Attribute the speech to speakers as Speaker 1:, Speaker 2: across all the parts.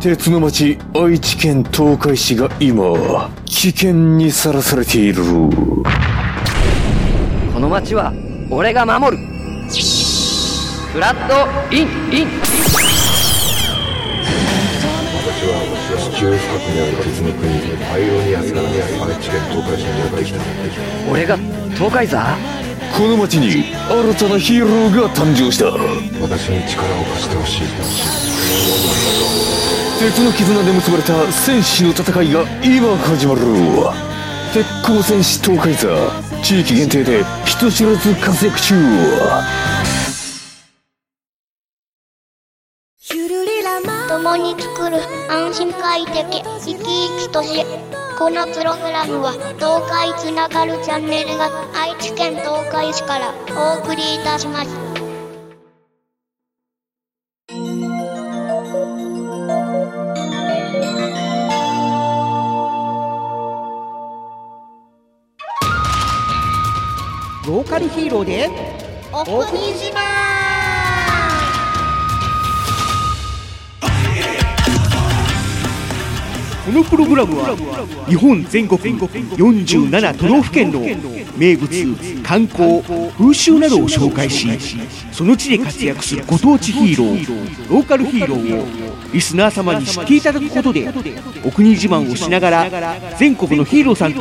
Speaker 1: 鉄の町愛知県東海市が今危険にさらされている
Speaker 2: この町は俺が守るフラットインイン
Speaker 3: 私は地中深くにある鉄の国パイオニアスから愛知県東海市にやってきた
Speaker 2: 俺が東海座
Speaker 1: この町に新たなヒーローが誕生した
Speaker 3: 私に力を貸してほしい
Speaker 1: 鉄の絆で結ばれた戦士の戦いが今始まる鉄鋼戦士東海座地域限定で人知らず活躍中
Speaker 4: 共に作る安心快適生き生きとしこのプログラムは東海つながるチャンネルが愛知県東海市からお送りいたします
Speaker 5: ローカルヒーローで
Speaker 4: お国自慢
Speaker 6: このプログラムは日本全国47都道府県の名物観光風習などを紹介しその地で活躍するご当地ヒーローローカルヒーローをリスナー様に知っていただくことで
Speaker 7: 예.
Speaker 6: お国自慢をしながら全国のヒーローさんと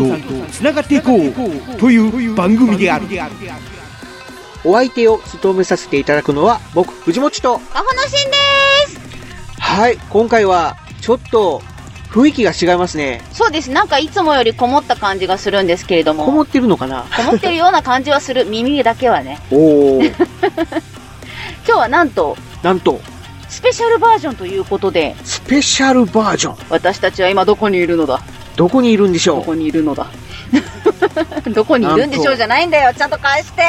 Speaker 6: つながっていこうという番組である
Speaker 5: お相手を務めさせていただくのは僕藤持と
Speaker 4: カホノシンで
Speaker 5: はい今回はちょっと雰囲気が違いますね
Speaker 8: そうです。なんかいつもよりこもった感じがするんですけれども。
Speaker 5: こもってるのかな
Speaker 8: こもってるような感じはする。耳だけはね。
Speaker 5: おお
Speaker 8: 今日はなんと、
Speaker 5: なんと
Speaker 8: スペシャルバージョンということで、
Speaker 5: スペシャルバージョン
Speaker 8: 私たちは今どこにいるのだ
Speaker 5: どこにいるんでしょ
Speaker 8: ど
Speaker 5: う
Speaker 8: こにいるのだ どこにいるんでしょうじゃないんだよ。ちゃんと返して。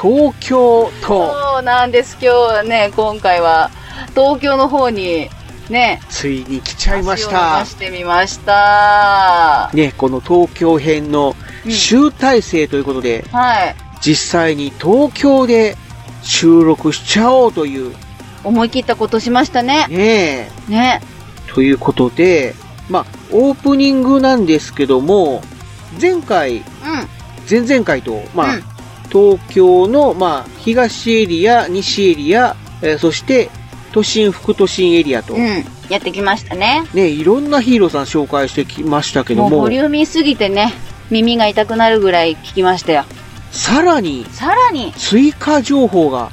Speaker 5: 東京都
Speaker 8: そうなんです。今日はね、今回は東京の方にね、
Speaker 5: ついに来ちゃいまし
Speaker 8: 足を
Speaker 5: た
Speaker 8: 伸ばしてみました。
Speaker 5: ねこの東京編の
Speaker 8: うん
Speaker 5: 集大成ということで、
Speaker 8: はい。
Speaker 5: 実際に東京で収録しちゃおうという
Speaker 8: 思い切ったことしましたね。
Speaker 5: ねえ
Speaker 8: ね。
Speaker 5: ということで、まあ、オープニングなんですけども、前回、
Speaker 8: う
Speaker 5: 前々回と、まあ、
Speaker 8: うん
Speaker 5: 東京の、まあ、東エリア、西エリア、えーそして、都心、副都心エリアと、
Speaker 8: ん。うん。やってきましたね。
Speaker 5: ね、いろんなヒーローさん紹介してきましたけど
Speaker 8: もう
Speaker 5: も
Speaker 8: ボ、リューミーすぎてね、耳が痛くなるぐらい聞きましたよ。
Speaker 5: さらに、
Speaker 8: さらに、
Speaker 5: 追加情報が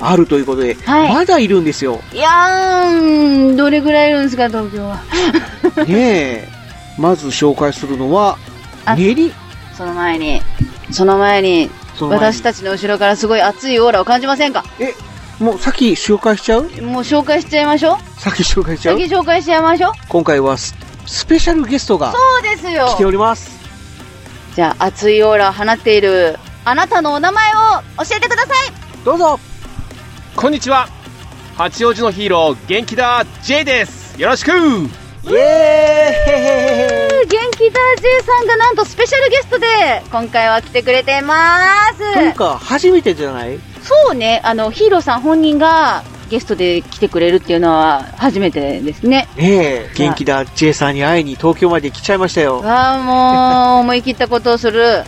Speaker 5: あるということで、
Speaker 8: はい
Speaker 5: まだいるんです よ。
Speaker 8: いやーん、どれぐらいいるんですか、東京は。
Speaker 5: ねえ、まず紹介するのは、
Speaker 8: あ
Speaker 5: 練り、
Speaker 8: その前に、その前に、
Speaker 5: その前に
Speaker 8: 私たちの後ろからすごい熱いオーラを感じませんか
Speaker 5: もう、さっき紹介しちゃう
Speaker 8: もう紹介しちゃいましょ
Speaker 5: さっき紹介し
Speaker 8: う。
Speaker 5: ちゃう
Speaker 8: 先紹介しちゃいましょう。
Speaker 5: 今回はススペシャルゲストが
Speaker 8: そうですよ
Speaker 5: 来。ております
Speaker 8: じゃあ、熱いオーラを放っている、あなたのお名前を教えてください。
Speaker 5: どうぞ
Speaker 9: こんにちは八王子のヒーロー元気だ J ですよろしく
Speaker 5: イエーイ
Speaker 8: 元気だ J さんがなんとスペシャルゲストで、今回は来てくれてます。
Speaker 5: というか初めてじゃない
Speaker 8: そうね、あの、ヒーローさん本人がゲストで来てくれるっていうのは初めてですね。
Speaker 5: ねえ元気だ J さんに会いに東京まで来ちゃいましたよ
Speaker 8: わあ、もう、思い切ったことをする。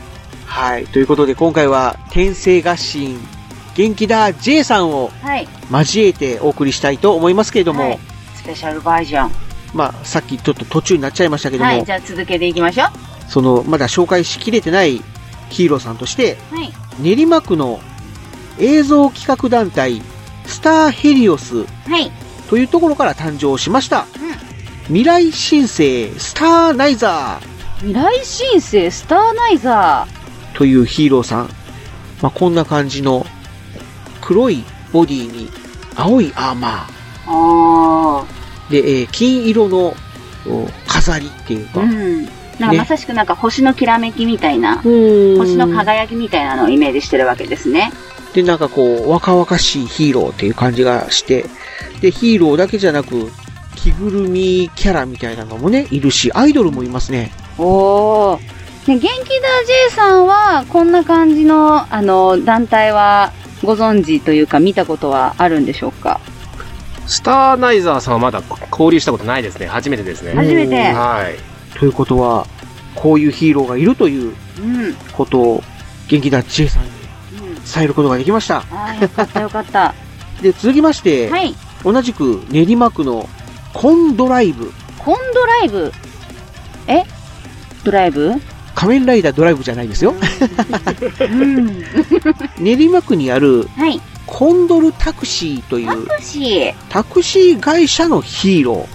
Speaker 5: はいということで今回は天性合心元気だ J さんを
Speaker 8: はい。
Speaker 5: 交えてお送りしたいと思いますけれども、
Speaker 8: はいスペシャルバージョン。
Speaker 5: まあさっきちょっと途中になっちゃいましたけども、
Speaker 8: はい、じゃあ続けていきましょう。
Speaker 5: そのまだ紹介しきれてないヒーローさんとして
Speaker 8: はい。
Speaker 5: 練馬区の映像企画団体スターヘリオス
Speaker 8: はい。
Speaker 5: というところから誕生しました、未来新生スターナイザ
Speaker 8: 未来新生スターナイザ
Speaker 5: ーというヒーローさん、まあ、こんな感じの黒いボディに青いアーマ
Speaker 8: ー。あ
Speaker 5: ーで、えー金色のお飾りっていう
Speaker 8: あ。
Speaker 5: か、
Speaker 8: うん。なんか
Speaker 5: ね
Speaker 8: まさしくなんか星のきらめきみたいな、
Speaker 5: うん
Speaker 8: 星の輝きみたいなのをイメージしてるわけですね。
Speaker 5: で、なんかこう、若々しいヒーローっていう感じがして、で、ヒーローだけじゃなく、着ぐるみキャラみたいなのもね、いるし、アイドルもいますね。
Speaker 8: おお。ね、元気だ J さんは、こんな感じの、あの、団体は、ご存知というか、見たことはあるんでしょうか
Speaker 9: スターナイザーさんはまだ交流したことないですね。初めてですね。
Speaker 10: 初めて。
Speaker 9: はい。
Speaker 5: ということは、こういうヒーローがいるという
Speaker 8: うん。
Speaker 5: ことを、元気な知恵さんに伝えることができました。
Speaker 8: あーよかったよかった。
Speaker 5: で、続きまして、
Speaker 8: はい。
Speaker 5: 同じく練馬区のコンドライブ、
Speaker 8: コンドライブ。えドライブ
Speaker 5: 仮面ライダードライブじゃないですよ。
Speaker 8: うん。
Speaker 5: 練馬区にある
Speaker 8: はい。
Speaker 5: コンドルタクシーという
Speaker 8: タクシー。
Speaker 5: タクシー会社のヒーロ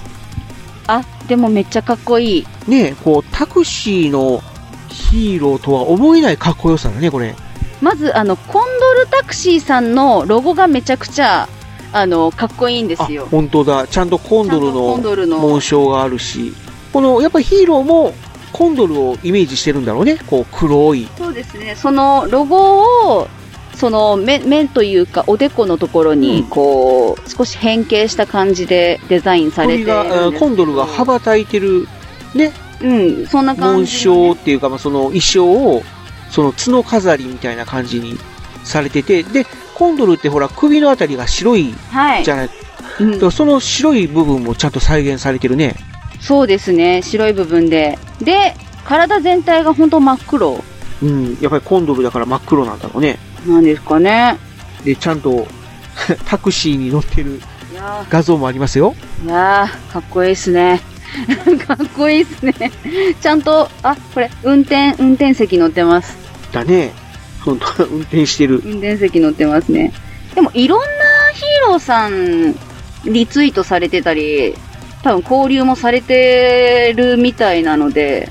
Speaker 8: あ、でもめっちゃかっこいい。
Speaker 5: ー。ねえこう、タクシーのヒーローとは思えないかっこよさだね、これ。
Speaker 8: まず、あの、コンドルタクシーさんのロゴがめちゃくちゃ、あの、かっこいいんで
Speaker 5: あ
Speaker 8: すよ、。
Speaker 5: 本当だ。ちゃんとコンドル
Speaker 8: ちゃんとコン
Speaker 5: の
Speaker 8: ドルの。
Speaker 5: 紋章があるし、この、やっぱりヒーローもコンドルをイメージしてるんだろうね。こう、黒い。
Speaker 8: そうですね。そのロゴを、その面、面というか、おでこのところに、こう、少し変形した感じでデザインされ
Speaker 5: 鳥
Speaker 8: ているんです
Speaker 5: が、あコンドルが羽ばたいてる
Speaker 8: うん、そんな感
Speaker 5: 紋
Speaker 8: じのね、
Speaker 5: 章っていうか、まあ、その衣装を、その角飾りみたいな感じにされてて、で、コンドルってほら、首のあたりが白い
Speaker 8: はい
Speaker 5: じ。ゃない。
Speaker 8: うん
Speaker 5: だからその白い部分もちゃんと再現されてるね。
Speaker 8: そうですね。白い部分で。で、体全体が本当真っ黒
Speaker 5: うん、やっぱりコンドルだから真っ黒なんだろうね。
Speaker 8: なんですかね。
Speaker 5: で、ちゃんと タクシーに乗ってる
Speaker 8: いや
Speaker 5: 画像もありますよ。
Speaker 8: ーいやーかっこいいですね。 かっこいいですね。ちゃんと、あ、これ、運転、運転席乗ってます。
Speaker 5: だね。 その運転してる。
Speaker 8: 運転席乗ってますね。でもいろんなヒーローさんリツイートされてたり、多分交流もされてるみたいなので、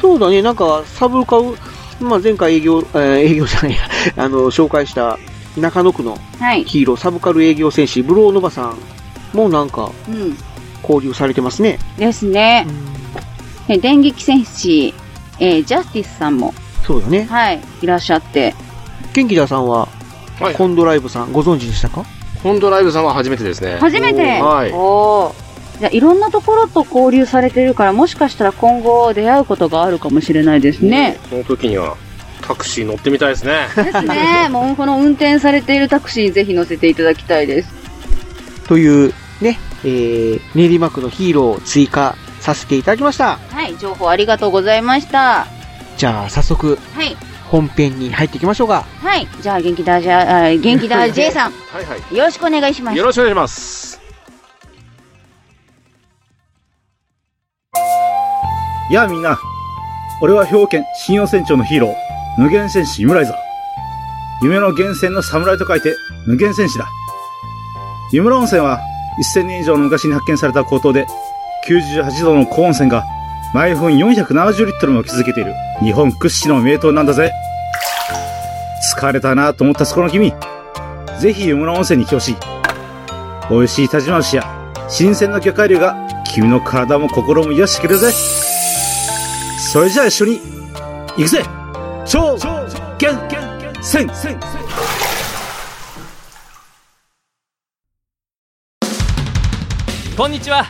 Speaker 5: そうだね、なんかサブカウ、まあ、前回営業、えー営業じゃないや、 あの、紹介した中野区の
Speaker 8: はい。
Speaker 5: ヒーロー、サブカル営業戦士、ブローノバさんもなんか
Speaker 8: うん。
Speaker 5: 交流されてますね。
Speaker 8: ですね。え電撃戦士、えージャスティスさんも、
Speaker 5: そうだね。
Speaker 8: はい、いらっしゃって。
Speaker 5: ケンキダさんは、
Speaker 9: はい
Speaker 5: コンドライブさんご存知でしたか
Speaker 9: コンドライブさんは初めてですね。
Speaker 8: 初めて
Speaker 9: おーはい
Speaker 8: おーじゃあいろんなところと交流されてるから、もしかしたら今後出会うことがあるかもしれないですね。
Speaker 9: その時にはタクシー乗ってみたいですね。
Speaker 8: ですね。もうこの運転されているタクシーにぜひ乗せていただきたいです。
Speaker 5: という、ね、えー、練馬区のヒーローを追加させていただきました。
Speaker 8: はい、情報ありがとうございました。は
Speaker 5: じゃあ、早速、
Speaker 8: い、
Speaker 5: 本編に入っていきましょうか。
Speaker 8: はい。じゃあ、元気だ、じゃあ、あ元気だ、J さん、
Speaker 9: はいは
Speaker 8: よろしくお願いしま
Speaker 9: い。
Speaker 8: す
Speaker 9: よ。ろしくお願いします。
Speaker 7: やあみんな。俺は兵庫県信用船長のヒーロー、無限戦士イムライザー。夢の源泉の侍と書いて、無限戦士だ。湯村温泉は、1000年以上の昔に発見された高騰で、98度の高温泉が、毎分470リットルも築けている、日本屈指の名湯なんだぜ。疲れたなと思ったそこの君、ぜひ湯村温泉に来てほしい。美味しい田島牛や、新鮮な魚介類が、君の体も心も癒してくれるぜ。それじゃあ一緒に行くぜ超限戦
Speaker 11: こんにちは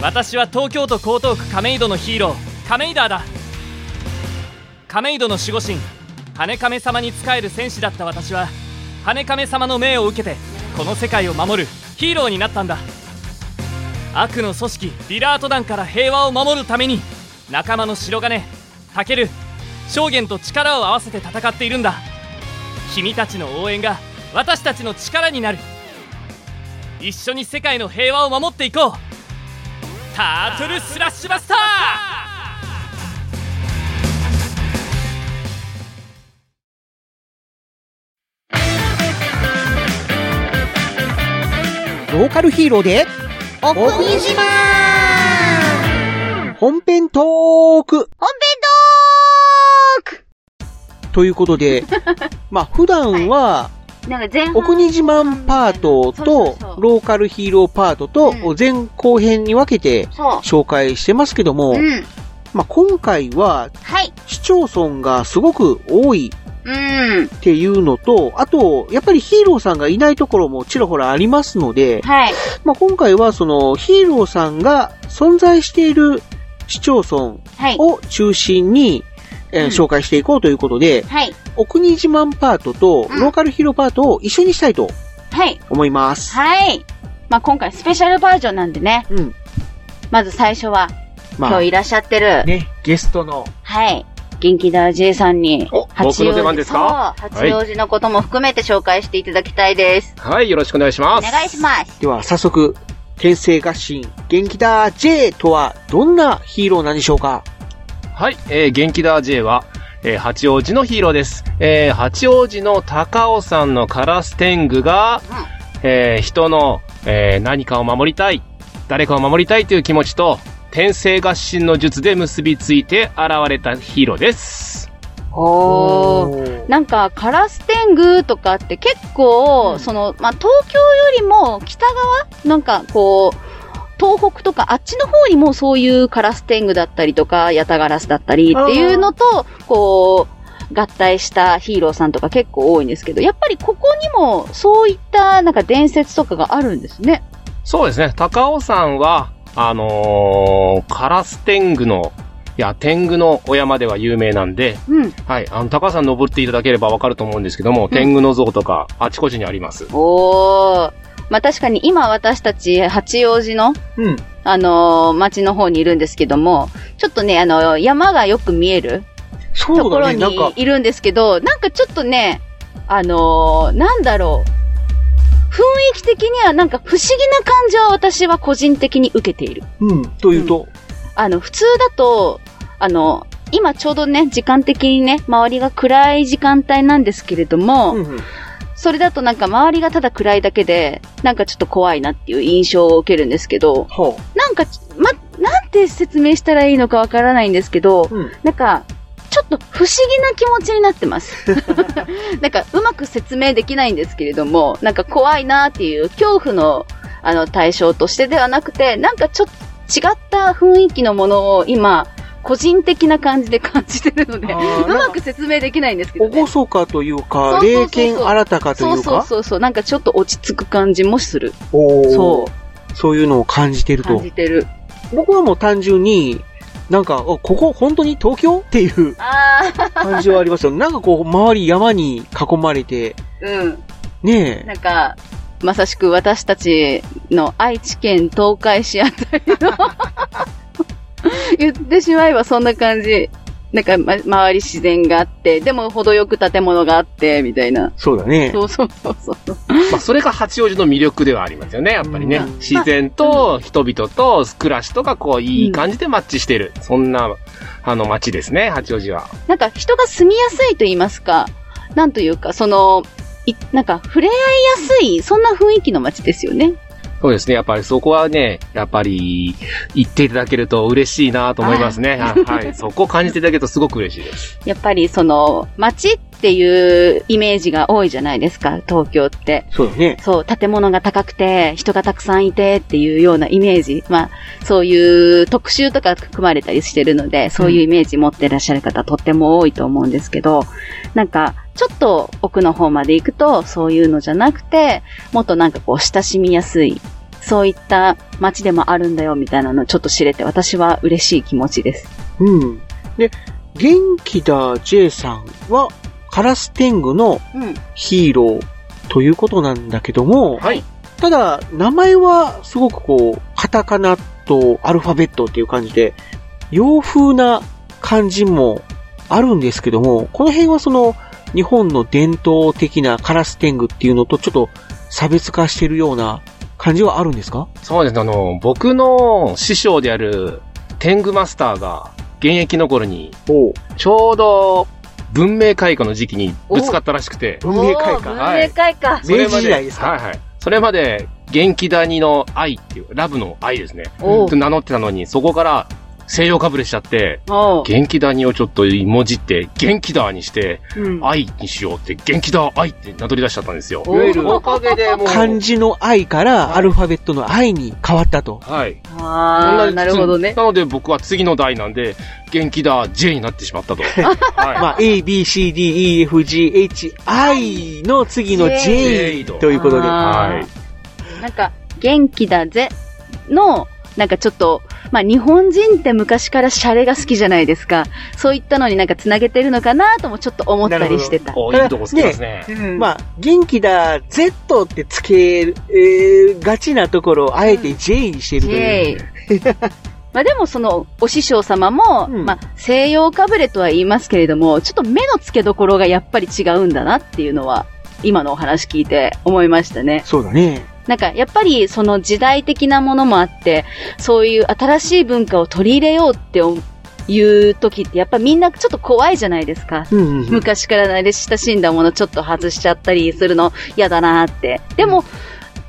Speaker 11: 私は東京都江東区亀戸のヒーロー亀戸だ亀戸の守護神羽亀様に仕える戦士だった私は羽亀様の命を受けてこの世界を守るヒーローになったんだ悪の組織リラート団から平和を守るために仲間の白金タケル証言と力を合わせて戦っているんだ君たちの応援が私たちの力になる一緒に世界の平和を守っていこうタートルスラッシュバスタ
Speaker 5: ローカルヒーローで、
Speaker 10: おこにしま
Speaker 5: 本編トーク
Speaker 10: 本編トーク
Speaker 5: ということで、まあ、普段は、
Speaker 8: なんか前半
Speaker 5: 奥に自慢パート
Speaker 8: そう
Speaker 5: と
Speaker 8: そうそう、
Speaker 5: ローカルヒーローパートと
Speaker 8: う、ん
Speaker 5: 前後編に分けて
Speaker 8: そ
Speaker 5: 紹介してますけども
Speaker 8: う。う、ん。
Speaker 5: まあ、今回は
Speaker 8: はい。
Speaker 5: 市町村がすごく多い
Speaker 8: うん。
Speaker 5: っていうのと、あと、やっぱりヒーローさんがいないところもちらほらありますので、
Speaker 8: はい。
Speaker 5: まあ、今回はそのヒーローさんが存在している市町村
Speaker 8: はい。
Speaker 5: を中心に、えー
Speaker 8: うん
Speaker 5: 紹介していこうということで、
Speaker 8: はい。
Speaker 5: お国自慢パートと
Speaker 8: うん
Speaker 5: ローカルヒーローパートを一緒にしたいと
Speaker 8: はい。
Speaker 5: 思います。
Speaker 8: はい。まあ、今回スペシャルバージョンなんでね。まず最初は、
Speaker 5: まあ
Speaker 8: 今日いらっしゃってる、
Speaker 5: ね、ゲストの。
Speaker 8: はい。元気だ J さんに、
Speaker 9: 僕の出番ですか
Speaker 8: そう
Speaker 9: はい
Speaker 8: 八王子のことも含めて紹介していただきたいです。
Speaker 9: はい、よろしくお願いし
Speaker 8: お
Speaker 9: ます。
Speaker 8: 願いします。
Speaker 5: では、早速、天性合心、元気だ J とは、どんなヒーローなんでしょうか
Speaker 9: はい、えー、元気だ J は、えー八王子のヒーローです。えー八王子の高尾さんのカラス天狗が、えー人の、えー何かを守りたい、誰かを守りたいという気持ちと、天性合心の術で結びついて現れたヒーローです。
Speaker 8: おーなんか、カラス天狗とかって結構、その、まあ、東京よりも北側なんか、こう、東北とかあっちの方にもそういうカラス天狗だったりとか、ヤタガラスだったりっていうのと、こう、合体したヒーローさんとか結構多いんですけど、やっぱりここにもそういったなんか伝説とかがあるんですね。
Speaker 9: そうですね、高尾さんは、あのーカラス天狗の、いや、天狗のお山では有名なんで、
Speaker 8: うん。
Speaker 9: はい。あの、高尾山登っていただければわかると思うんですけども、天狗の像とか、あちこちにあります。
Speaker 8: おー。まあ、確かに今私たち八王子の、
Speaker 5: うん。
Speaker 8: あのー町の方にいるんですけども、ちょっとね、あの山がよく見える
Speaker 5: そうだね
Speaker 8: ところ
Speaker 5: なんか
Speaker 8: にいるんですけど、なんかちょっとね、あのーなんだろう。雰囲気的にはなんか不思議な感じは私は個人的に受けている。
Speaker 5: うん。というと、
Speaker 8: あの、普通だと、あの、今ちょうどね、時間的にね、周りが暗い時間帯なんですけれども、それだとなんか周りがただ暗いだけで、なんかちょっと怖いなっていう印象を受けるんですけど、なんか、ま、なんて説明したらいいのかわからないんですけど、なんか、ちょっと不思議な気持ちになって ます。なんか、うまく説明できないんですけれども、なんか怖いなっていう恐怖の、あの、対象としてではなくて、なんかちょっと違った雰囲気のものを今、個人的な感じで感じてるので、うまく説明できないんですけど、
Speaker 5: おごそかという
Speaker 8: そう
Speaker 5: か、
Speaker 8: そうそう
Speaker 5: 霊剣新たかという
Speaker 8: そうそう
Speaker 5: か、
Speaker 8: そうそう、なんかちょっと落ち着く感じもする。
Speaker 5: そ。
Speaker 8: そう
Speaker 5: そういうのを感じてる
Speaker 8: 感
Speaker 5: と
Speaker 8: じ。てる。
Speaker 5: 僕はもう単純に、なんか、おここ本当に東京っていう
Speaker 8: ああ、
Speaker 5: 感じはありますよ。なんかこう、周り山に囲まれて、
Speaker 8: うん。
Speaker 5: ねえ。
Speaker 8: なんか、まさしく私たちの愛知県東海市あたりの 言ってしまえばそんな感じ。なんか、ま、周り自然があって、でも程よく建物があって、みたいな。
Speaker 5: そうだね
Speaker 8: そうそうそうそう。
Speaker 9: まあ、それが八王子の魅力ではありますよね、やっぱりね。自然と人々と暮らしとか、こう、いい感じでマッチしてる。そんな、あの、街ですね、八王子は。
Speaker 8: なんか人が住みやすいと言いますか、なんというか、その、いなんか触れ合いやすい、そんな雰囲気の街ですよね。
Speaker 9: そうですね、やっぱりそこはね、やっぱり、行っていただけると嬉しいなと思いますね。
Speaker 8: は
Speaker 9: はいい、はい そこを感じていただけるとすごく嬉しいです。
Speaker 8: やっぱりその、街っていうイメージが多いじゃないですか、東京って。
Speaker 5: そうだね。
Speaker 8: そう、建物が高くて、人がたくさんいてっていうようなイメージ。まあ、そういう特集とか組まれたりしてるので、そういうイメージ持ってらっしゃる方とっても多いと思うんですけど、なんか、ちょっと奥の方まで行くと、そういうのじゃなくて、もっとなんかこう、親しみやすい、そういった街でもあるんだよみたいなのちょっと知れて、私は嬉しい気持ちです。
Speaker 5: うん。で、元気だ J さんは、カラス天狗の
Speaker 8: うん。
Speaker 5: ヒーローということなんだけども、
Speaker 9: はい。
Speaker 5: ただ、名前はすごくこう、カタカナとアルファベットっていう感じで、洋風な感じもあるんですけども、この辺はその、日本の伝統的なカラス天狗っていうのとちょっと差別化してるような感じはあるんですか
Speaker 9: そうですね、あの、僕の師匠である、天狗マスターが、現役の頃に、ちょうど、文明開化の時期にぶつかったらしくて。
Speaker 5: 文明開化
Speaker 8: おー文明開化。
Speaker 9: それま
Speaker 5: 明治時代ですか
Speaker 9: はいはい。それまで、元気ダニの愛っていう、ラブの愛ですね。
Speaker 8: おう
Speaker 9: と名乗ってたのに、そこから西洋かぶれしちゃって、
Speaker 8: おう
Speaker 9: 元気ダニをちょっといもじって、元気ダーにして、
Speaker 8: うん
Speaker 9: 愛にしようって、元気ダー愛って名取り出しちゃったんですよ。
Speaker 5: いわゆる
Speaker 9: おかげでもう、
Speaker 5: 漢字の愛からアルファベットの愛に変わったと。
Speaker 9: はい。
Speaker 8: ああ、なるほどね。
Speaker 9: なので僕は次の代なんで、元気ダー J になってしまっ たと。
Speaker 5: まあ、A, B, C, D, E, F, G, H, I の次の J ということで。
Speaker 8: あーなんか、元気だぜの、なんかちょっと、まあ、日本人って昔からシャレが好きじゃないですか。そういったのになんか繋げてるのかなともちょっと思ったりしてた。
Speaker 5: いいとこつけますね。まあ、元気だ、Z ってつける、えーがちなところをあえて J にしてると いう。
Speaker 8: まあでもその、お師匠様も、まあ西洋かぶれとは言いますけれども、ちょっと目の付けどころがやっぱり違うんだなっていうのは、今のお話聞いて思いましたね。
Speaker 5: そうだね。
Speaker 8: なんか、やっぱりその時代的なものもあって、そういう新しい文化を取り入れようって思ういう時って、やっぱみんなちょっと怖いじゃないですか。
Speaker 5: うんうんうん
Speaker 8: 昔から慣れ親しんだものちょっと外しちゃったりするの嫌だなって。でも、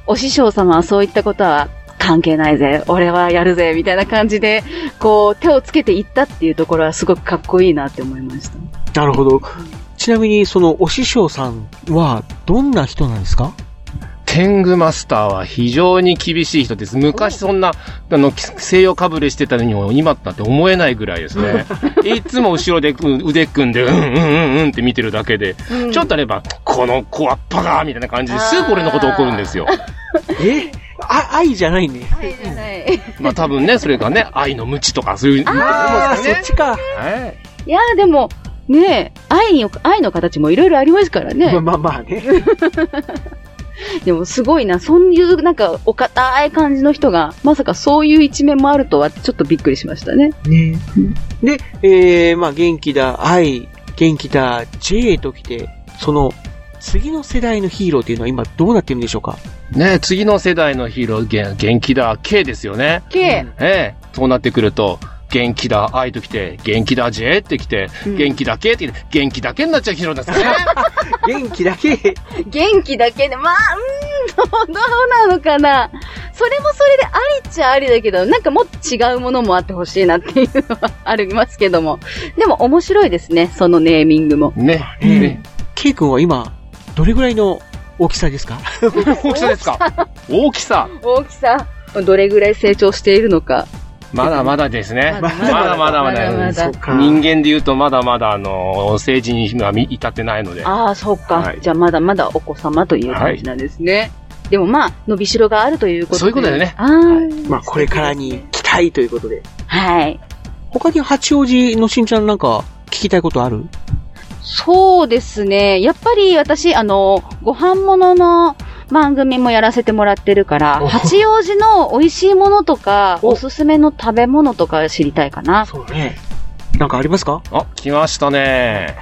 Speaker 8: お師匠様はそういったことは関係ないぜ、俺はやるぜ、みたいな感じで、こう、手をつけていったっていうところはすごくかっこいいなって思いました。
Speaker 5: なるほど。ちなみに、その、お師匠さんは、どんな人なんですか
Speaker 9: 天狗マスターは非常に厳しい人です。昔そんな、あの、き西洋かぶれしてたのにも今だって思えないぐらいです ね。いつも後ろでうん腕組んで、うんうんうんうんって見てるだけで、
Speaker 8: うん
Speaker 9: ちょっとあれば、この子はバカーみたいな感じですぐ俺のこと怒るんですよ。
Speaker 5: えあ、愛じゃないね。
Speaker 9: まあ多分ね、それがね、愛の無知とかそういう。
Speaker 8: あ
Speaker 5: そっちか。
Speaker 9: はい
Speaker 8: やーでも、ねえ、愛に、愛の形もいろいろありますからね。
Speaker 5: まあまあね。
Speaker 8: でもすごいな、そういうなんかお堅い感じの人が、まさかそういう一面もあるとはちょっとびっくりしましたね。
Speaker 5: ね で、えー、まあ、元気だ、愛、元気だ、J ときて、その、次の世代のヒーローっていうのは今どうなってるんでしょうか
Speaker 9: ね次の世代のヒーロー、げん元気だ、K ですよね。
Speaker 8: K。
Speaker 9: ええ、そうなってくると、元気だ、愛と来て、元気だ、J って来て、元気だけって来て、元気だけになっちゃうヒーローですね。
Speaker 5: 元気だけ。
Speaker 8: 元気だけで、まあ、うーん、どうどうなのかな。それもそれでありっちゃありだけど、なんかもっと違うものもあってほしいなっていうのはありますけども。でも面白いですね、そのネーミングも。
Speaker 9: ね。
Speaker 5: ね K 君は今、どれぐらいの大きさですか
Speaker 9: 大きさですか大きさ。
Speaker 8: 大きさ、どれぐらい成長しているのか。
Speaker 9: まだまだですね。
Speaker 8: ま
Speaker 9: まだ
Speaker 8: だ
Speaker 9: まだ
Speaker 8: ま
Speaker 9: ま
Speaker 8: だ
Speaker 9: だ。
Speaker 8: まだ
Speaker 9: そうか人間で言うとまだまだ、あの、成人には至ってないので。
Speaker 8: ああ、そうか。じゃあまだまだお子様という感じなんですね。でもまあ、伸びしろがあるということで。
Speaker 5: そういうことだよね
Speaker 8: あー
Speaker 5: まあ、これからに期待ということで。
Speaker 8: はい。
Speaker 5: 他に八王子のしんちゃんなんか聞きたいことある
Speaker 8: そうですね。やっぱり私、あの、ご飯物の番組もやらせてもらってるから、八王子の美味しいものとか、おすすめの食べ物とか知りたいかな。
Speaker 5: そうね。なんかありますか
Speaker 9: あ、来ましたね。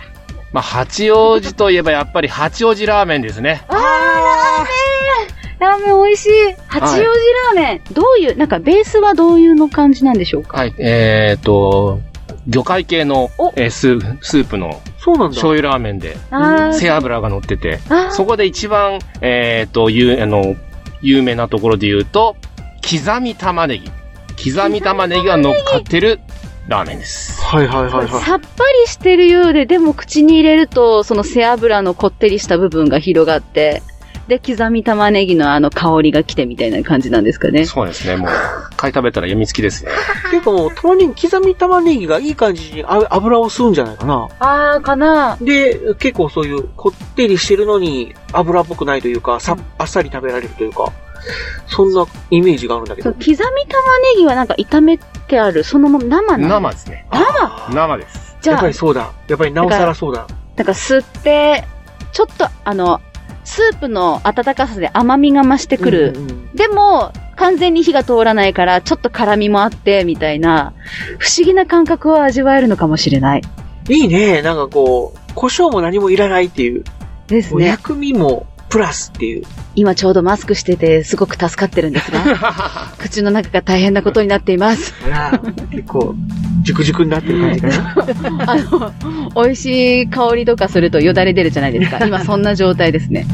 Speaker 9: まあ、八王子といえばやっぱり八王子ラーメンですね。
Speaker 8: あー、ラーメンラーメン美味しい八王子ラーメン、どういう、なんかベースはどういうの感じなんでしょうか
Speaker 9: はい、えっ、と、魚介系の、えースープスープの
Speaker 5: そうなんだ
Speaker 9: 醤油ラーメンで
Speaker 8: あー、
Speaker 9: 背脂が乗ってて
Speaker 8: あー、
Speaker 9: そこで一番、えっ、と、ゆうあの有名なところで言うと、刻み玉ねぎ。刻み玉ねぎが乗っかってるラーメンです。
Speaker 5: はいはいはい
Speaker 8: さっぱりしてるようで、でも口に入れると、その背脂のこってりした部分が広がって、で、刻み玉ねぎのあの香りが来てみたいな感じなんですかね。
Speaker 9: そうですね、もう、一回食べたら病みつきですね。
Speaker 5: っていうかもう、玉ねぎ、刻み玉ねぎがいい感じにあ油を吸うんじゃないかな。
Speaker 8: あー、かな
Speaker 5: で、結構そういう、こってりしてるのに油っぽくないというか、さ、あっさり食べられるというか、そんなイメージがあるんだけ
Speaker 8: そう
Speaker 5: ど。
Speaker 8: 刻み玉ねぎはなんか炒めてある、そのまま生なの
Speaker 9: 生ですね。
Speaker 8: 生
Speaker 9: 生です。
Speaker 8: じゃあ
Speaker 5: やっぱりそうだ。やっぱりなおさらそうだ。
Speaker 8: なんか吸って、ちょっとあの、スープの温かさで甘みが増してくる。でも、完全に火が通らないから、ちょっと辛みもあって、みたいな、不思議な感覚を味わえるのかもしれない。
Speaker 5: いいね。なんかこう、胡椒も何もいらないっていう。
Speaker 8: です
Speaker 5: ね。薬味もプラスって いう。
Speaker 8: 今ちょうどマスクしてて、すごく助かってるん ですが、口の中が大変なことになっています。
Speaker 5: あら結構、じゅくじゅくになってる感じかな。
Speaker 8: あの、美味しい香りとかするとよだれ出るじゃない ですか。今そんな状態ですね。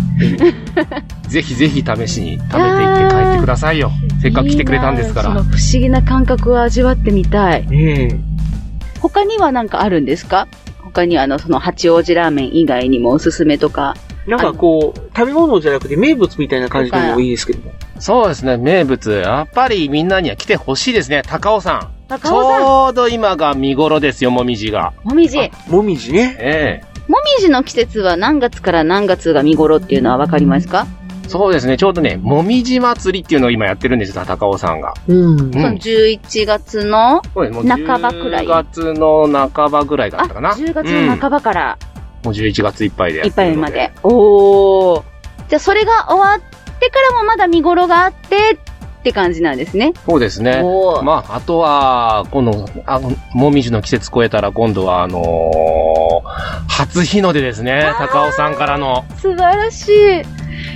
Speaker 9: ぜひぜひ試しに食べていって帰ってくださいよ。せっかく来てくれたんですから。
Speaker 8: いいなあその不思議な感覚を味わってみたい。他には何かあるんですか他にあの、その八王子ラーメン以外にもおすすめとか。
Speaker 5: なんかこう、食べ物じゃなくて名物みたいな感じでもいいですけども。
Speaker 9: そうですね、名物。やっぱりみんなには来てほしいですね、高尾山。
Speaker 8: 高尾山
Speaker 9: ちょうど今が見頃ですよ、もみじが。
Speaker 8: もみじ。
Speaker 5: もみじね。
Speaker 9: ええ
Speaker 8: もみじの季節は何月から何月が見頃っていうのはわかりますか
Speaker 9: そうですね、ちょうどね、もみじ祭りっていうのを今やってるんですよ、高尾さんが。
Speaker 5: うん。
Speaker 8: その11月の
Speaker 9: そうですもう
Speaker 8: 半ばくらい。
Speaker 9: 10月の半ばぐらいだったかな。
Speaker 8: 10月の半ばから
Speaker 9: もう11月いっぱいでや
Speaker 8: い
Speaker 9: っ
Speaker 8: ってぱい
Speaker 9: るの
Speaker 8: まで。おー。じゃあそれが終わってからもまだ見頃があってって感じなんですね。
Speaker 9: そうですね
Speaker 8: おー。
Speaker 9: まあ、あとは、今度、あの、もみじの季節超えたら、今度は、あのー初日の出ですね。高尾さんからの。
Speaker 8: 素晴らし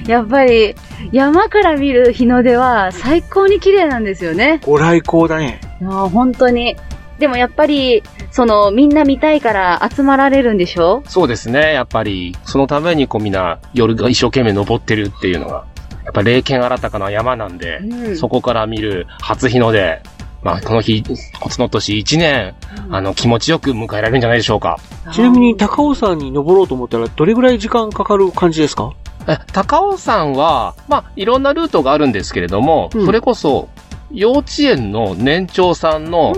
Speaker 8: い。やっぱり山から見る日の出は最高に綺麗なんですよね。
Speaker 5: ご来光だね。
Speaker 8: いやー本当に。でもやっぱり、その、みんな見たいから集まられるんでしょ
Speaker 9: そうですね。やっぱり、そのために、こう、みんな、夜が一生懸命登ってるっていうのが、やっぱ、霊剣新たかな山なんで、
Speaker 8: うん
Speaker 9: そこから見る初日の出、まあ、この日、その年一年、あの、気持ちよく迎えられるんじゃないでしょうか。
Speaker 5: ちなみに高尾山に登ろうと思ったらどれぐらい時間かかる感じですか
Speaker 9: え高尾山は、まあ、いろんなルートがあるんですけれども、
Speaker 5: うん
Speaker 9: それこそ、幼稚園の年長さんの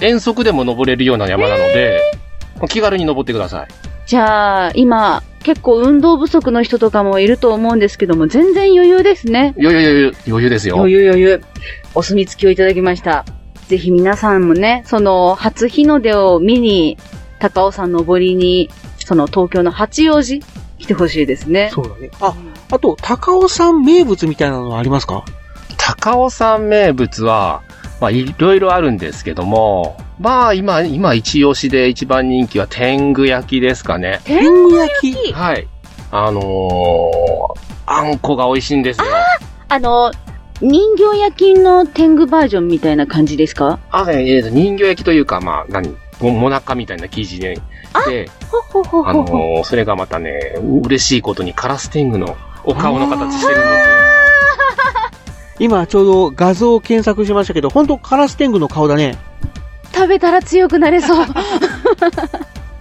Speaker 9: 遠足でも登れるような山なので、気軽に登ってください。
Speaker 8: じゃあ、今、結構運動不足の人とかもいると思うんですけども、全然余裕ですね。
Speaker 9: 余裕余裕、余裕ですよ。
Speaker 8: 余裕余裕。お墨付きをいただきました。ぜひ皆さんもね、その、初日の出を見に、高尾山登りに、その東京の八王子、来てほしいですね。
Speaker 5: そうだね。あ、あと、高尾山名物みたいなのはありますか
Speaker 9: 高尾山名物は、まあ、いろいろあるんですけども、まあ、今、今、一押しで一番人気は天狗焼きですかね。
Speaker 8: 天
Speaker 5: 狗焼き
Speaker 9: はい。あのー、あんこが美味しいんですよ。
Speaker 8: あの、人形焼きの天狗バージョンみたいな感じですか
Speaker 9: あ、ね、えーと人形焼きというか、まあ、何ももなかみたいな生地で、で、
Speaker 8: ほほほ
Speaker 9: あ
Speaker 8: ほ
Speaker 9: の
Speaker 8: ほ。
Speaker 9: ーそれがまたね、嬉しいことにカラス天狗のお顔の形してるんですよ。
Speaker 5: 今ちょうど画像を検索しましたけど、本当カラス天狗の顔だね。
Speaker 8: 食べたら強くなれ そう。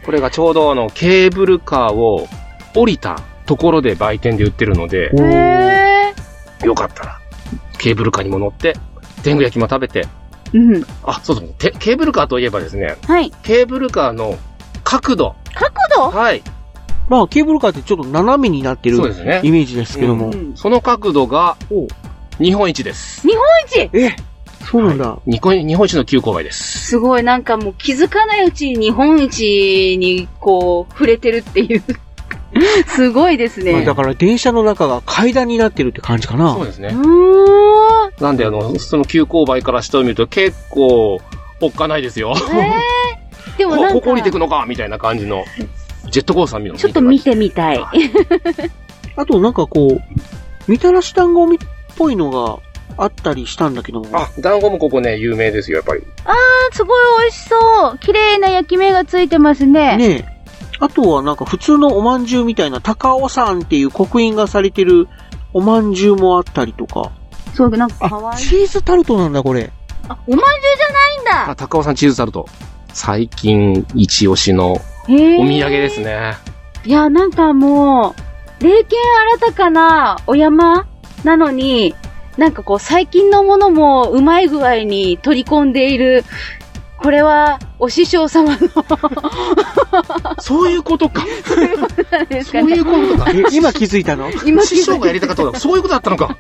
Speaker 9: これがちょうどあの、ケーブルカーを降りたところで売店で売ってるので、
Speaker 8: へー
Speaker 9: よかったら、ケーブルカーにも乗って、天狗焼きも食べて、
Speaker 8: うん。
Speaker 9: あ、そうそう、てケーブルカーといえばですね、
Speaker 8: はい。
Speaker 9: ケーブルカーの角度。
Speaker 8: 角度
Speaker 9: はい。
Speaker 5: まあ、ケーブルカーってちょっと斜めになってる
Speaker 9: そうですね
Speaker 5: イメージですけども。
Speaker 9: うんその角度が、日本一です。
Speaker 8: 日本一
Speaker 5: え、そうなんだ。
Speaker 9: 日本日本一の急勾配です。
Speaker 8: すごい、なんかもう気づかないうちに日本一にこう、触れてるっていう。すごいです
Speaker 5: まあ
Speaker 8: ね。
Speaker 5: だから電車の中が階段になってるって感じかな。
Speaker 9: そうですね。
Speaker 8: うーん。
Speaker 9: なんで、あの、その急勾配から下を見ると結構、おっかないですよ。
Speaker 8: でも
Speaker 9: こ
Speaker 8: なんか、
Speaker 9: ここ降りてくのかみたいな感じの、ジェットコースター見るの
Speaker 8: ちょっと見てみたい。
Speaker 5: あとなんかこう、みたらし団子みっぽいのがあったりしたんだけども。
Speaker 9: あ、団子もここね、有名ですよ、やっぱり。
Speaker 8: あー、すごい美味しそう。綺麗な焼き目がついてますね。
Speaker 5: ねえ。あとはなんか普通のお饅頭みたいな高尾山っていう刻印がされてるお饅頭もあったりとか。
Speaker 8: そう、なんかかわ
Speaker 5: あ、
Speaker 8: いい。
Speaker 5: チーズタルトなんだこれ。
Speaker 8: あ、おまんじゅうじゃないん
Speaker 9: あ、高尾さんチーズタルト。最近、一押しのお
Speaker 8: だ。へー
Speaker 9: 土産ですね。
Speaker 8: いや、なんかもう、霊剣新たかなお山なのに、なんかこう最近のものもうまい具合に取り込んでいる、これはお師匠様の
Speaker 9: そういうことか。
Speaker 8: なんです
Speaker 9: そ
Speaker 8: か
Speaker 9: うい
Speaker 8: ね
Speaker 9: う。ことか。
Speaker 5: え、今気づい たの
Speaker 8: 今
Speaker 9: 師匠がやりたかったのはそういうことだったのか。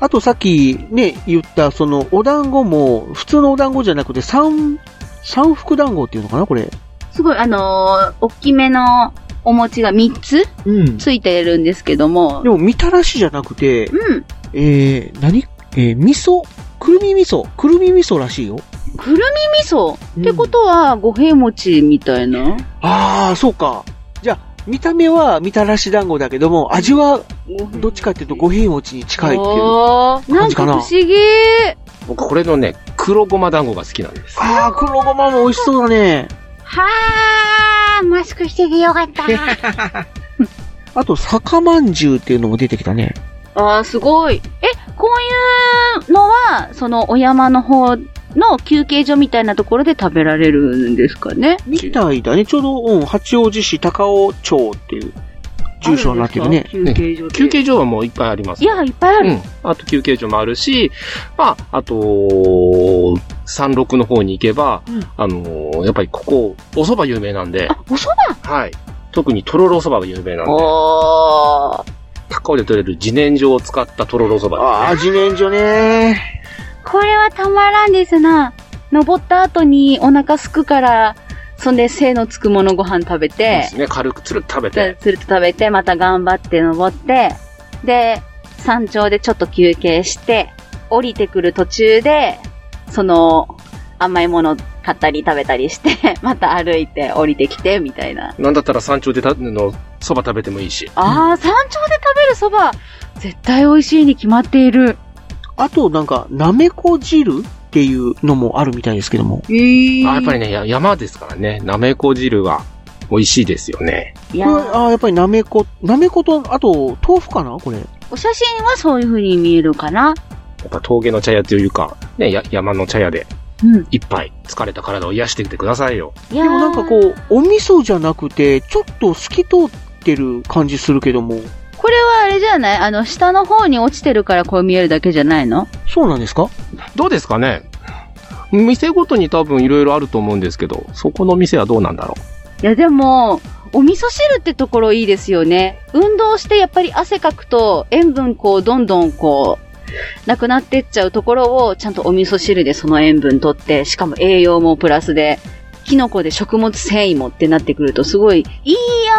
Speaker 5: あとさっきね、言ったそのお団子も普通のお団子じゃなくて三、三福団子っていうのかなこれ。
Speaker 8: すごい、あのー、大きめのお餅が3つ
Speaker 5: うん。で
Speaker 8: ついてるんですけども、
Speaker 5: もみたらしじゃなくて、
Speaker 8: うん。
Speaker 5: えー、何えー、味噌くるみ味噌くるみ味噌らしいよ。
Speaker 8: くるみ味噌、
Speaker 5: うん
Speaker 8: ってことは、五平餅みたいな
Speaker 5: ああ、そうか。じゃあ、見た目はみたらし団子だけども、味はどっちかっていうと五平餅に近いっていう。
Speaker 8: おーなん
Speaker 5: 感じ
Speaker 8: か
Speaker 5: か
Speaker 8: 不
Speaker 5: な
Speaker 8: 思議
Speaker 9: 僕、これのね、黒ごま団子が好きなんです。
Speaker 5: ああ、黒ごまも美味しそうだね。
Speaker 10: はー、マスクしててよかった。
Speaker 5: あと、酒まんじゅうっていうのも出てきたね。
Speaker 8: ああ、すごい。え、こういうのは、そのお山の方の休憩所みたいなところで食べられるんですかね
Speaker 5: みたいだね。ちょうど、うん、八王子市高尾町っていう住所になってるね。
Speaker 8: あんですか休憩所で。
Speaker 9: 休憩所はもういっぱいあります
Speaker 8: い。や、いっぱいある。
Speaker 9: うん。あと休憩所もあるし、まあ、あと、山麓の方に行けば、
Speaker 5: うん
Speaker 9: あのーやっぱりここ、お蕎麦有名なんで、
Speaker 8: あ、お蕎
Speaker 9: はい。特にとろろ蕎麦が有名なんで、
Speaker 8: 麦おー。
Speaker 9: 高尾で取れる自然薯を使ったとろろそば。
Speaker 5: ああ、自然薯ね。
Speaker 8: これはたまらんですな。登った後にお腹すくから、そんで背のつくものご飯食べて、
Speaker 9: ですね。軽くつるっと食べ
Speaker 8: つる
Speaker 9: て。
Speaker 8: っと食べて、また頑張って登って、で、山頂でちょっと休憩して、降りてくる途中で、その、甘いもの買ったり食べたりして、 また歩いて降りてきて、みたいな。
Speaker 9: なんだったら山頂でたのそば食べてもいいし。
Speaker 8: ああ、山頂で食べるそば、絶対美味しいに決まっている。
Speaker 5: あと、なんか、なめこ汁っていうのもあるみたいですけども。
Speaker 8: えー
Speaker 9: あやっぱりね、や山ですからね、なめこ汁は美味しいですよね。
Speaker 5: こ
Speaker 8: い
Speaker 5: れ
Speaker 8: やー
Speaker 5: ああ、やっぱりなめこ、なめこと、あと、豆腐かなこれ。
Speaker 8: お写真はそういう風に見えるかな。
Speaker 9: やっぱ峠の茶屋というか、ね、や山の茶屋で
Speaker 8: うん。
Speaker 9: 一杯疲れた体を癒してきてくださいよ。
Speaker 8: いや
Speaker 5: でもなんかこう、お味噌じゃなくて、ちょっと透き通ってる感じするけども。
Speaker 8: これはあれじゃないあの、下の方に落ちてるからこう見えるだけじゃないの
Speaker 5: そうなんですか
Speaker 9: どうですかね店ごとに多分いろいろあると思うんですけど、そこの店はどうなんだろ
Speaker 8: いやでも、お味噌汁ってところいいですよね。運動してやっぱり汗かくと塩分こうどんどんこう、なくなってっちゃうところをちゃんとお味噌汁でその塩分取って、しかも栄養もプラスで、キノコで食物繊維もってなってくるとすごいいい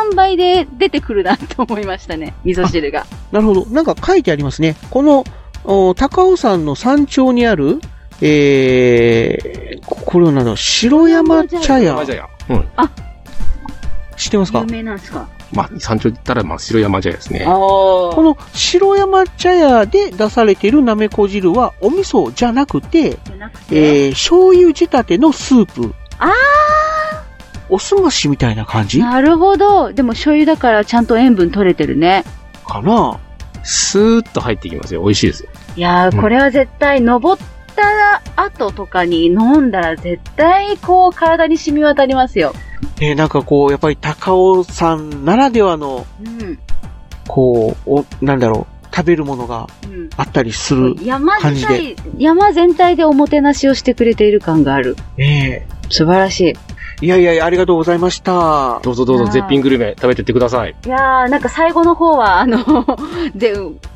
Speaker 8: 塩梅で出てくるなと思いましたね。味噌汁が。
Speaker 5: なるほど。なんか書いてありますね。この、お高尾山の山頂にある、えー、これはなんだろう、白山茶
Speaker 9: う。
Speaker 5: 屋
Speaker 9: 山。茶屋。うん。
Speaker 5: 知ってますか
Speaker 8: 有名なんですか
Speaker 9: まあ、山頂行ったら、まあ、白山茶屋ですね。
Speaker 8: あ
Speaker 5: こ
Speaker 8: あ。
Speaker 5: の白山茶屋で出されているなめこ汁は、お味噌じゃなくて、
Speaker 8: じゃなくて
Speaker 5: えー、醤油仕立てのスープ。
Speaker 8: あ
Speaker 5: お酢菓子みたいな感じ
Speaker 8: なるほど。でも醤油だからちゃんと塩分取れてるね。
Speaker 5: かな
Speaker 9: スーッと入ってきますよ。美味しいですよ。
Speaker 8: いや
Speaker 9: うん
Speaker 8: ー、これは絶対登った後とかに飲んだら絶対こう体に染み渡りますよ。
Speaker 5: ねなんかこう、やっぱり高尾山ならではの、
Speaker 8: うん。
Speaker 5: こう、お、なんだろう、食べるものが
Speaker 8: うん。
Speaker 5: あったりする。
Speaker 8: 山
Speaker 5: 感
Speaker 8: 自
Speaker 5: じ
Speaker 8: 体、山全体でおもてなしをしてくれている感がある。
Speaker 5: ね
Speaker 8: 素晴らし
Speaker 5: え。いやいやいや、ありがとうございました。
Speaker 9: どうぞどうぞ
Speaker 8: あー
Speaker 9: 絶品グルメ食べてってください。
Speaker 8: い。いやー、なんか最後の方は、あの、 で、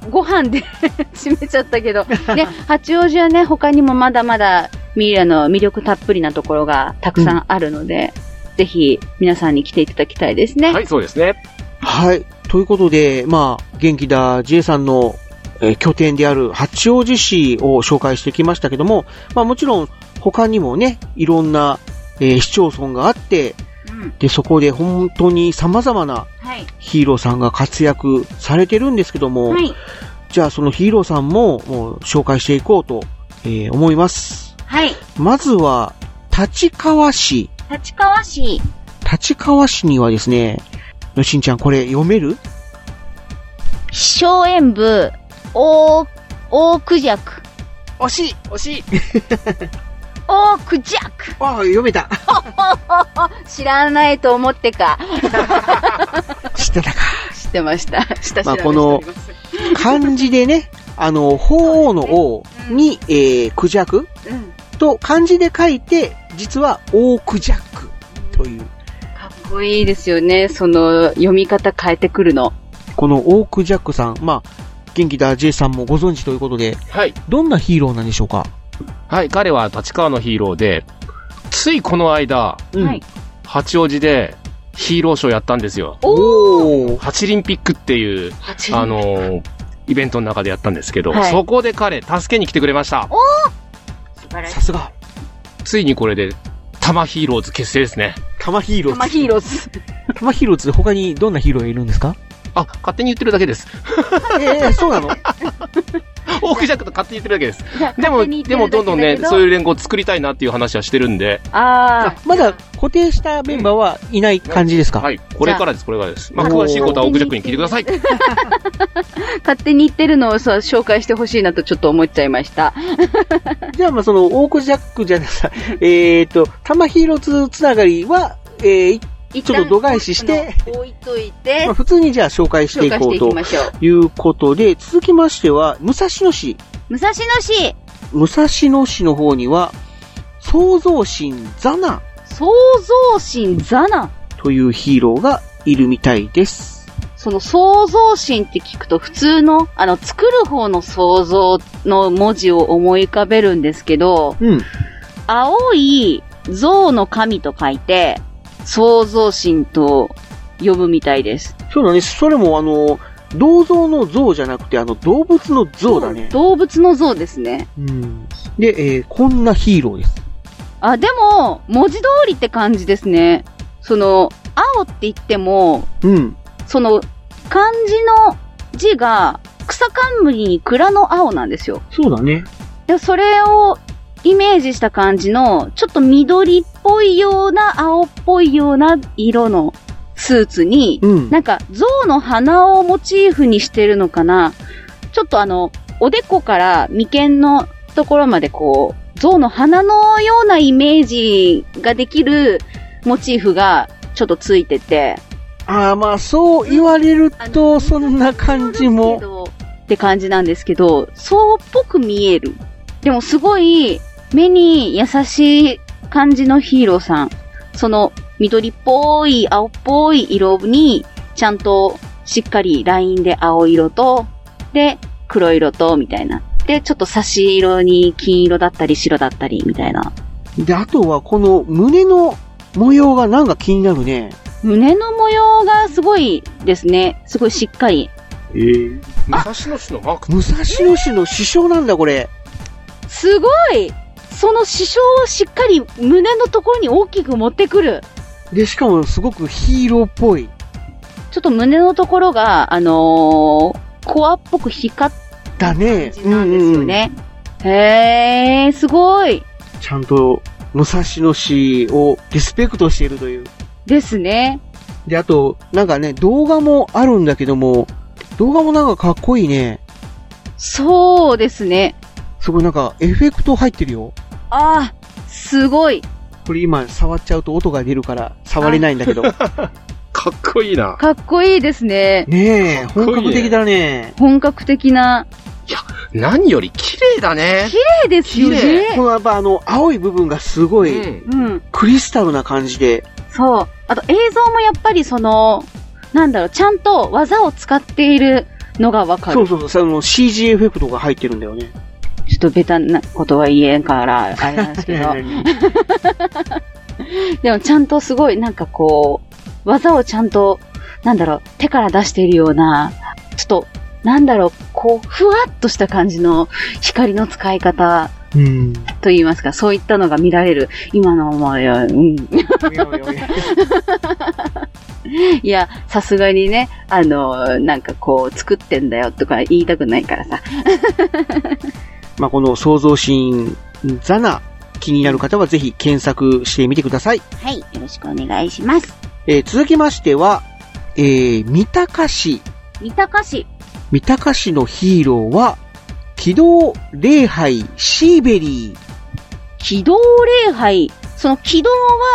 Speaker 8: ご飯で 締めちゃったけど、 ね、八王子はね、他にもまだまだ、ミイラの魅力たっぷりなところがたくさんあるので、ぜひ皆さんに来ていただきたいですね。
Speaker 9: はい、そうですね。
Speaker 5: はい。ということで、まあ、元気だ J さんの、えー拠点である八王子市を紹介してきましたけども、まあもちろん他にもね、いろんな、えー市町村があって、
Speaker 8: うん
Speaker 5: で、そこで本当に様々な
Speaker 8: はい。
Speaker 5: ヒーローさんが活躍されてるんですけども、
Speaker 8: はい。
Speaker 5: じゃあそのヒーローさんももう紹介していこうと、えー思います。
Speaker 8: はい。
Speaker 5: まずは、立川市。
Speaker 8: 立川市。
Speaker 5: 立川市にはですね、よしんちゃんこれ読める
Speaker 10: 荘園部、大、大クジャク。
Speaker 5: 惜しい惜 しい
Speaker 10: 大クジャク
Speaker 5: ああ、読めた。
Speaker 8: 知らないと思ってか。
Speaker 5: 知ってたか。
Speaker 8: 知ってました。下調
Speaker 5: まあ
Speaker 8: べして
Speaker 5: こ
Speaker 8: お
Speaker 5: の
Speaker 8: ります。
Speaker 5: 漢字でね、あの、法王の王に、えー、クジャク
Speaker 8: うん。
Speaker 5: と漢字で書いて、実は王クジャクという。
Speaker 8: かっこいいですよね。その、読み方変えてくるの。
Speaker 5: この王クジャクさん、まあ、元気だ J さんもご存知ということで、
Speaker 9: はい。
Speaker 5: どんなヒーローなんでしょうか
Speaker 9: はい、彼は立川のヒーローで、ついこの間、
Speaker 5: うん
Speaker 8: はい。
Speaker 9: 八王子でヒーローショーやったんですよ。
Speaker 5: おー
Speaker 9: 八リンピックっていう、
Speaker 8: 八
Speaker 9: あのーイベントの中でやったんですけど、
Speaker 8: はい
Speaker 9: そこで彼、助けに来てくれました。
Speaker 8: 素晴らしい
Speaker 5: さ。すが、
Speaker 9: ついにこれで、玉ヒーローズ結成ですね。
Speaker 5: 玉ヒーローズ。
Speaker 8: 玉ヒーローズ。
Speaker 5: 玉ヒーローズで他にどんなヒーローがいるんですか
Speaker 9: あ、勝手に言ってるだけです。
Speaker 5: ええそう なの
Speaker 9: オークジャックと勝手に言ってるだけです。で
Speaker 8: 勝
Speaker 9: も、
Speaker 8: 手に
Speaker 9: で
Speaker 8: 言ってるだけだけど
Speaker 9: もどんどんね、そういう連合を作りたいなっていう話はしてるんで、
Speaker 8: あ
Speaker 5: まだ固定したメンバーはいない感じですか、
Speaker 9: はい、これからです、これからです。まあ、
Speaker 5: じゃあ
Speaker 9: 詳しいことはオークジャックに聞いてください。
Speaker 8: あ、勝手に言ってるのをさ、紹介してほしいなとちょっと思っちゃいました。
Speaker 5: じゃあ、まあ、その、オークジャックじゃなく て、えっと、玉ヒーローズつながりは、えー、
Speaker 8: 一
Speaker 5: ちょっと度外視して。
Speaker 8: 置いといて
Speaker 5: まあ、普通にじゃあ紹介して
Speaker 8: 紹
Speaker 5: い
Speaker 8: 介
Speaker 5: こ
Speaker 8: して
Speaker 5: う
Speaker 8: いき
Speaker 5: と
Speaker 8: ましょう。
Speaker 5: いうことで、続きましては、武蔵野市。
Speaker 10: 武蔵野市、
Speaker 5: 武蔵野市の方には、創造神ザナ
Speaker 8: 創造神ザナ。
Speaker 5: というヒーローがいるみたいです。
Speaker 8: その創造心って聞くと普通の、あの、作る方の創造の文字を思い浮かべるんですけど、青い象の神と書いて、創造心と呼ぶみたいです。
Speaker 5: そうだね。それもあの、銅像の像じゃなくて、あの、動物の像だね。
Speaker 8: 動物の像ですね。
Speaker 5: うん。で、えーこんなヒーローです。
Speaker 8: あ、でも、文字通りって感じですね。その、青って言っても、
Speaker 5: うん。
Speaker 8: その、漢字の字が、草冠に蔵の青なんですよ。
Speaker 5: そうだね。
Speaker 8: でそれをイメージした感じの、ちょっと緑っぽいような、青っぽいような色のスーツに、
Speaker 10: うん
Speaker 8: なんか象の鼻をモチーフにしてるのかな。ちょっとあの、おでこから眉間のところまでこう、象の鼻のようなイメージができるモチーフがちょっとついてて、
Speaker 5: ああ、まあ、そう言われると、そんな感じも。
Speaker 8: って感じなんですけど、そうっぽく見える。でもすごい目に優しい感じのヒーローさん。その緑っぽい青っぽい色にちゃんとしっかりラインで青色と、で、黒色と、みたいな。で、ちょっと差し色に金色だったり白だったり、みたいな。
Speaker 5: で、あとは、この胸の模様がなんか気になるね。
Speaker 8: 胸の模様がすごいですね。すごいしっかり。
Speaker 5: ええ。
Speaker 9: 武蔵野市のマーク
Speaker 5: 武蔵野市の師匠なんだ、これ。
Speaker 8: すごいその支障をしっかり胸のところに大きく持ってくる。
Speaker 5: で、しかもすごくヒーローっぽい。
Speaker 8: ちょっと胸のところが、あのー、コアっぽく光
Speaker 5: だね。うん
Speaker 8: る
Speaker 5: うん。
Speaker 8: ね。へー、すごい。
Speaker 5: ちゃんと、武蔵野市をリスペクトしているという。
Speaker 8: ですね。
Speaker 5: で、あと、なんかね、動画もあるんだけども、動画もなんかかっこいいね。
Speaker 8: そうですね。
Speaker 5: すごいなんか、エフェクト入ってるよ。
Speaker 8: あー、すごい。
Speaker 5: これ今、触っちゃうと音が出るから、触れないんだけど。
Speaker 9: かっこいいな。
Speaker 8: かっこいいですね。
Speaker 5: ねえ、本
Speaker 9: こいいね
Speaker 5: 格的だね。
Speaker 8: 本格的な。
Speaker 9: 何より綺麗だね。
Speaker 8: 綺麗ですよね。
Speaker 5: このやっぱあの、青い部分がすごい、
Speaker 8: うん。
Speaker 5: クリスタルな感じで。
Speaker 8: そう。あと映像もやっぱりその、なんだろう、ちゃんと技を使っているのがわかる。
Speaker 5: そうそうそう、その CG エフェクトが入ってるんだよね。
Speaker 8: ちょっとベタなことは言えんから、あれなん ですけど。でもちゃんとすごい、なんかこう、技をちゃんと、なんだろう、手から出しているような、ちょっと、なんだろう、こう、ふわっとした感じの光の使い方
Speaker 5: うん。
Speaker 8: と言いますか、そういったのが見られる、今の思いは、うん。いや、さすがにね、あの、なんかこう、作ってんだよとか言いたくないからさ。
Speaker 5: まあ、この創造神ザナ、気になる方はぜひ検索してみてください。
Speaker 10: はい、よろしくお願いします。
Speaker 5: えー続きましては、えー、三鷹市。
Speaker 10: 三鷹市。
Speaker 5: 三鷹市のヒーローは、機動礼拝シーベリー。
Speaker 8: 軌道礼拝。その軌道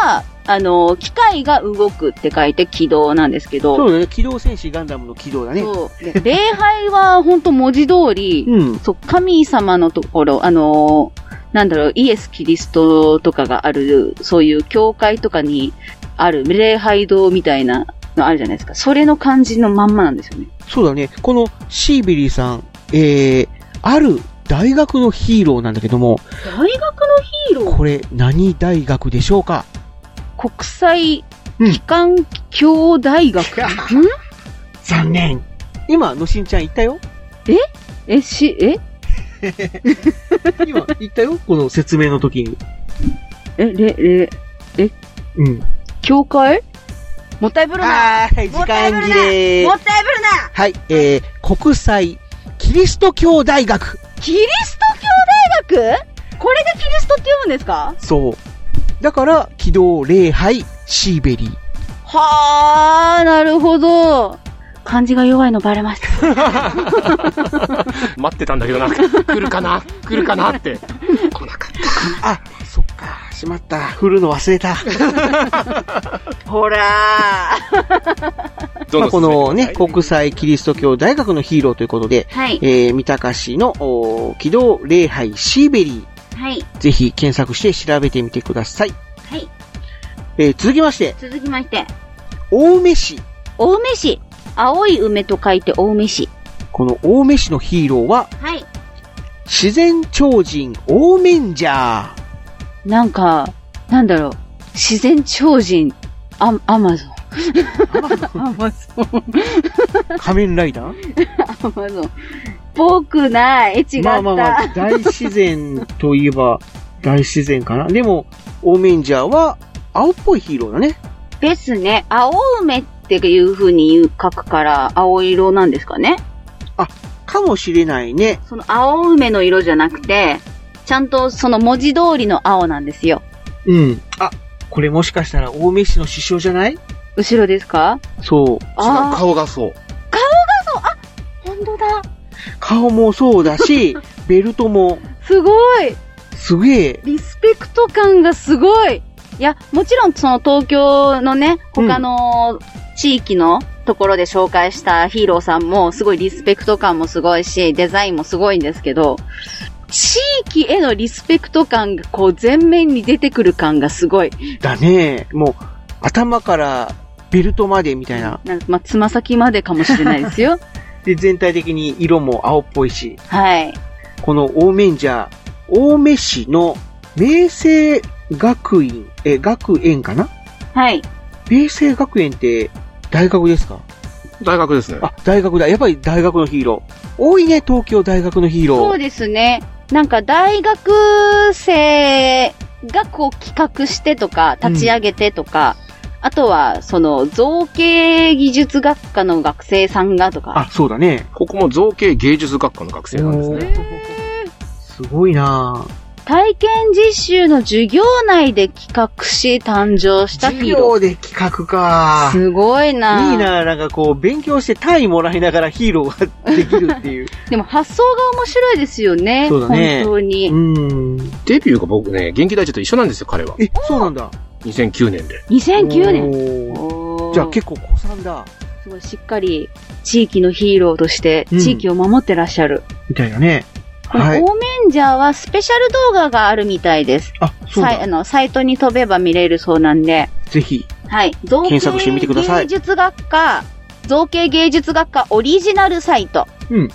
Speaker 8: は、あの、機械が動くって書いて軌道なんですけど。
Speaker 5: そうだね。機動戦士ガンダムの機動だね。
Speaker 8: そうで礼拝は本当文字通り、
Speaker 5: うん
Speaker 8: そう神様のところ、あのーなんだろう、イエス・キリストとかがある、そういう教会とかにある礼拝堂みたいなのあるじゃないですか。それの感じのまんまなんですよね。
Speaker 5: そうだね。このシーベリーさん、えー、ある大学のヒーローなんだけども、
Speaker 8: 大学のヒーロー
Speaker 5: これ何大学でしょうか
Speaker 8: 国際機関教大学、ん
Speaker 5: 残念。今、のしんちゃん言ったよ。
Speaker 8: ええ、し、え
Speaker 5: 今、言ったよ。この説明の時に。
Speaker 8: え、れ、れ、え
Speaker 5: うん。
Speaker 8: 教会もったいぶるな
Speaker 5: はーい、時間切れ。
Speaker 8: もったいぶるな
Speaker 5: はい、えー、国際キリスト教大学。
Speaker 8: キリスト教大学これでキリストって読むんですか
Speaker 5: そう。だから、軌道礼拝シーベリー。
Speaker 8: はあ、なるほど。漢字が弱いのバレました。
Speaker 9: 待ってたんだけどな。来るかな来るかなって。
Speaker 5: あ、しまった。振るの忘 れた。
Speaker 8: ほら
Speaker 5: まあ、このね、国際キリスト教大学のヒーローということで、
Speaker 10: はい
Speaker 5: えー、三鷹市の、おー軌道礼拝シーベリ
Speaker 10: はい、
Speaker 5: ー。ぜひ検索して調べてみてください。
Speaker 10: はい。
Speaker 5: えー、続きまして、
Speaker 10: 続きまして、
Speaker 5: 青梅市。
Speaker 10: 青梅市。
Speaker 8: 青い梅と書いて青梅市。
Speaker 5: この青梅市のヒーローは、
Speaker 8: はい。
Speaker 5: 自然超人青面じゃ
Speaker 12: なんか、なんだろう。自然超人、アアマゾン。アマ ゾン。
Speaker 5: 仮面ライダー
Speaker 12: アマゾン。僕ない。違った。
Speaker 5: まあまあまあ、大自然といえば大自然かな。でも、オーメンジャーは青っぽいヒーローだね。
Speaker 8: ですね。青梅っていう風に言う書くから、青色なんですかね。
Speaker 5: かもしれないね。
Speaker 8: その青梅の色じゃなくて、ちゃんとその文字通りの青なんですよ。
Speaker 5: うん。あ、これもしかしたら青梅市の首相じゃない
Speaker 8: 後ろですか
Speaker 5: そう。
Speaker 8: あー
Speaker 9: 顔がそう。
Speaker 8: 本当だ。
Speaker 5: 顔もそうだ し、ベルトも
Speaker 12: すごい
Speaker 5: すげえ。
Speaker 12: リスペクト感がすごい
Speaker 8: いや、もちろんその東京のね、他の地域のところで紹介したヒーローさんも、すごいリスペクト感もすごいし、デザインもすごいんですけど、地域へのリスペクト感がこう前面に出てくる感がすごい。
Speaker 5: だね。もう、頭からベルトまでみたいな。
Speaker 8: なんかまあ、つま先までかもしれないですよ。
Speaker 5: で、全体的に色も青っぽいし。
Speaker 8: はい。
Speaker 5: この青面じゃ、青梅市の明星学院、え、学園かな
Speaker 8: はい。
Speaker 5: 明星学園って大学ですか
Speaker 9: 大学ですね。
Speaker 5: あ、大学だ。やっぱり大学のヒーロー。多いね、東京大学のヒーロ
Speaker 8: そう
Speaker 5: ー。
Speaker 8: ですね。なんか大学生がこう企画してとか、立ち上げてとか、あとはその造形技術学科の学生さんがとか、
Speaker 5: あ、そうだね。
Speaker 9: ここも造形芸術学科の学生なんです
Speaker 5: お
Speaker 9: ね。
Speaker 5: ーすごいなぁ
Speaker 8: 体験実習の授業内で企画し誕生した
Speaker 5: 授
Speaker 8: ヒーロ
Speaker 5: 業で企画か
Speaker 8: ー。すごいない
Speaker 5: いなぁなんかこう、勉強して単位もらいながらヒーローができるって いう。
Speaker 8: でも発想が面白いですよね。
Speaker 5: そうだね
Speaker 8: 本当
Speaker 5: う
Speaker 8: に。
Speaker 5: ーん。
Speaker 9: デビューが僕ね、元気大臣と一緒なんですよ、彼は。
Speaker 5: え、そうなんだ。
Speaker 9: 2009年で。
Speaker 8: 2009年。
Speaker 5: 年。
Speaker 8: おー
Speaker 5: じゃあ結構子さんだ。
Speaker 8: すごいしっかり地域のヒーローとして
Speaker 5: うん
Speaker 8: 地域を守ってらっしゃる。
Speaker 5: みたいなね。
Speaker 8: この
Speaker 5: はい
Speaker 8: オーメンジャーはスペシャル動画があるみたいです。
Speaker 5: あ、そう
Speaker 8: サイ
Speaker 5: だ
Speaker 8: あ。のサイトに飛べば見れるそうなんで、
Speaker 5: ぜひ。
Speaker 8: はい。造
Speaker 5: 検索してみてください
Speaker 8: 芸術学科、造形芸術学科オリジナルサイト。
Speaker 5: うん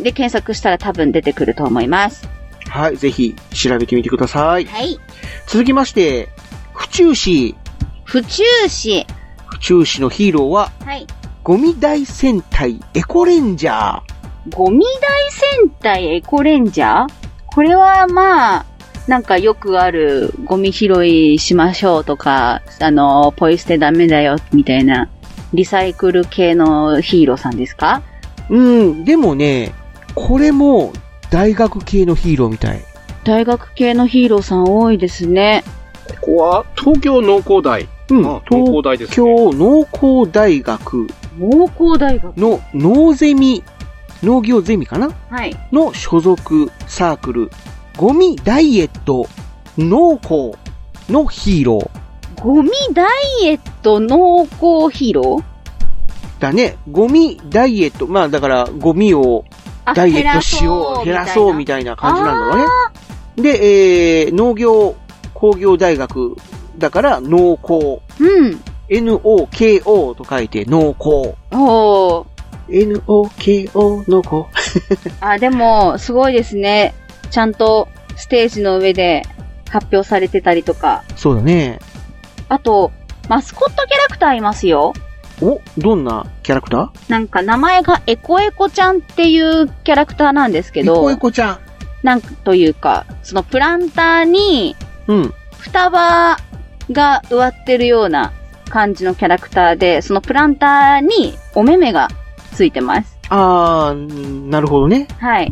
Speaker 8: で、検索したら多分出てくると思います。
Speaker 5: はい、ぜひ調べてみてください。
Speaker 8: はい。
Speaker 5: 続きまして、府中市。
Speaker 8: 府中市。
Speaker 5: 府中市のヒーローは、
Speaker 8: はい。
Speaker 5: ゴミ大戦隊エコレンジャー。
Speaker 8: ゴミ大戦隊エコレンジャーこれはまあ、なんかよくあるゴミ拾いしましょうとか、あの、ポイ捨てダメだよみたいな、リサイクル系のヒーローさんですか
Speaker 5: うん、でもね、これも大学系のヒーローみたい。
Speaker 8: 大学系のヒーローさん多いですね。
Speaker 9: ここは東京農工大。
Speaker 5: うん、
Speaker 9: あ農工
Speaker 5: 東
Speaker 9: 大ですね。
Speaker 5: 京農工大学
Speaker 8: 農工大学。
Speaker 5: の農ゼミ、農業ゼミかな
Speaker 8: はい。
Speaker 5: の所属サークル、ゴミダイエット農工のヒーロー。
Speaker 8: ゴミダイエット農耕ヒーロー
Speaker 5: だね、ゴミダイエット、まあだからゴミを
Speaker 8: あ
Speaker 5: ダイエットしよう、減らそうみ
Speaker 8: た
Speaker 5: たいな感じなんだろうね。で、えー、農業工業大学だから農工。
Speaker 8: いな。うん。
Speaker 5: NOKO と書いて農工。
Speaker 8: おー。
Speaker 5: NOKO 農工。
Speaker 8: あ、でも、すごいですね。ちゃんとステージの上で発表されてたりとか。
Speaker 5: そうだね。
Speaker 8: あと、マスコットキャラクターいますよ。
Speaker 5: お、どんなキャラクタ
Speaker 8: なんか名前がエコエコちゃんっていうキャラクターなんです
Speaker 5: ー
Speaker 8: けど、
Speaker 5: コちゃん。
Speaker 8: なんというか、そのプランターに
Speaker 5: うん。
Speaker 8: 双葉が植わってるような感じのキャラクターで、そのプランターにお目目がついてます。
Speaker 5: あー、なるほどね。
Speaker 8: はい。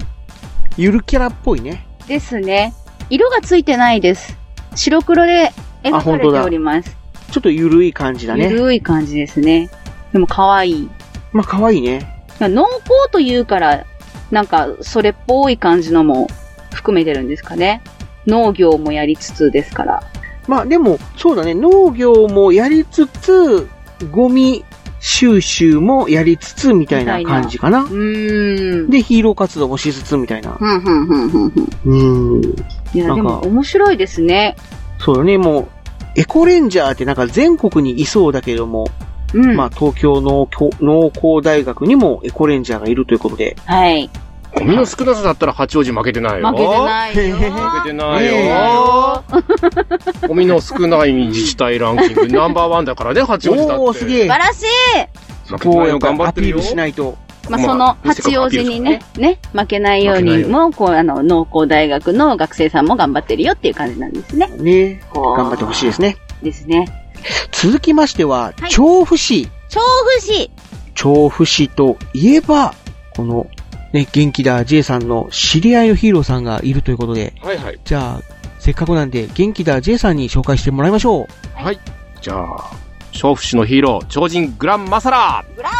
Speaker 5: ゆるキャラっぽいね。
Speaker 8: ですね。色がついてないです。白黒で描かれております。
Speaker 5: ちょっとゆるい感じだ
Speaker 8: ゆ
Speaker 5: ね。
Speaker 8: るい感じですね。でも可愛い。
Speaker 5: まあ可愛いね。
Speaker 8: まあ濃厚というから、なんか、それっぽい感じのも含めてるんですかね。農業もやりつつですから。
Speaker 5: まあでも、そうだね。農業もやりつつ、ゴミ収集もやりつつみたいな感じかな
Speaker 8: う。ーん。
Speaker 5: で、ヒーロー活動もしつつみたいな。
Speaker 8: ふんふんふんふんふん。
Speaker 5: うーん。
Speaker 8: いや、
Speaker 5: なんか
Speaker 8: でも面白いですね。
Speaker 5: そうだね、もう、エコレンジャーってなんか全国にいそうだけども、
Speaker 8: うん。
Speaker 5: まあ、東京農協農工大学にもエコレンジャーがいるということで、
Speaker 8: はい。
Speaker 9: ゴミの少なさだったら八王子負けてないよ。
Speaker 8: 負けてないよ。
Speaker 9: 負けてない
Speaker 5: ねえ
Speaker 9: よ。ゴミの少ない自治体ラン キングナンバーワンだからね、八王子だって。
Speaker 5: おー、すげ
Speaker 8: 素晴
Speaker 5: え
Speaker 8: らしい
Speaker 9: 負け
Speaker 5: こ
Speaker 9: て
Speaker 5: う
Speaker 9: ない
Speaker 5: や
Speaker 9: よ、
Speaker 5: っぱ
Speaker 9: 頑張っ
Speaker 5: ア
Speaker 9: て
Speaker 5: ピ
Speaker 9: る
Speaker 5: ー
Speaker 9: よ
Speaker 5: ル。しないと。
Speaker 8: まあ、
Speaker 9: まあ
Speaker 8: その八王子にね、ね、負けないよう
Speaker 9: 負けない
Speaker 8: に
Speaker 9: よ
Speaker 8: も、こう、あの、農工大学の学生さんも頑張ってるよっていう感じなんですね。
Speaker 5: ね
Speaker 8: こう
Speaker 5: 頑張ってほしいですね。
Speaker 8: ですね。
Speaker 5: 続きましては
Speaker 8: は、い
Speaker 5: 調布市。
Speaker 8: 調布市
Speaker 5: 調布市といえば、この、ね、元気だ J さんの知り合いのヒーローさんがいるということで、
Speaker 9: はいはい。
Speaker 5: じゃあ、せっかくなんで、元気だ J さんに紹介してもらいましょう。
Speaker 9: じゃあ、調布市のヒーロー、超人グランマサラ
Speaker 8: グランマ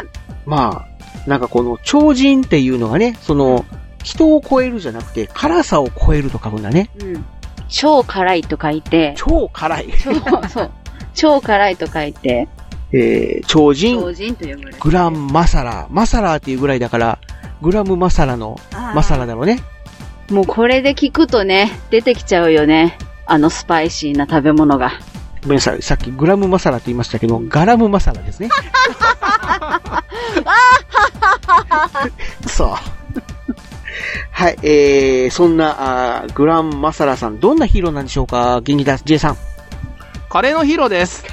Speaker 8: サ
Speaker 5: まあ、なんかこの超人っていうのがね、その、人を超えるじゃなくて、辛さを超えると書くんだね。
Speaker 8: ラーうん。超辛いと書いて、
Speaker 5: 超辛い。
Speaker 8: 超、そう。超辛いと書いて、
Speaker 5: えー、超
Speaker 8: 超
Speaker 5: 人、
Speaker 8: 人と呼ぶらしい。
Speaker 5: グランマサラ。マサラっていうぐらいだから、グラムマサラの、
Speaker 8: あー
Speaker 5: マサラだろうね。
Speaker 8: もうこれで聞くとね、出てきちゃうよね。あのスパイシーな食べ物が。
Speaker 5: ごめんなさい、さっきグラムマサラって言いましたけど、ガラムマサラですね。そう。はい、えー、そんなあーグランマサラさん、どんなヒーローなんでしょうか元気だ J さん。
Speaker 9: カレーのヒーローです。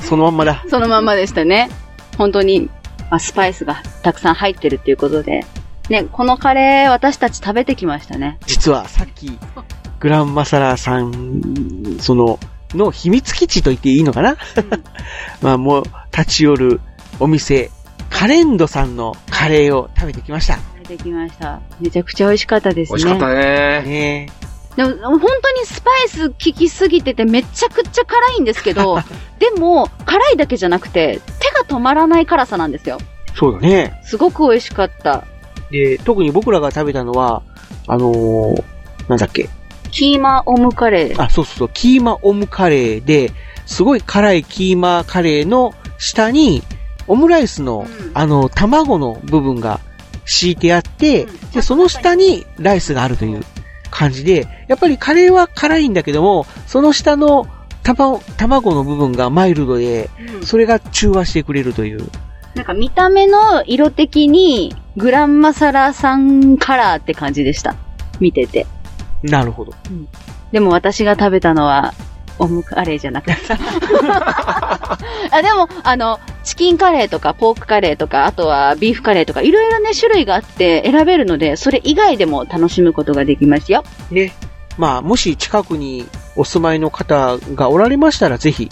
Speaker 5: そのまんまだ。
Speaker 8: そのまんまでしたね。本当に、まあ、スパイスがたくさん入ってるっていうことで。ね、このカレー私たち食べてきましたね。
Speaker 5: 実はさっき、グランマサラさん、その、の秘密基地と言っていいのかな まあもう、立ち寄るお店、カレンドさんのカレーを食べてきました。
Speaker 8: 食べてきました。めちゃくちゃ美味しかったです
Speaker 9: 美
Speaker 8: ね。
Speaker 9: 味しかったね。
Speaker 5: ね
Speaker 8: でも本当にスパイス効きすぎててめちゃくちゃ辛いんですけど、でも辛いだけじゃなくて手が止まらない辛さなんですよ。
Speaker 5: そうだね。
Speaker 8: すごく美味しかった。
Speaker 5: で、特に僕らが食べたのは、あのーなんだっけ。
Speaker 8: キーマオムカレー。
Speaker 5: あ、そうそうそう、キーマオムカレーで、すごい辛いキーマカレーの下に、オムライスの、
Speaker 8: うん
Speaker 5: あの、卵の部分が敷いてあって、
Speaker 8: うん
Speaker 5: で、その下にライスがあるという感じで、やっぱりカレーは辛いんだけども、その下の卵卵の部分がマイルドで、
Speaker 8: うん
Speaker 5: それが中和してくれるという。
Speaker 8: なんか見た目の色的にグランマサラさんカラーって感じでした。見てて。
Speaker 5: なるほど。
Speaker 8: でも私が食べたのは、オムカレーじゃ なかった。 あでも、あの、チキンカレーとか、ポークカレーとか、あとはビーフカレーとか、いろいろね、種類があって選べるので、それ以外でも楽しむことができますよ。
Speaker 5: ね。まあ、もし近くにお住まいの方がおられましたら、ぜひ、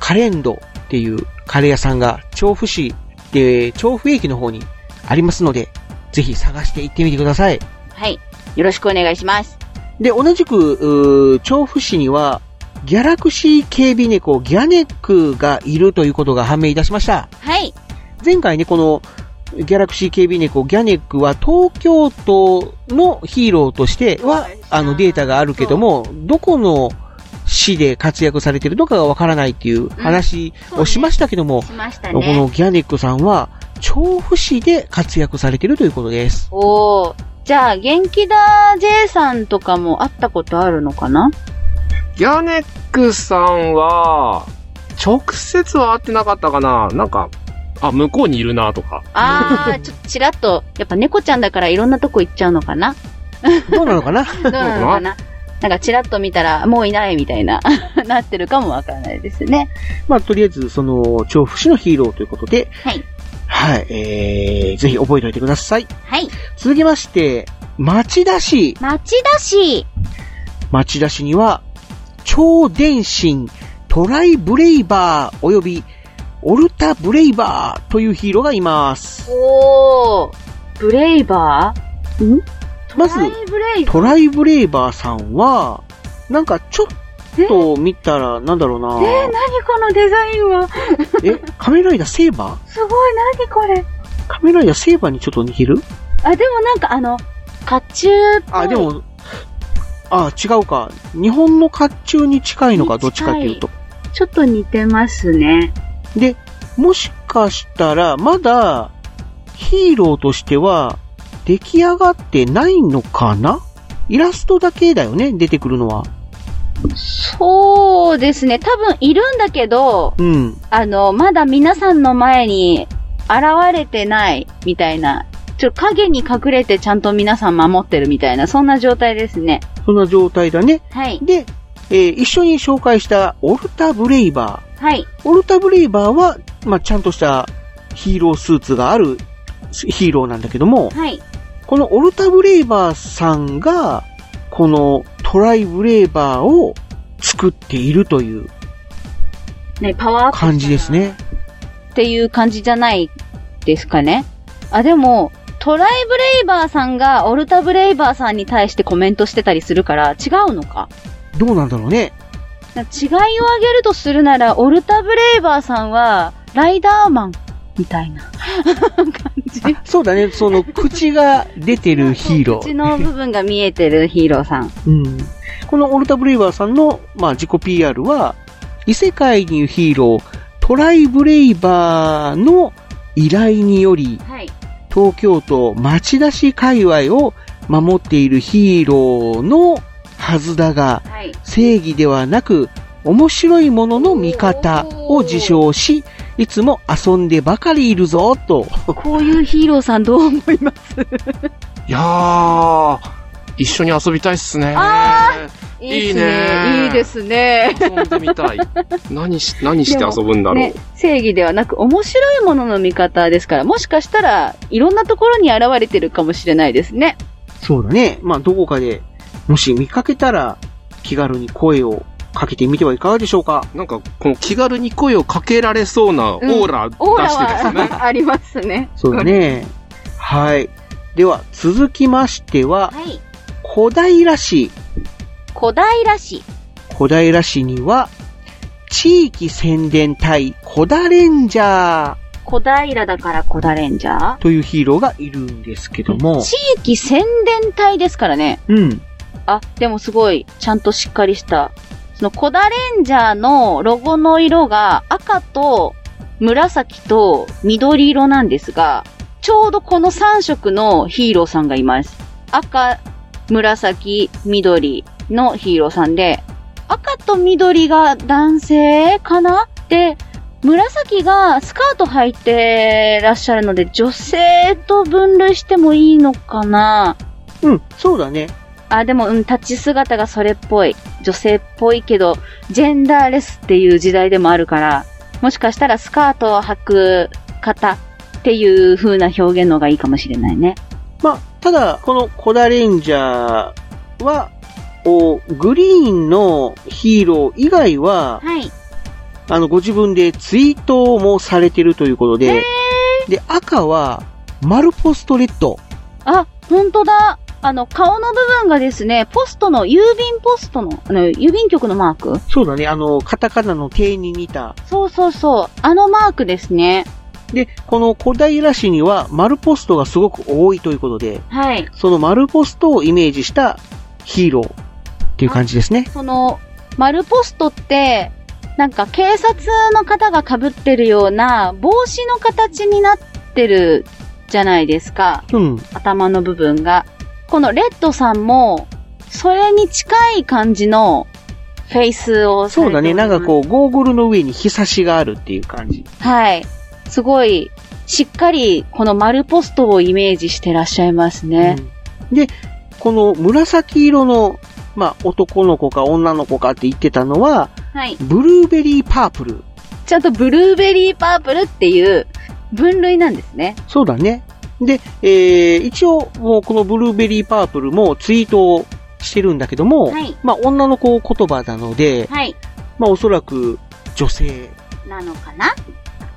Speaker 5: カレンドっていうカレー屋さんが調布市で、調布駅の方にありますので、ぜひ探して行ってみてください。
Speaker 8: はい。よろしくお願いします。
Speaker 5: で、同じく、うー調布市には、ギャラクシー警備猫、ギャネックがいるということが判明いたしました。
Speaker 8: はい。
Speaker 5: 前回ね、この、ギャラクシー警備猫、ギャネックは東京都のヒーローとしては、あのデータがあるけども、どこの市で活躍されてるのかがわからないっていう話をしましたけども、
Speaker 8: 来ました
Speaker 5: この。ギャネックさんは、調布市で活躍されてるということです。
Speaker 8: おー。じゃあ、元気だ J さんとかも会ったことあるのかな
Speaker 9: ギャネックさんは、直接は会ってなかったかななんか、あ、向こうにいるなとか。
Speaker 8: あー、ちょっとちらっと、やっぱ猫ちゃんだからいろんなとこ行っちゃうのかな
Speaker 5: どうなのかな
Speaker 8: どうなのかななんかチラッと見たら、もういないみたいな、なってるかもわからないですね。
Speaker 5: まあ、とりあえず、その、調布市のヒーローということで、
Speaker 8: はい。
Speaker 5: はい、えー、ぜひ覚えておいてください。
Speaker 8: はい。
Speaker 5: 続きまして、町田市。
Speaker 8: 町田市。
Speaker 5: 町田市には、超電信トライブレイバー及びオルタブレイバーというヒーローがいます。
Speaker 8: おー。ブレイバーん
Speaker 5: まず
Speaker 8: トライブレイバー
Speaker 5: トライブレイバーさんは、なんかちょっと見たら、なんだろうな
Speaker 8: えー、何このデザインは。
Speaker 5: え、仮面ライダーセーバー
Speaker 8: すごい、何これ。
Speaker 5: 仮面ライダーセーバーにちょっと似てる
Speaker 8: あ、でもなんかあの、甲冑っぽい。
Speaker 5: あ、でも、あ、違うか。日本の甲冑に近いのか、どっちかっていうと。
Speaker 8: ちょっと似てますね。
Speaker 5: で、もしかしたら、まだ、ヒーローとしては、出来上がってないのかなイラストだけだよね、出てくるのは。
Speaker 8: そうですね。多分いるんだけど、
Speaker 5: うん。
Speaker 8: あの、まだ皆さんの前に現れてないみたいな。ちょ、影に隠れてちゃんと皆さん守ってるみたいな、そんな状態ですね。
Speaker 5: そんな状態だね。
Speaker 8: はい。
Speaker 5: で、えー一緒に紹介したオルタ・ブレイバー。
Speaker 8: はい。
Speaker 5: オルタ・ブレイバーは、まあ、ちゃんとしたヒーロースーツがあるヒーローなんだけども、
Speaker 8: はい。
Speaker 5: このオルタ・ブレイバーさんが、このトライブレイバーを作っているという
Speaker 8: ね、パワーアップ
Speaker 5: 感じですね。
Speaker 8: っていう感じじゃないですかね。あ、でも、トライブレイバーさんがオルタブレイバーさんに対してコメントしてたりするから違うのか。
Speaker 5: どうなんだろう ね。
Speaker 8: 違いを挙げるとするなら、オルタブレイバーさんは、ライダーマンみたいな。
Speaker 5: あそうだね。その、口が出てるヒーロ
Speaker 8: 口
Speaker 5: ー。
Speaker 8: の部分が見えてるヒーローさん。
Speaker 5: うん。このオルタ・ブレイバーさんの、まあ、自己 PR は、異世界にいるヒーロー、トライブレイバーの依頼により、
Speaker 8: はい。
Speaker 5: 東京都町田市界隈を守っているヒーローのはずだが、
Speaker 8: はい。
Speaker 5: 正義ではなく、面白いものの味方を自称し、いつも遊んでばかりいるぞ、と。
Speaker 8: こういうヒーローさんどう思います
Speaker 9: いやー、一緒に遊びたいっすね。
Speaker 8: あ
Speaker 9: いいね
Speaker 8: いいですね。
Speaker 9: 遊んで みたい。何し、何して遊ぶんだろう。
Speaker 8: ね、正義ではなく面白いものの見方ですから、もしかしたらいろんなところに現れてるかもしれないですね。
Speaker 5: そうだね。まあ、どこかで、もし見かけたら、気軽に声をかけてみてはいかがでしょうか。
Speaker 9: なんか、この気軽に声をかけられそうなオーラ出
Speaker 8: オーラ
Speaker 9: してたですね。
Speaker 8: は ありますね。
Speaker 5: そうだね。はい。では、続きましては、
Speaker 8: はい。
Speaker 5: 小平市。
Speaker 8: 小平市。
Speaker 5: 小平市には、地域宣伝隊小田レンジャー
Speaker 8: 小平だから小田レンジャー
Speaker 5: というヒーローがいるんですけども、
Speaker 8: 地域宣伝隊ですからね。
Speaker 5: うん。
Speaker 8: あ、でもすごい、ちゃんとしっかりした。その小田レンジャーのロゴの色が赤と紫と緑色なんですが、ちょうどこの3色のヒーローさんがいます。赤、紫、緑のヒーローさんで、赤と緑が男性かなで、紫がスカート履いてらっしゃるので、女性と分類してもいいのかな
Speaker 5: うん、そうだね。
Speaker 8: あ、でも、うん、立ち姿がそれっぽい。女性っぽいけど、ジェンダーレスっていう時代でもあるから、もしかしたらスカートを履く方っていう風な表現の方がいいかもしれないね。
Speaker 5: まあ、ただ、このコダレンジャーは、おグリーンのヒーロー以外は、
Speaker 8: はい。
Speaker 5: あの、ご自分でツイートもされてるということで、で、赤は、マルポストレッド。
Speaker 8: あ、ほんとだ。あの、顔の部分がですね、ポストの、郵便ポストの、あの、郵便局のマーク
Speaker 5: そうだね、あの、カタカナの手に似た。
Speaker 8: そうそうそう。あのマークですね。
Speaker 5: で、この小平市には、マルポストがすごく多いということで、
Speaker 8: はい。
Speaker 5: そのマルポストをイメージしたヒーローっていう感じですね。
Speaker 8: その、丸ポストって、なんか警察の方が被ってるような帽子の形になってるじゃないですか。
Speaker 5: うん。
Speaker 8: 頭の部分が。このレッドさんも、それに近い感じのフェイスをされ
Speaker 5: そ
Speaker 8: て
Speaker 5: うだね、なんかこう、ゴーグルの上に日差しがあるっていう感じ。
Speaker 8: う。はい。すごい、しっかりこの丸ポストをイメージしてらっしゃいますね。
Speaker 5: うんで、この紫色の、まあ、男の子か女の子かって言ってたのは、
Speaker 8: はい。
Speaker 5: ブルーベリーパープル。
Speaker 8: ちゃんとブルーベリーパープルっていう分類なんですね。
Speaker 5: そうだね。で、えー、一応、もうこのブルーベリーパープルもツイートをしてるんだけども、
Speaker 8: はい
Speaker 5: まあ、女の子言葉なので、
Speaker 8: はい。
Speaker 5: まあ、おそらく女性
Speaker 8: なのかな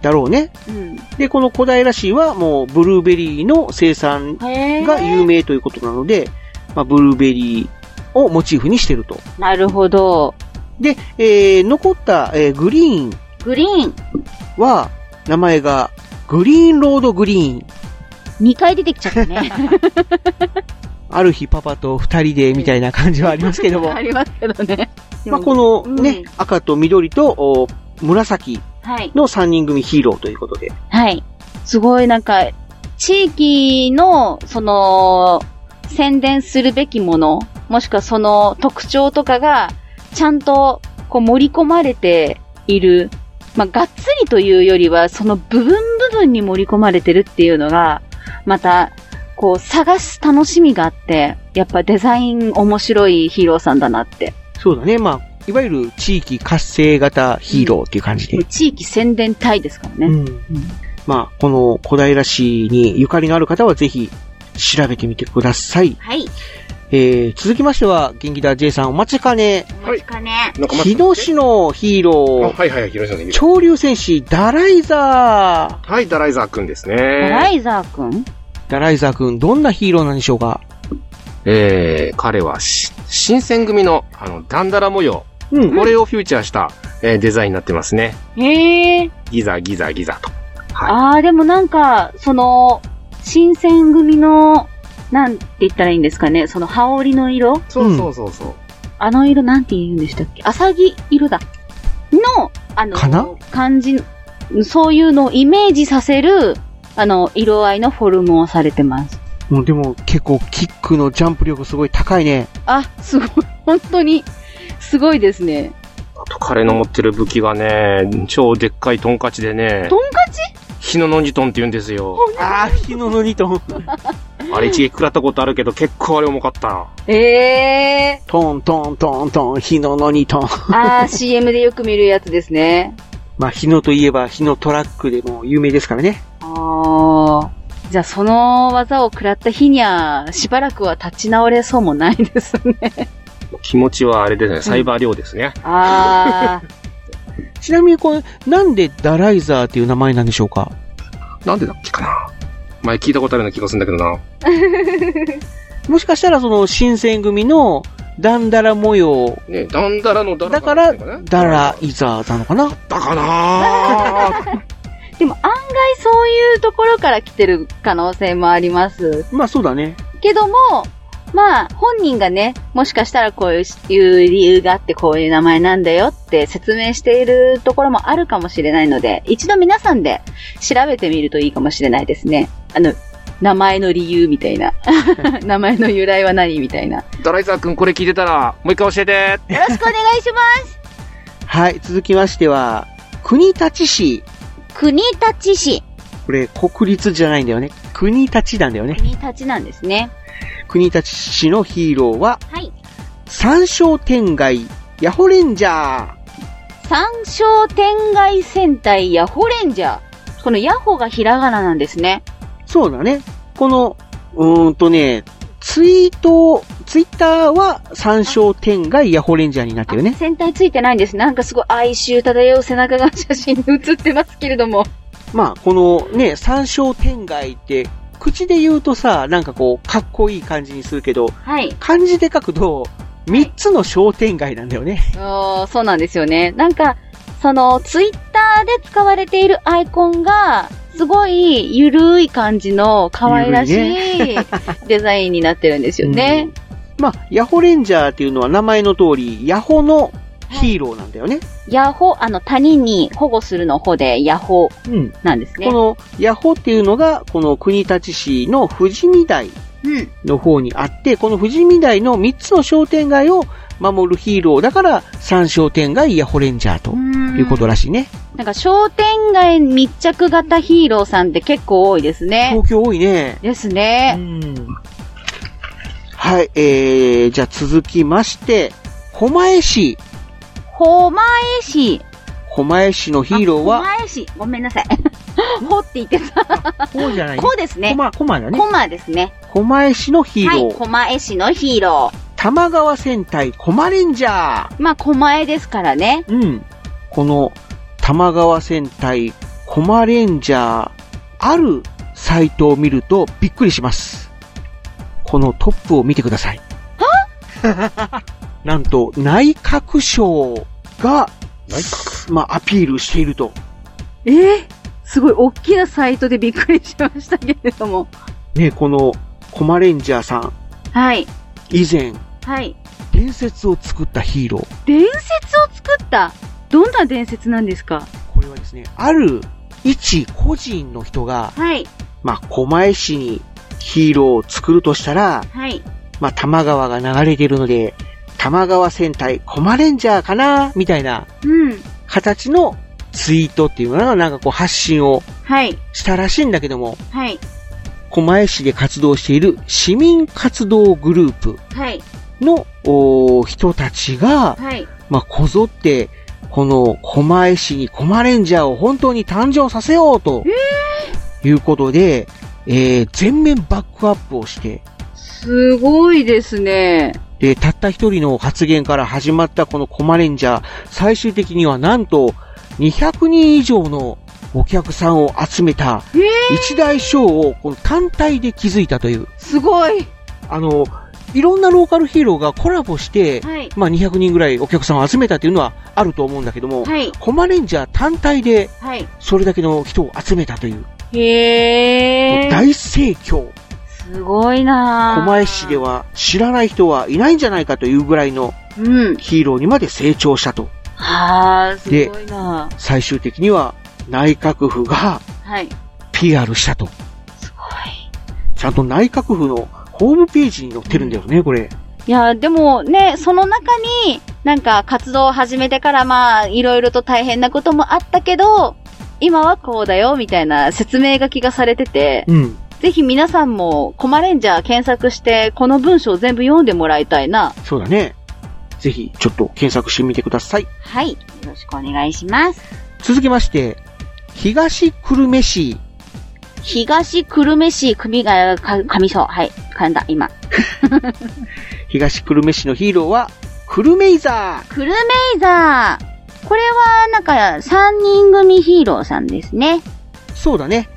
Speaker 5: だろうね。
Speaker 8: うん。
Speaker 5: で、この小平市はもうブルーベリーの生産
Speaker 8: へー
Speaker 5: が有名ということなので、まあ、ブルーベリーをモチーフにしてると。
Speaker 8: なるほど。
Speaker 5: で、えー残った、えーグリーン
Speaker 8: グリーン。
Speaker 5: は、名前が、グリーンロードグリーン。
Speaker 8: 2回出てき ちゃったね。
Speaker 5: ある日パパと二人でみたいな感じはありますけども
Speaker 8: あ。りますけどね。
Speaker 5: まあ、このね、
Speaker 8: う
Speaker 5: 赤と緑とお紫
Speaker 8: はい。
Speaker 5: の三人組ヒーローということで。
Speaker 8: はい。すごいなんか、地域の、その、宣伝するべきもの、もしくはその特徴とかが、ちゃんとこう盛り込まれている、まあ、がっつりというよりは、その部分部分に盛り込まれてるっていうのが、また、こう、探す楽しみがあって、やっぱデザイン面白いヒーローさんだなって。
Speaker 5: そうだね。まあ、いわゆる地域活性型ヒーローっていう感じで。
Speaker 8: 地域宣伝隊ですからね。
Speaker 5: うんまあ、この小平市にゆかりのある方はぜひ調べてみてください。
Speaker 8: はい。
Speaker 5: えー、続きましては、元気だ J さんお待ちかね、
Speaker 8: お待ちかね。
Speaker 9: なんかま
Speaker 5: 日野市のヒー
Speaker 9: あ
Speaker 5: ロー、
Speaker 9: はいはい、広島さん。
Speaker 5: 潮流戦士ダライザ
Speaker 9: はい、ダライザーくんです
Speaker 8: ラ
Speaker 9: ね。
Speaker 8: イザーくん
Speaker 5: ー。ダライザーくん、どんなヒーローなんでしょうか
Speaker 9: えー、彼はし、新選組の、あの、ダンダラ模様。
Speaker 5: うん
Speaker 9: これをフューチャーした、えーデザインになってますね。
Speaker 8: へえ。
Speaker 9: ギザギザギザと。は
Speaker 8: あー、でもなんか、その、新選組の、なんて言ったらいいんですかね、その羽織の色
Speaker 9: い。そうそうそうそう。
Speaker 8: あの色なんて言うんでしたっけアサギ色だ。の、あの、
Speaker 5: かな
Speaker 8: 感じ、そういうのをイメージさせる、あの、色合いのフォルムをされてます。
Speaker 5: もうでも結構キックのジャンプ力すごい高いね。
Speaker 8: あ、すごい。本当に、すごいですね。
Speaker 9: あと彼の持ってる武器がね、超でっかいトンカチでね
Speaker 8: ト、ンカチ
Speaker 9: 火ののんじトンって言うんですよ。
Speaker 5: あー、日野の2トン。
Speaker 9: あれ一撃食らったことあるけど、結構あれ重かった。
Speaker 8: ええ
Speaker 5: トントントントン、日野の2トン。
Speaker 8: ー。あー、CM でよく見るやつですね。
Speaker 5: まあ、日野といえば日野トラックでも有名ですからね。
Speaker 8: あー。じゃあ、その技を食らった日には、しばらくは立ち直れそうもないですね。
Speaker 9: 気持ちはあれですね、サイバー量ですね。
Speaker 8: あー。
Speaker 5: ちなみにこれ、なんでダライザーっていう名前なんでしょうか
Speaker 9: なんでだっけかな。前聞いたことあるような気がするんだけどな。
Speaker 5: もしかしたらその新選組のダンダラ模様
Speaker 9: ねダンダラのダラ
Speaker 5: だ
Speaker 9: が
Speaker 5: から
Speaker 9: 入ってるのね
Speaker 5: ダライザーなのかな
Speaker 9: だかな
Speaker 8: でも案外そういうところから来てる可能性もあります。
Speaker 5: まあそうだね。
Speaker 8: けども、まあ本人がね、もしかしたらこういう理由があってこういう名前なんだよって説明しているところもあるかもしれないので、一度皆さんで調べてみるといいかもしれないですね。あの、名前の理由みたいな。 名前の由来は何みたいな。よ
Speaker 9: ダライザーくんこれ聞いてたら、もう一回教えて。
Speaker 8: ろしく お願いしま
Speaker 5: はい、続きましては、国立市。
Speaker 8: す。国立市。
Speaker 5: これ、国立じゃないんだよね。国立なんだよね。
Speaker 8: 国立なんですね。
Speaker 5: 国立市のヒーローは、
Speaker 8: はい。
Speaker 5: 三商店街、ヤホレンジャー。
Speaker 8: 三商店街戦隊ヤホレンジャー。このヤホがひらがななんですね。
Speaker 5: そうだね。この、うーんとね、ツイート、ツイッターは三商店街ヤホレンジャーになってる
Speaker 8: あ
Speaker 5: ね。
Speaker 8: 戦隊ついてないんです。なんかすごい哀愁漂う背中が写真に写ってますけれども。
Speaker 5: まあ、このね、三商店街って、口で言うとさ、なんかこう、かっこいい感じにするけど、
Speaker 8: はい。
Speaker 5: 漢字で書くと、三つの商店街なんだよね。
Speaker 8: おーそうなんですよね。なんか、その、ツイッターで使われているアイコンが、すごいゆるい感じの可愛らしいデザインになってるんですよね。
Speaker 5: まあ、ヤホレンジャーっていうのは名前の通り、ヤホのヒーローなんだよね。
Speaker 8: ヤホ、あの、谷に保護するの方でヤホ
Speaker 5: うん。
Speaker 8: なんですね
Speaker 5: こ。のヤホっていうのが、この国立市の富士見台
Speaker 8: うん。
Speaker 5: の方にあって、この富士見台の3つの商店街を守るヒーローだから、3商店街ヤホレンジャーということらしいね。
Speaker 8: なんか商店街密着型ヒーローさんって結構多いですね。
Speaker 5: 東京多いね。
Speaker 8: です
Speaker 5: う
Speaker 8: ね。
Speaker 5: んはい、えー、じゃあ続きまして、狛江市。
Speaker 8: 狛江市。
Speaker 5: 狛江市のヒーローは、
Speaker 8: あ狛江市。ごめんなさい。ほって言ってた。
Speaker 5: こうじゃないね。
Speaker 8: こですね。
Speaker 5: 狛、狛だね。
Speaker 8: 狛ですね。
Speaker 5: 狛江市のヒー
Speaker 8: はい。
Speaker 5: ロー。
Speaker 8: 狛江市のヒーロー。
Speaker 5: 玉川戦隊狛レンジャー。
Speaker 8: まあ、狛江ですからね。
Speaker 5: うん。この、玉川戦隊狛レンジャー、あるサイトを見るとびっくりします。このトップを見てください。なんと、内閣省が、まあ、アピールしていると。
Speaker 8: えすごい大きなサイトでびっくりしましたけれども。
Speaker 5: ね、この、狛レンジャーさん、
Speaker 8: はい。
Speaker 5: 以前、
Speaker 8: はい。
Speaker 5: 伝説を作ったヒーロー。
Speaker 8: 伝説を作った。どんな伝説なんですか
Speaker 5: これはですね、ある一個人の人が、
Speaker 8: はい。
Speaker 5: まあ、狛江市にヒーローを作るとしたら、
Speaker 8: はい。
Speaker 5: まあ、玉川が流れているので、玉川戦隊コマレンジャーかなみたいな
Speaker 8: うん。
Speaker 5: 形のツイートっていうのがなんかこう発信を
Speaker 8: はい。
Speaker 5: したらしいんだけども、
Speaker 8: はい。
Speaker 5: 狛江市で活動している市民活動グループ
Speaker 8: はい。
Speaker 5: のおー人たちが、
Speaker 8: はい。
Speaker 5: まあ、こぞって、この狛江市に狛レンジャーを本当に誕生させようということで、えー全面バックアップをして、
Speaker 8: すごいですね。
Speaker 5: で、たった一人の発言から始まったこのコマレンジャー、最終的にはなんと200人以上のお客さんを集めた
Speaker 8: えー、
Speaker 5: 一大ショーをこの単体で築いたという、
Speaker 8: すごい。
Speaker 5: あの、いろんなローカルヒーローがコラボして、
Speaker 8: はい
Speaker 5: まあ200人ぐらいお客さんを集めたっていうのはあると思うんだけども、
Speaker 8: はい
Speaker 5: コマレンジャー単体で
Speaker 8: はい。
Speaker 5: それだけの人を集めたという、も
Speaker 8: へ
Speaker 5: う
Speaker 8: ー。
Speaker 5: 大盛況。
Speaker 8: すごいなぁ。
Speaker 5: 狛江市では知らない人はいないんじゃないかというぐらいの
Speaker 8: うん。
Speaker 5: ヒーローにまで成長したと。
Speaker 8: はー、すごいなぁ。
Speaker 5: 最終的には内閣府が
Speaker 8: はい。
Speaker 5: PR したと。
Speaker 8: すごい。
Speaker 5: ちゃんと内閣府のホームページに載ってるんだよね、これ。
Speaker 8: いやー、でもね、その中に、なんか活動を始めてからまあ、いろいろと大変なこともあったけど、今はこうだよ、みたいな説明書きがされてて、
Speaker 5: うん。
Speaker 8: ぜひ皆さんも、コマレンジャー検索して、この文章を全部読んでもらいたいな。
Speaker 5: そうだね。ぜひ、ちょっと検索してみてください。
Speaker 8: はい。よろしくお願いします。
Speaker 5: 続きまして、東久留米市。
Speaker 8: 東久留米市組がか噛みそう。はい。噛んだ、今。
Speaker 5: 東久留米市のヒーローは、久留米イザー。
Speaker 8: クルメイザー。これは、なんか、三人組ヒーローさんですね。
Speaker 5: そうだね。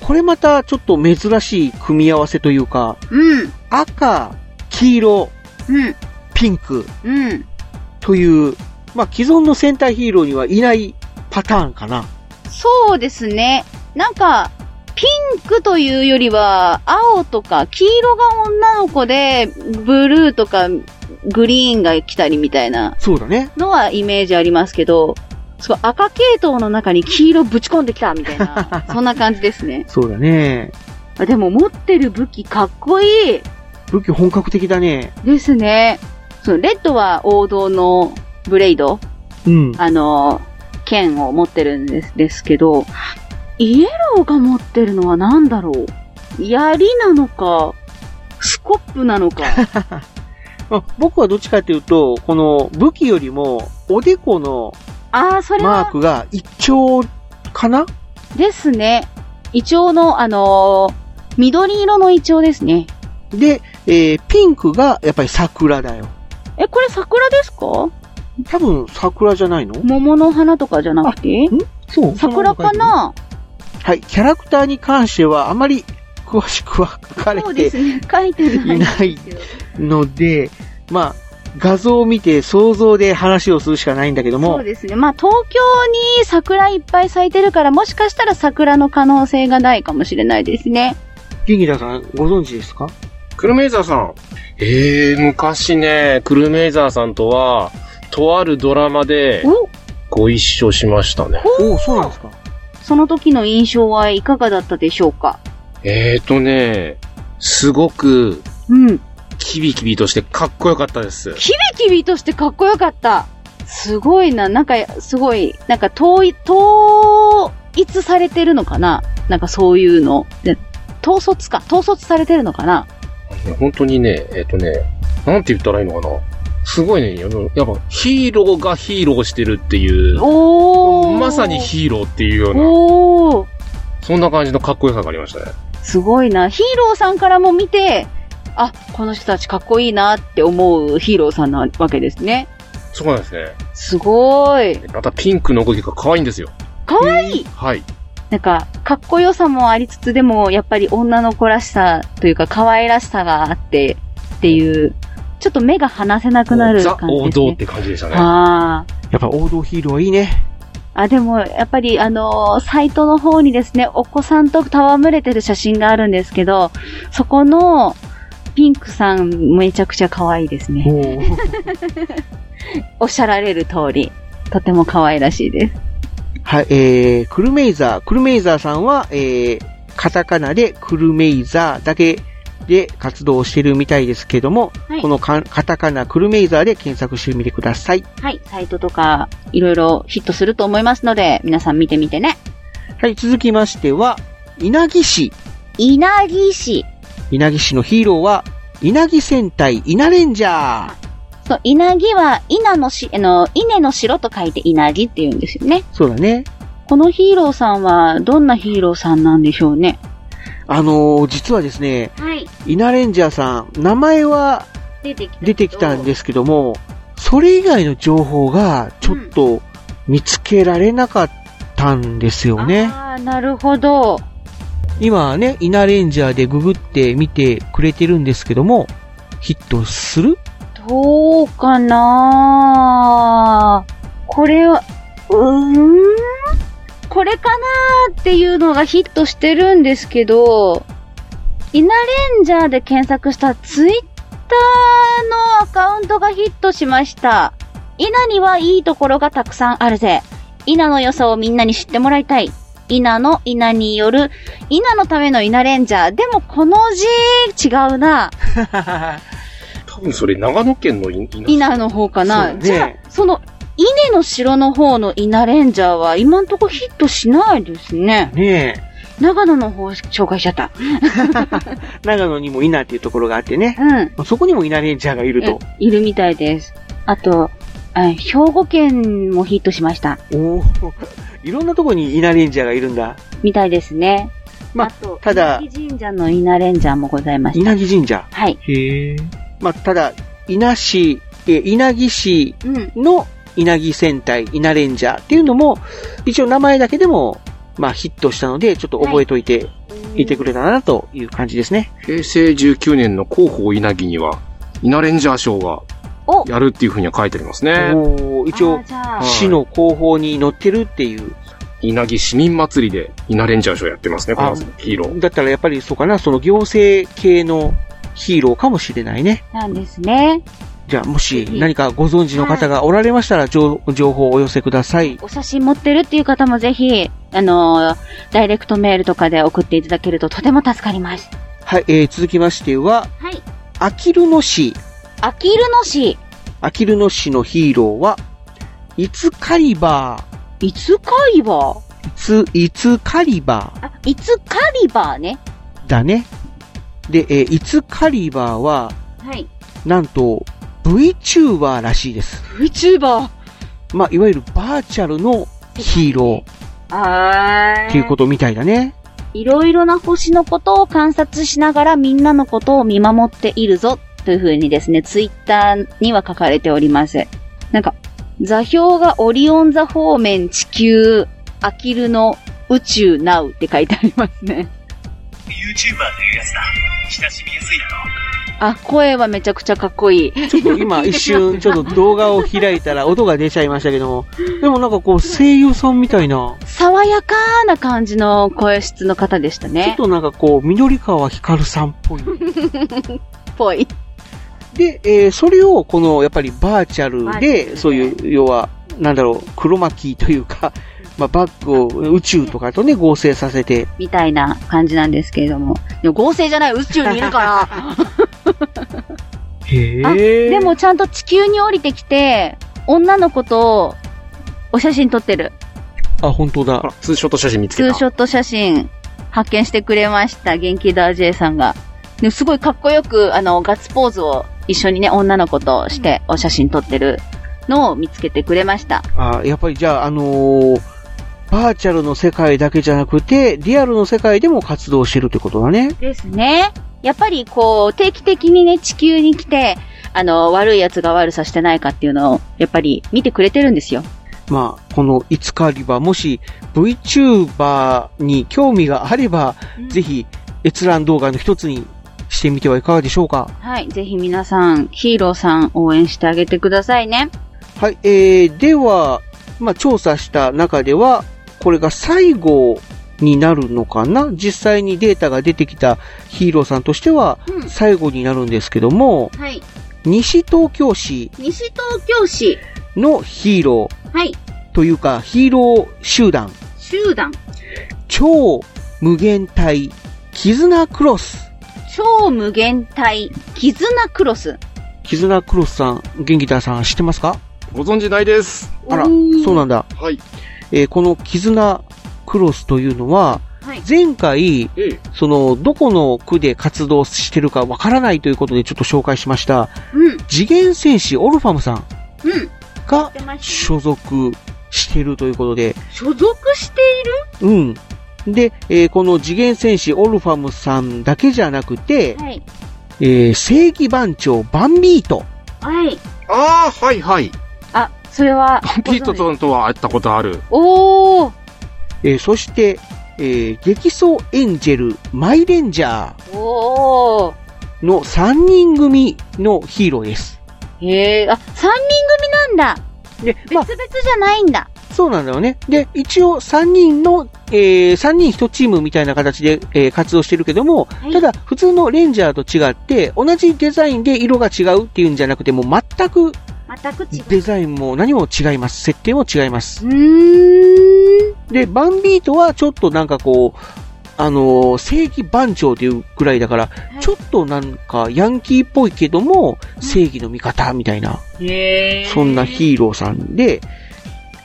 Speaker 5: これまたちょっと珍しい組み合わせというか、
Speaker 8: うん、
Speaker 5: 赤、黄色、
Speaker 8: うん、
Speaker 5: ピンク
Speaker 8: うん。
Speaker 5: という、まあ既存の戦隊ヒーローにはいないパターンかな。
Speaker 8: そうですね。なんか、ピンクというよりは、青とか、黄色が女の子で、ブルーとか、グリーンが来たりみたいな
Speaker 5: そうだね。
Speaker 8: のはイメージありますけど、すごい赤系統の中に黄色ぶち込んできたみた いな、そんな感じですね。
Speaker 5: そうだね。
Speaker 8: あでも持ってる武器かっこいい
Speaker 5: 武器本格的だね。
Speaker 8: ですね。そう、レッドは王道のブレイド、
Speaker 5: うん。
Speaker 8: あの、剣を持ってるんですですけど、イエローが持ってるのは何だろう槍なのか、スコップな のか。
Speaker 5: まあ、僕はどっちかというと、この武器よりも、おでこの
Speaker 8: ああ、それ
Speaker 5: マー
Speaker 8: は
Speaker 5: クが一丁かな
Speaker 8: ですね。イチョウの、あのー緑色のイチョウですね。
Speaker 5: で、えーピンクがやっぱり桜だよ。
Speaker 8: え、これ桜ですか
Speaker 5: 多分桜じゃないの
Speaker 8: 桃の花とかじゃなくて
Speaker 5: そう
Speaker 8: 桜かな
Speaker 5: はい、キャラクターに関してはあまり詳しくは書かれ
Speaker 8: そうで
Speaker 5: て
Speaker 8: すね。書いてないい。
Speaker 5: ないので、まあ、画像を見て想像で話をするしかないんだけど
Speaker 8: そう
Speaker 5: も、
Speaker 8: ですね。まあ、東京に桜いっぱい咲いてるから、もしかしたら桜の可能性がないかもしれないですね。
Speaker 5: ギギダさんご存知ですか
Speaker 9: クルメイザーさん。ええ昔ね、クルメイザーさんとは、とあるドラマで
Speaker 8: お
Speaker 9: ご一緒しましたね。
Speaker 5: おお、そうなんですか
Speaker 8: その時の印象はいかがだったでしょうか
Speaker 9: えーとね、すごく、
Speaker 8: うん。
Speaker 9: キビキビとしてかっこよかったです。
Speaker 8: キビキビとしてかっこよかった。すごいな。なんか、すごい、なんか統一、統一されてるのかななんかそういうの。で統率か。統率されてるのかな
Speaker 9: 本当にね、えっ、とね、なんて言ったらいいのかな。すごいね、やっぱヒーローがヒーローしてるっていう、
Speaker 8: おー。
Speaker 9: まさにヒーローっていうような、
Speaker 8: おー。
Speaker 9: そんな感じのかっこよさがありましたね。
Speaker 8: すごいな。ヒーローさんからも見て、あ、この人たちかっこいいなって思うヒーローさんなわけですね。
Speaker 9: そうなんですね。
Speaker 8: すごい。
Speaker 9: またピンクの動きが可愛いんですよ。
Speaker 8: かわいい
Speaker 9: はい。
Speaker 8: なんか、かっこよさもありつつ、でも、やっぱり女の子らしさというか、可愛らしさがあって、っていう、ちょっと目が離せなくなる
Speaker 9: ザ・
Speaker 8: 感じ
Speaker 9: 王
Speaker 8: です、ね。
Speaker 9: 道って感じでしたね。
Speaker 8: あー
Speaker 5: やっぱ王道ヒーローはいいね。
Speaker 8: あ、でも、やっぱり、あのーサイトの方にですね、お子さんと戯れてる写真があるんですけど、そこの、ピンクさん、めちゃくちゃ可愛いですね。
Speaker 5: お
Speaker 8: おっしゃられる通り、とても可愛らしいです。
Speaker 5: はい、えー、クルメイザー。クルメイザーさんは、えー、カタカナでクルメイザーだけで活動をしてるみたいですけども、
Speaker 8: はい
Speaker 5: このかカタカナクルメイザーで検索してみてください。
Speaker 8: はい、サイトとか、いろいろヒットすると思いますので、皆さん見てみてね。
Speaker 5: はい、続きましては、稲城市。
Speaker 8: 稲城市。
Speaker 5: 稲城市のヒーローは、稲城戦隊稲レンジャー。
Speaker 8: そう、稲城は、稲のし、あの、稲の城と書いて稲城って言うんですよね。
Speaker 5: そうだね。
Speaker 8: このヒーローさんは、どんなヒーローさんなんでしょうね。
Speaker 5: あのー実はですね、
Speaker 8: はい。
Speaker 5: 稲レンジャーさん、名前は
Speaker 8: 出てきた。
Speaker 5: 出てきたんですけども、それ以外の情報がちょっと見つけられなかったんですよね。
Speaker 8: ああ、なるほど。
Speaker 5: 今ね、稲レンジャーでググって見てくれてるんですけども、ヒットする
Speaker 8: どうかなこれは、うーんこれかなっていうのがヒットしてるんですけど、イナレンジャーで検索したツイッターのアカウントがヒットしました。イナにはいいところがたくさんあるぜ。イナの良さをみんなに知ってもらいたい。イナのイナによる、イナのためのイナレンジャー。でもこの字違うな。
Speaker 9: 多分それ長野県のい
Speaker 8: 稲の方かな、
Speaker 5: そうね
Speaker 8: じゃあ、その、稲の城の方の稲レンジャーは今んとこヒットしないですね。
Speaker 5: ね
Speaker 8: 長野の方紹介しちゃった。
Speaker 5: え、長野にも稲っていうところがあってね、
Speaker 8: うん。
Speaker 5: そこにも稲レンジャーがいると。
Speaker 8: いるみたいです。あと、あ兵庫県もヒットしました。
Speaker 5: おお、いろんなとこに稲レンジャーがいるんだ。
Speaker 8: みたいですね。
Speaker 5: まあ
Speaker 8: あと、
Speaker 5: ただ
Speaker 8: 稲城神社の稲レンジャーもございました。
Speaker 5: 稲城神社。
Speaker 8: はい。
Speaker 5: へえ。まあ、ただ、稲市、え、稲城市
Speaker 8: うん。
Speaker 5: の稲城戦隊、稲レンジャーっていうのも、一応名前だけでも、まあヒットしたので、ちょっと覚えといて、いてくれたらなという感じですね。
Speaker 9: 平成19年の広報稲城には、稲レンジャー賞が
Speaker 8: お
Speaker 9: やるっていうふうには書いてありますね。
Speaker 5: おー一
Speaker 8: あ
Speaker 5: 応
Speaker 8: ー、じゃあ
Speaker 9: はい
Speaker 5: 市の広報に載ってるっていう。
Speaker 9: 稲城市民祭りで稲レンジャー賞やってますね、こ
Speaker 5: あ
Speaker 9: のヒーロー。
Speaker 5: だったらやっぱりそうかな、その行政系のヒーローかもしれないね。
Speaker 8: なんですね。
Speaker 5: じゃあ、もし何かご存知の方がおられましたら、情情報をお寄せください。
Speaker 8: お写真持ってるっていう方もぜひ、あのーダイレクトメールとかで送っていただけるととても助かります。
Speaker 5: はい、えー、続きましては、
Speaker 8: はい。
Speaker 5: あきる野市。
Speaker 8: あきる野市。
Speaker 5: あきる野市のヒーローは、イツカリバ
Speaker 8: いつかいば
Speaker 5: ー。イツ、イツカリバ
Speaker 8: あ、いつかりばね。
Speaker 5: ーだね。で、えーイツカリバーは、
Speaker 8: はい。
Speaker 5: なんと、VTuber らしいです。
Speaker 8: VTuber。
Speaker 5: まあ、いわゆるバーチャルのヒーロー
Speaker 8: あー。
Speaker 5: っていうことみたいだ ね。
Speaker 8: いろいろな星のことを観察しながらみんなのことを見守っているぞというふうにですね、ツイッターには書かれております。なんか、座標がオリオン座方面地球、アキルの宇宙ナウって書いてありますね。YouTuber というやつだ。親しみやすいだろ。あ、声はめちゃくちゃかっこいい。
Speaker 5: ちょっと今一瞬、ちょっと動画を開いたら音が出ちゃいましたけども、でもなんかこう声優さんみたいな、
Speaker 8: 爽やかな感じの声質の方でした
Speaker 5: ちょっ
Speaker 8: ね。
Speaker 5: となんかこう、緑川光さんっぽい。
Speaker 8: ぽい。
Speaker 5: で、えーそれをこのやっぱりバーチャル
Speaker 8: バーチャル
Speaker 5: で、
Speaker 8: で
Speaker 5: そういう、要は、なんだろう、黒巻きというか、 まあ、バッグを宇宙とかとね、合成させて、
Speaker 8: みたいな感じなんですけれども。でも合成じゃない宇宙にいる から。
Speaker 5: へ
Speaker 8: あでもちゃんと地球に降りてきて、女の子とお写真撮ってる。
Speaker 5: あ、本当
Speaker 9: ほ
Speaker 5: だ。
Speaker 9: ら、ツーショット写真見つ
Speaker 8: ツ
Speaker 9: け
Speaker 8: ー
Speaker 9: た。
Speaker 8: ショット写真発見してくれました。元気だ J さんが。でもすごいかっこよく、あの、ガッツポーズを一緒にね、女の子としてお写真撮ってるのを見つけてくれました。
Speaker 5: あ、やっぱりじゃあ、あのーバーチャルの世界だけじゃなくて、リアルの世界でも活動してるってことだね。
Speaker 8: ですね。やっぱりこう、定期的にね、地球に来て、あの、悪い奴が悪さしてないかっていうのを、やっぱり見てくれてるんですよ。
Speaker 5: まあ、このイツカリバー、もし VTuber に興味があれば、ぜひ閲覧動画の一つにしてみてはいかがでしょうか。
Speaker 8: はい。ぜひ皆さん、ヒーローさん応援してあげてくださいね。
Speaker 5: はい、えー、では、まあ、調査した中では、これが最後になるのかな実際にデータが出てきたヒーローさんとしては
Speaker 8: うん
Speaker 5: 最後になるんですけども、
Speaker 8: はい。
Speaker 5: 西東京市
Speaker 8: 西東京市。
Speaker 5: のヒーロ
Speaker 8: はい。
Speaker 5: ーというかヒーロー集団、
Speaker 8: 集団。
Speaker 5: 超無限大絆クロス
Speaker 8: 超超無限体、絆クロス。
Speaker 5: 絆クロスさん、元気ださん知ってますか
Speaker 9: ご存知ないです。
Speaker 5: あら、そうなんだ。
Speaker 9: はい。
Speaker 5: えーこの絆クロスというのは、
Speaker 8: はい
Speaker 5: 前回、
Speaker 9: ええ。
Speaker 5: その、どこの区で活動してるかわからないということでちょっと紹介しました、
Speaker 8: うん、
Speaker 5: 次元戦士オルファムさん
Speaker 8: うん。
Speaker 5: が
Speaker 8: 出まし
Speaker 5: 所属してるということで、
Speaker 8: た。所属している
Speaker 5: うん。で、えーこの次元戦士オルファムさんだけじゃなくて、
Speaker 8: はい。
Speaker 5: えー正義番長バンビート。
Speaker 8: はい。
Speaker 9: ああ、はいはい。
Speaker 8: あ、それは。
Speaker 9: ピー
Speaker 8: ご
Speaker 9: ト
Speaker 8: 存知。
Speaker 9: さんとは会ったことある。
Speaker 8: おー。
Speaker 5: えーそして、えー激走エンジェル、マイレンジャ
Speaker 8: おー。
Speaker 5: ーの3人組のヒーローです。
Speaker 8: へえ、あ、三人組なんだ。
Speaker 5: で、まあ
Speaker 8: 別、々じゃないんだ。
Speaker 5: そうなんだよね。で、一応3人の、え3人1チームみたいな形で、えー活動してるけども、
Speaker 8: い
Speaker 5: ただ、普通のレンジャーと違って、同じデザインで色が違うっていうんじゃなくて、もう全く
Speaker 8: 全く違う。
Speaker 5: デザインも何も違います。設定も違います。
Speaker 8: うーん。
Speaker 5: で、バンビートはちょっとなんかこう、あのー正義番長というくらいだから、
Speaker 8: い
Speaker 5: ちょっとなんかヤンキーっぽいけども、正義の味方みたいな、
Speaker 8: へえ。
Speaker 5: そんなヒーローさんで、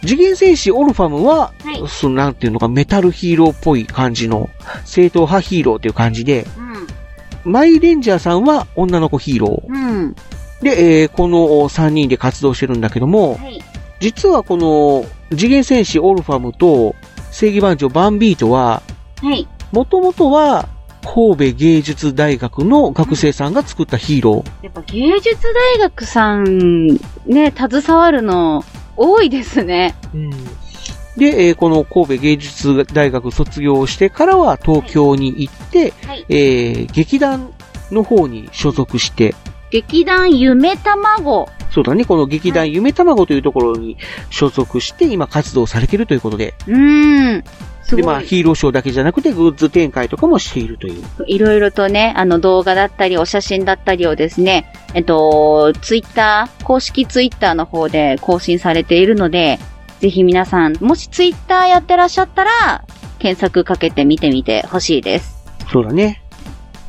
Speaker 5: 次元戦士オルファムは、
Speaker 8: はい
Speaker 5: そのなんていうのかメタルヒーローっぽい感じの、正統派ヒーローという感じで、
Speaker 8: うん。
Speaker 5: マイレンジャーさんは女の子ヒーロー。
Speaker 8: うん。
Speaker 5: で、えーこの3人で活動してるんだけども、
Speaker 8: はい。
Speaker 5: 実はこの次元戦士オルファムと正義番長バンビートは、
Speaker 8: はい。
Speaker 5: もともとは神戸芸術大学の学生さんが作ったヒーロー。
Speaker 8: やっぱ芸術大学さん、ね、携わるの多いですね。
Speaker 5: で、えーこの神戸芸術大学卒業してからは東京に行って、
Speaker 8: はい。
Speaker 5: えー劇団の方に所属して、
Speaker 8: 劇団夢卵。
Speaker 5: そうだね、この劇団夢卵というところに所属して今活動されているということで、
Speaker 8: うーん。す
Speaker 5: で、ま
Speaker 8: ご
Speaker 5: あ
Speaker 8: い。
Speaker 5: ヒーローショーだけじゃなくてグッズ展開とかもしているという。
Speaker 8: いろいろとね、あの動画だったり、お写真だったりをですね、えっと、ツイッター、公式ツイッターの方で更新されているので、ぜひ皆さん、もしツイッターやってらっしゃったら、検索かけて見てみてほしいです。
Speaker 5: そうだね。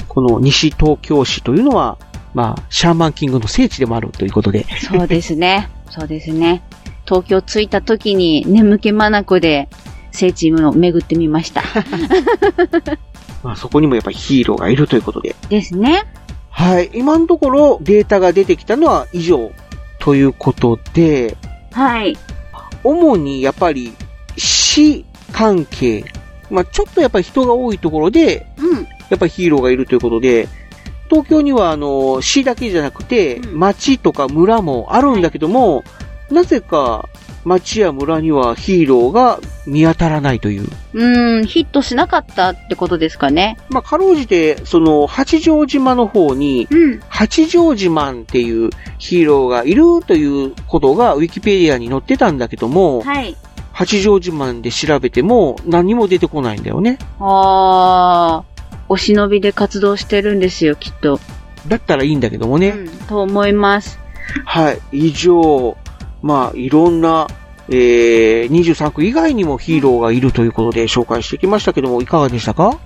Speaker 5: この西東京市というのは、まあ、シャーマンキングの聖地でもあるということで、
Speaker 8: そうですね。そうですね。東京着いた時に眠気まなこで聖地を巡ってみ ました。
Speaker 5: まあそこにもやっぱりヒーローがいるということで。
Speaker 8: ですね。
Speaker 5: はい。今のところデータが出てきたのは以上ということで、
Speaker 8: はい。
Speaker 5: 主にやっぱり市関係、まあちょっとやっぱり人が多いところで、
Speaker 8: うん。
Speaker 5: やっぱりヒーローがいるということで、東京にはあの、市だけじゃなくて、
Speaker 8: うん
Speaker 5: 町とか村もあるんだけども、なぜか町や村にはヒーローが見当たらないという。
Speaker 8: うーん、ヒットしなかったってことですかね。
Speaker 5: まあ、かろうじて、その、八丈島の方に、
Speaker 8: うん。
Speaker 5: 八丈島ンっていうヒーローがいるということがウィキペディアに載ってたんだけども、
Speaker 8: はい。
Speaker 5: 八丈島ンで調べても何も出てこないんだよね。
Speaker 8: ああ、お忍びで活動してるんですよ、きっと。
Speaker 5: だったらいいんだけどもね。
Speaker 8: うん、と思います。
Speaker 5: はい、以上、まあ、いろんな、えー、23区以外にもヒーローがいるということで紹介してきましたけども、いかがでしたか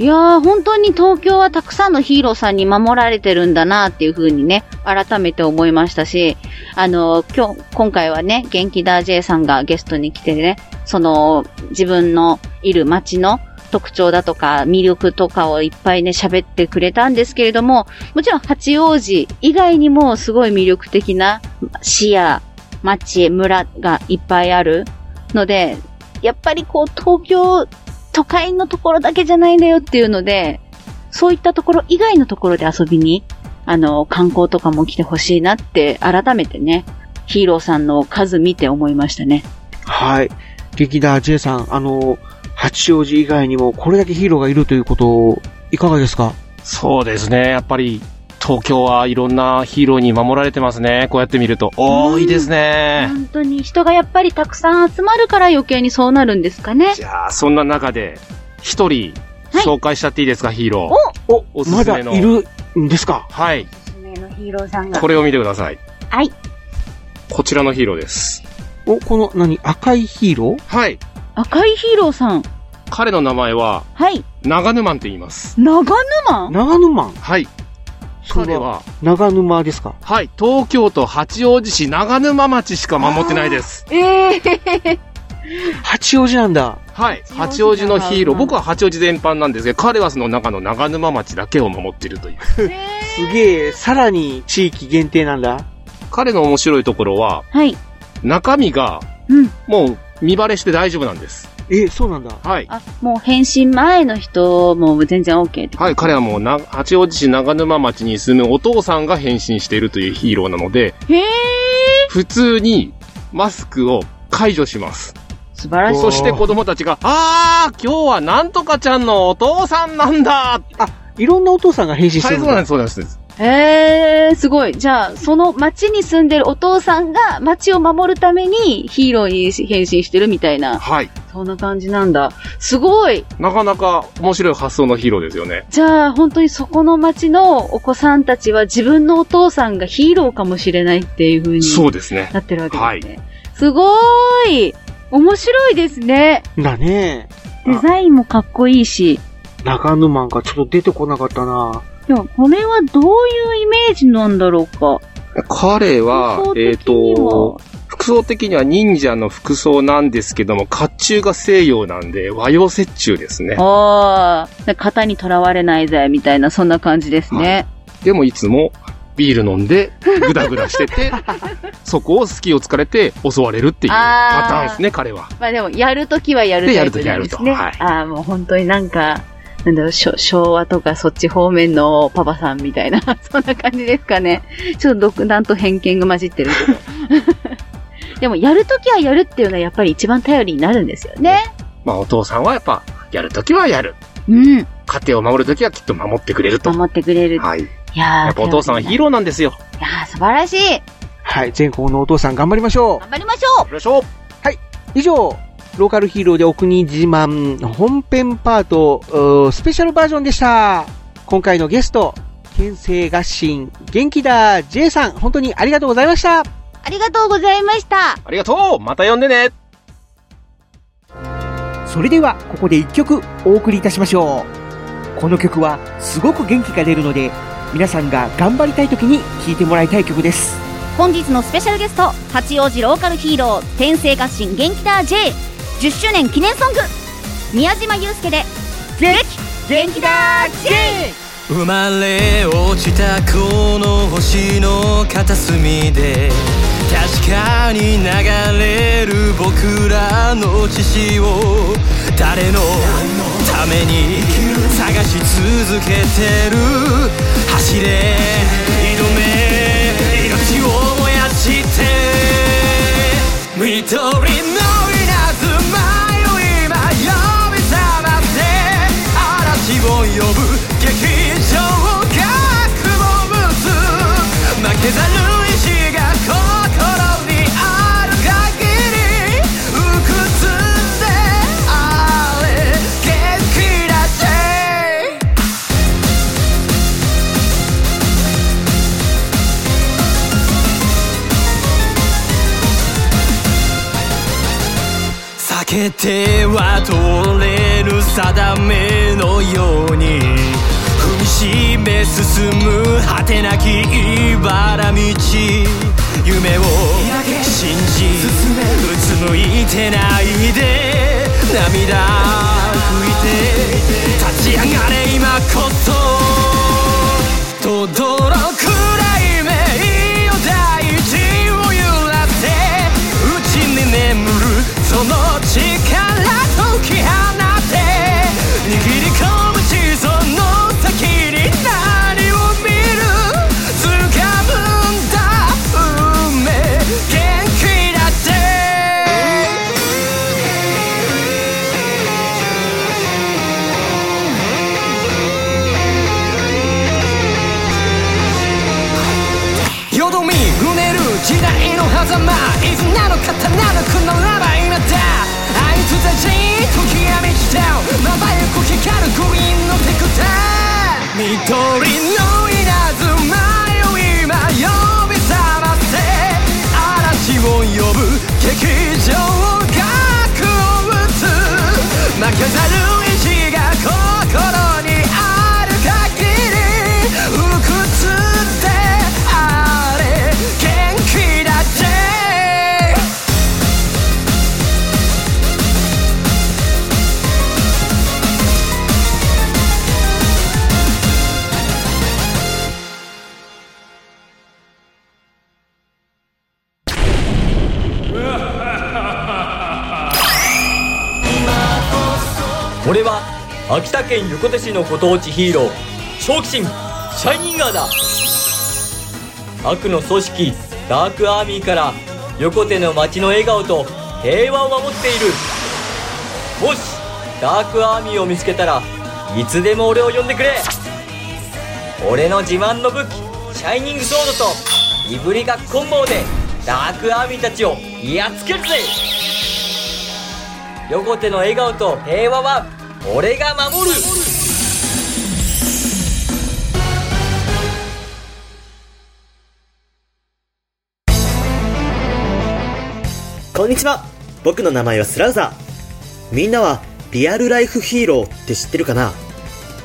Speaker 8: いやー、本当に東京はたくさんのヒーローさんに守られてるんだなっていう風にね、改めて思いましたし、あのー、今日、今回はね、元気ダー J さんがゲストに来てね、その、自分のいる街の特徴だとか、魅力とかをいっぱいね、喋ってくれたんですけれども、もちろん八王子以外にもすごい魅力的な市や町、村がいっぱいあるので、やっぱりこう、東京都会のところだけじゃないんだよっていうので、そういったところ以外のところで遊びに、あの、観光とかも来てほしいなって、改めてね、ヒーローさんの数見て思いましたね。
Speaker 5: はい。劇団 J さん、あの、八王子以外にもこれだけヒーローがいるということ、いかがですか
Speaker 9: そうですね。やっぱり、東京はいろんなヒーローに守られてますね。こうやって見ると。多いですね。
Speaker 8: 本当に人がやっぱりたくさん集まるから余計にそうなるんですかね。
Speaker 9: じゃあ、そんな中で、一人、
Speaker 8: はい
Speaker 9: 紹介しちゃっていいですか、ヒーロ
Speaker 5: お、
Speaker 9: おす
Speaker 5: ますだ
Speaker 9: め
Speaker 5: い
Speaker 9: の
Speaker 5: るんですか
Speaker 9: ー。はい。
Speaker 8: おすすめのヒーローさんが。
Speaker 9: これを見てください。
Speaker 8: はい。
Speaker 9: こちらのヒーローです。
Speaker 5: お、この、何赤いヒーロー
Speaker 9: はい。
Speaker 8: 赤いヒーローさん。
Speaker 9: 彼の名前は、
Speaker 8: はい。
Speaker 9: 長沼って言います。
Speaker 8: 長沼
Speaker 5: 長沼
Speaker 9: はい。彼は、
Speaker 5: 長沼ですか
Speaker 9: はい、東京都八王子市長沼町しか守ってないです。
Speaker 8: ええー、
Speaker 5: 八王子なんだ。
Speaker 9: はい、八王子のヒーロー、僕は八王子全般なんですけど、彼はその中の長沼町だけを守っているという。
Speaker 5: すげえ、さらに地域限定なんだ。
Speaker 9: 彼の面白いところは、
Speaker 8: はい。
Speaker 9: 中身が、
Speaker 8: うん。
Speaker 9: もう見バレして大丈夫なんです。
Speaker 5: え、そうなんだ。
Speaker 9: はい。
Speaker 8: あ、もう変身前の人も全然 OK って。
Speaker 9: はい、彼はもうな、八王子市長沼町に住むお父さんが変身しているというヒーローなので、
Speaker 8: へえ。
Speaker 9: 普通にマスクを解除します。
Speaker 8: 素晴らしい。
Speaker 9: そして子供たちが、あー、今日はなんとかちゃんのお父さんなんだ
Speaker 5: いろんなお父さんが変身し
Speaker 9: は
Speaker 5: て
Speaker 9: い、
Speaker 5: るん
Speaker 9: そ
Speaker 5: だ。
Speaker 9: うなんです、そうなんです。
Speaker 8: へえ、すごい。じゃあ、その町に住んでるお父さんが町を守るためにヒーローに変身してるみたいな。
Speaker 9: はい。
Speaker 8: そんな感じなんだ。すごい
Speaker 9: なかなか面白い発想のヒーローですよね。
Speaker 8: じゃあ、本当にそこの町のお子さんたちは自分のお父さんがヒーローかもしれないっていう風に
Speaker 9: そうですね。
Speaker 8: なってるわけですね。すごーい面白いですね。
Speaker 5: だね。
Speaker 8: デザインもかっこいいし。
Speaker 5: 長沼がちょっと出てこなかったな。
Speaker 8: でも、これはどういうイメージなんだろうか。
Speaker 9: 彼は
Speaker 8: 服装、
Speaker 9: えっ、
Speaker 8: 的に
Speaker 9: と
Speaker 8: は、
Speaker 9: 服装的には忍者の服装なんですけども、甲冑が西洋なんで、和洋折衷ですね。
Speaker 8: ああ、型にとらわれないぜ、みたいな、そんな感じですね。
Speaker 9: でもいつも、ビール飲んで、ぐだぐだし てて、そこを隙を突かれて襲われるっていう
Speaker 8: あー
Speaker 9: パターンですね、彼は。
Speaker 8: まあでも、やるときはやる
Speaker 9: で
Speaker 8: タイプなんですね。
Speaker 9: やるとき
Speaker 8: ああ、もう本当になんか、なんだろう、しょ昭和とかそっち方面のパパさんみたいな、 そんな感じですかね。ちょっと独断と偏見が混じってるけど。 でも、やるときはやるっていうのはやっぱり一番頼りになるんですよね。
Speaker 9: まあ、お父さんはやっぱ、やるときはやる。
Speaker 8: うん。
Speaker 9: 家庭を守るときはきっと守ってくれると。
Speaker 8: 守ってくれる。
Speaker 9: はい。
Speaker 8: いやー
Speaker 9: やっぱお父さんはヒーローなんですよ。
Speaker 8: いやー素晴らしい。
Speaker 5: はい、全国のお父さん頑張りましょ
Speaker 8: 頑張りましょ
Speaker 9: よいしょ
Speaker 5: う。以上、ローカルヒーローでお国自慢本編パートうースペシャルバージョンでした。今回のゲスト、県政合心元気だ J さん、本当にありがとうございました。
Speaker 8: うありがとうございました。
Speaker 9: ありがとうまた呼んでね
Speaker 6: それではここで1曲お送りいたしましょうこの曲はすごく元気が出るので皆さんが頑張りたい時に聴いてもらいたい曲です
Speaker 13: 本日のスペシャルゲスト八王子ローカルヒーロー天性合心元気だ J10 周年記念ソング宮島祐介で「元気元気だ J」
Speaker 14: 生まれ落ちたこの星の片隅で確かに流れる僕らの血潮誰のために探し続けてる走れ挑め命を燃やして緑の稲妻よ今呼び覚ませ嵐を呼ぶ劇場が雲むず負けざる意志が心にある限り浮くつんであれ元気だぜ避けては通れぬ定めのように踏みしめ進む果てなき茨道夢を信じうつむいてないで涙拭いて立ち上がれ今こそとどろくらい名誉大地を揺らせうちに眠るその力解き放て握り込む地その先に何を見る掴むんだ運命元気だってよどみうねる時代の狭間いつなのかたなのくのらば今だあいつたち時が満ちてまばゆく光るグリーンの手札緑の稲妻よ今呼び覚ませ嵐を呼ぶ劇場が幕を打つ負けざる意志が心
Speaker 15: 俺は秋田県横手市のご当地ヒーロー正気神シャイニンガーだ悪の組織ダークアーミーから横手の街の笑顔と平和を守っているもしダークアーミーを見つけたらいつでも俺を呼んでくれ俺の自慢の武器シャイニングソードといぶりがっこん棒でダークアーミーたちをやっつけるぜ横手の笑顔と平和は俺が守る
Speaker 16: こんにちは僕の名前はスラウザーみんなはリアルライフヒーローって知ってるかな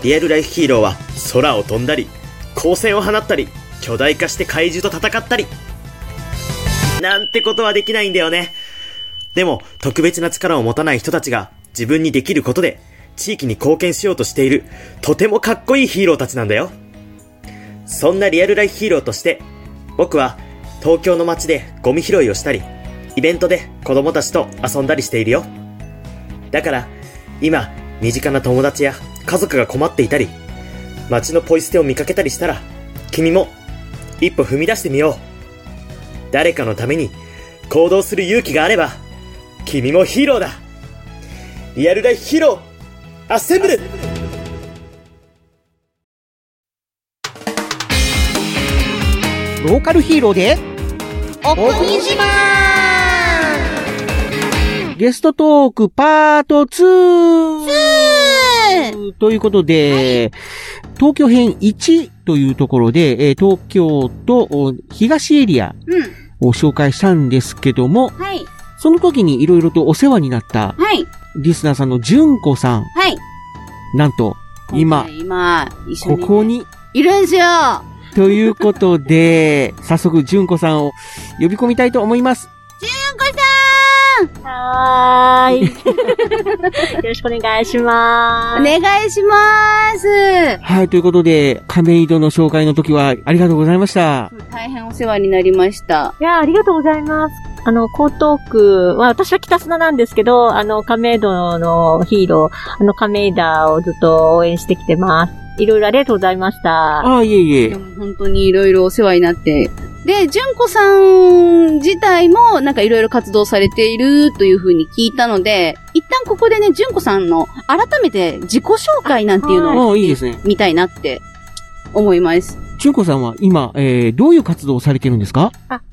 Speaker 16: リアルライフヒーローは空を飛んだり光線を放ったり巨大化して怪獣と戦ったりなんてことはできないんだよねでも特別な力を持たない人たちが自分にできることで地域に貢献しようとしているとてもかっこいいヒーローたちなんだよそんなリアルライフヒーローとして僕は東京の街でゴミ拾いをしたりイベントで子供たちと遊んだりしているよだから今身近な友達や家族が困っていたり街のポイ捨てを見かけたりしたら君も一歩踏み出してみよう誰かのために行動する勇気があれば君もヒーローだリアルライフヒーローアッセンブル
Speaker 6: ローカルヒーローで
Speaker 4: お国自慢
Speaker 5: ゲストトークパート 2! ということで、東京編1というところで、えー東京とお東エリア
Speaker 8: うん。
Speaker 5: を紹介したんですけども、
Speaker 8: はい。
Speaker 5: その時にいろいろとお世話になった
Speaker 8: はい。
Speaker 5: リスナーさんの純子さん、
Speaker 8: はい。
Speaker 5: なんと今、
Speaker 8: 今、一緒
Speaker 5: こ
Speaker 8: に。
Speaker 5: こに
Speaker 8: いるんですよ
Speaker 5: ということで、早速純子さんを呼び込みたいと思います。
Speaker 17: んこさんはーい。よ ろしくお願いしま
Speaker 8: お
Speaker 17: す。
Speaker 8: 願いします。
Speaker 5: はい、ということで、亀戸の紹介の時はありがとうございました。
Speaker 8: 大変お世話になりました。
Speaker 17: いやーありがとうございます。あの、江東区は、私は北砂なんですけど、あの、亀戸のヒーロー、あの、亀田をずっと応援してきてます。いろいろありがとうございました。
Speaker 5: ああ、いえいえ。
Speaker 8: 本当にいろいろお世話になって。で、純子さん自体もなんかいろいろ活動されているというふうに聞いたので、一旦ここでね、純子さんの改めて自己紹介なんていうの
Speaker 5: あ
Speaker 8: を
Speaker 5: あ、いいですね。
Speaker 8: 見たいなって思います。
Speaker 5: 純子さんは今、えー、どういう活動をされてるんですか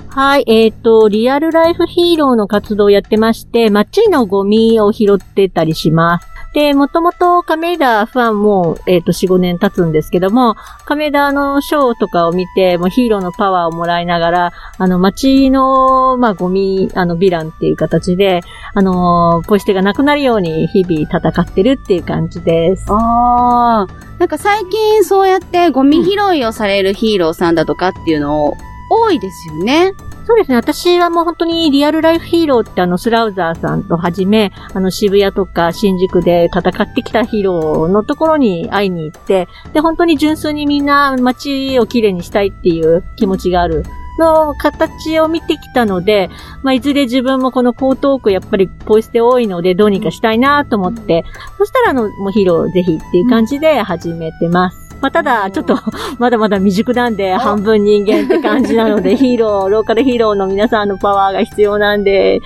Speaker 17: はい、えっ、と、リアルライフヒーローの活動をやってまして、街のゴミを拾ってたりします。で、もともと亀田ファンも、えっ、と、4、5年経つんですけども、亀田のショーとかを見て、もうヒーローのパワーをもらいながら、あの、街の、まあ、ゴミ、あの、ヴィランっていう形で、あのーポイ捨てがなくなるように日々戦ってるっていう感じです。
Speaker 8: ああ、なんか最近そうやってゴミ拾いをされるヒーローさんだとかっていうのを多いですよね。
Speaker 17: そうですね。私はもう本当にリアルライフヒーローってあのスラウザーさんとはじめ、あの渋谷とか新宿で戦ってきたヒーローのところに会いに行って、で、本当に純粋にみんな街をきれいにしたいっていう気持ちがある。の形を見てきたので、まあ、いずれ自分もこの江東区やっぱりポイ捨て多いのでどうにかしたいなと思って、そしたらあの、もうヒーローぜひっていう感じで始めてます。まあ、ただ、ちょっと、まだまだ未熟なんで、半分人間って感じなので、ヒーロー、ローカルヒーローの皆さんのパワーが必要なんで、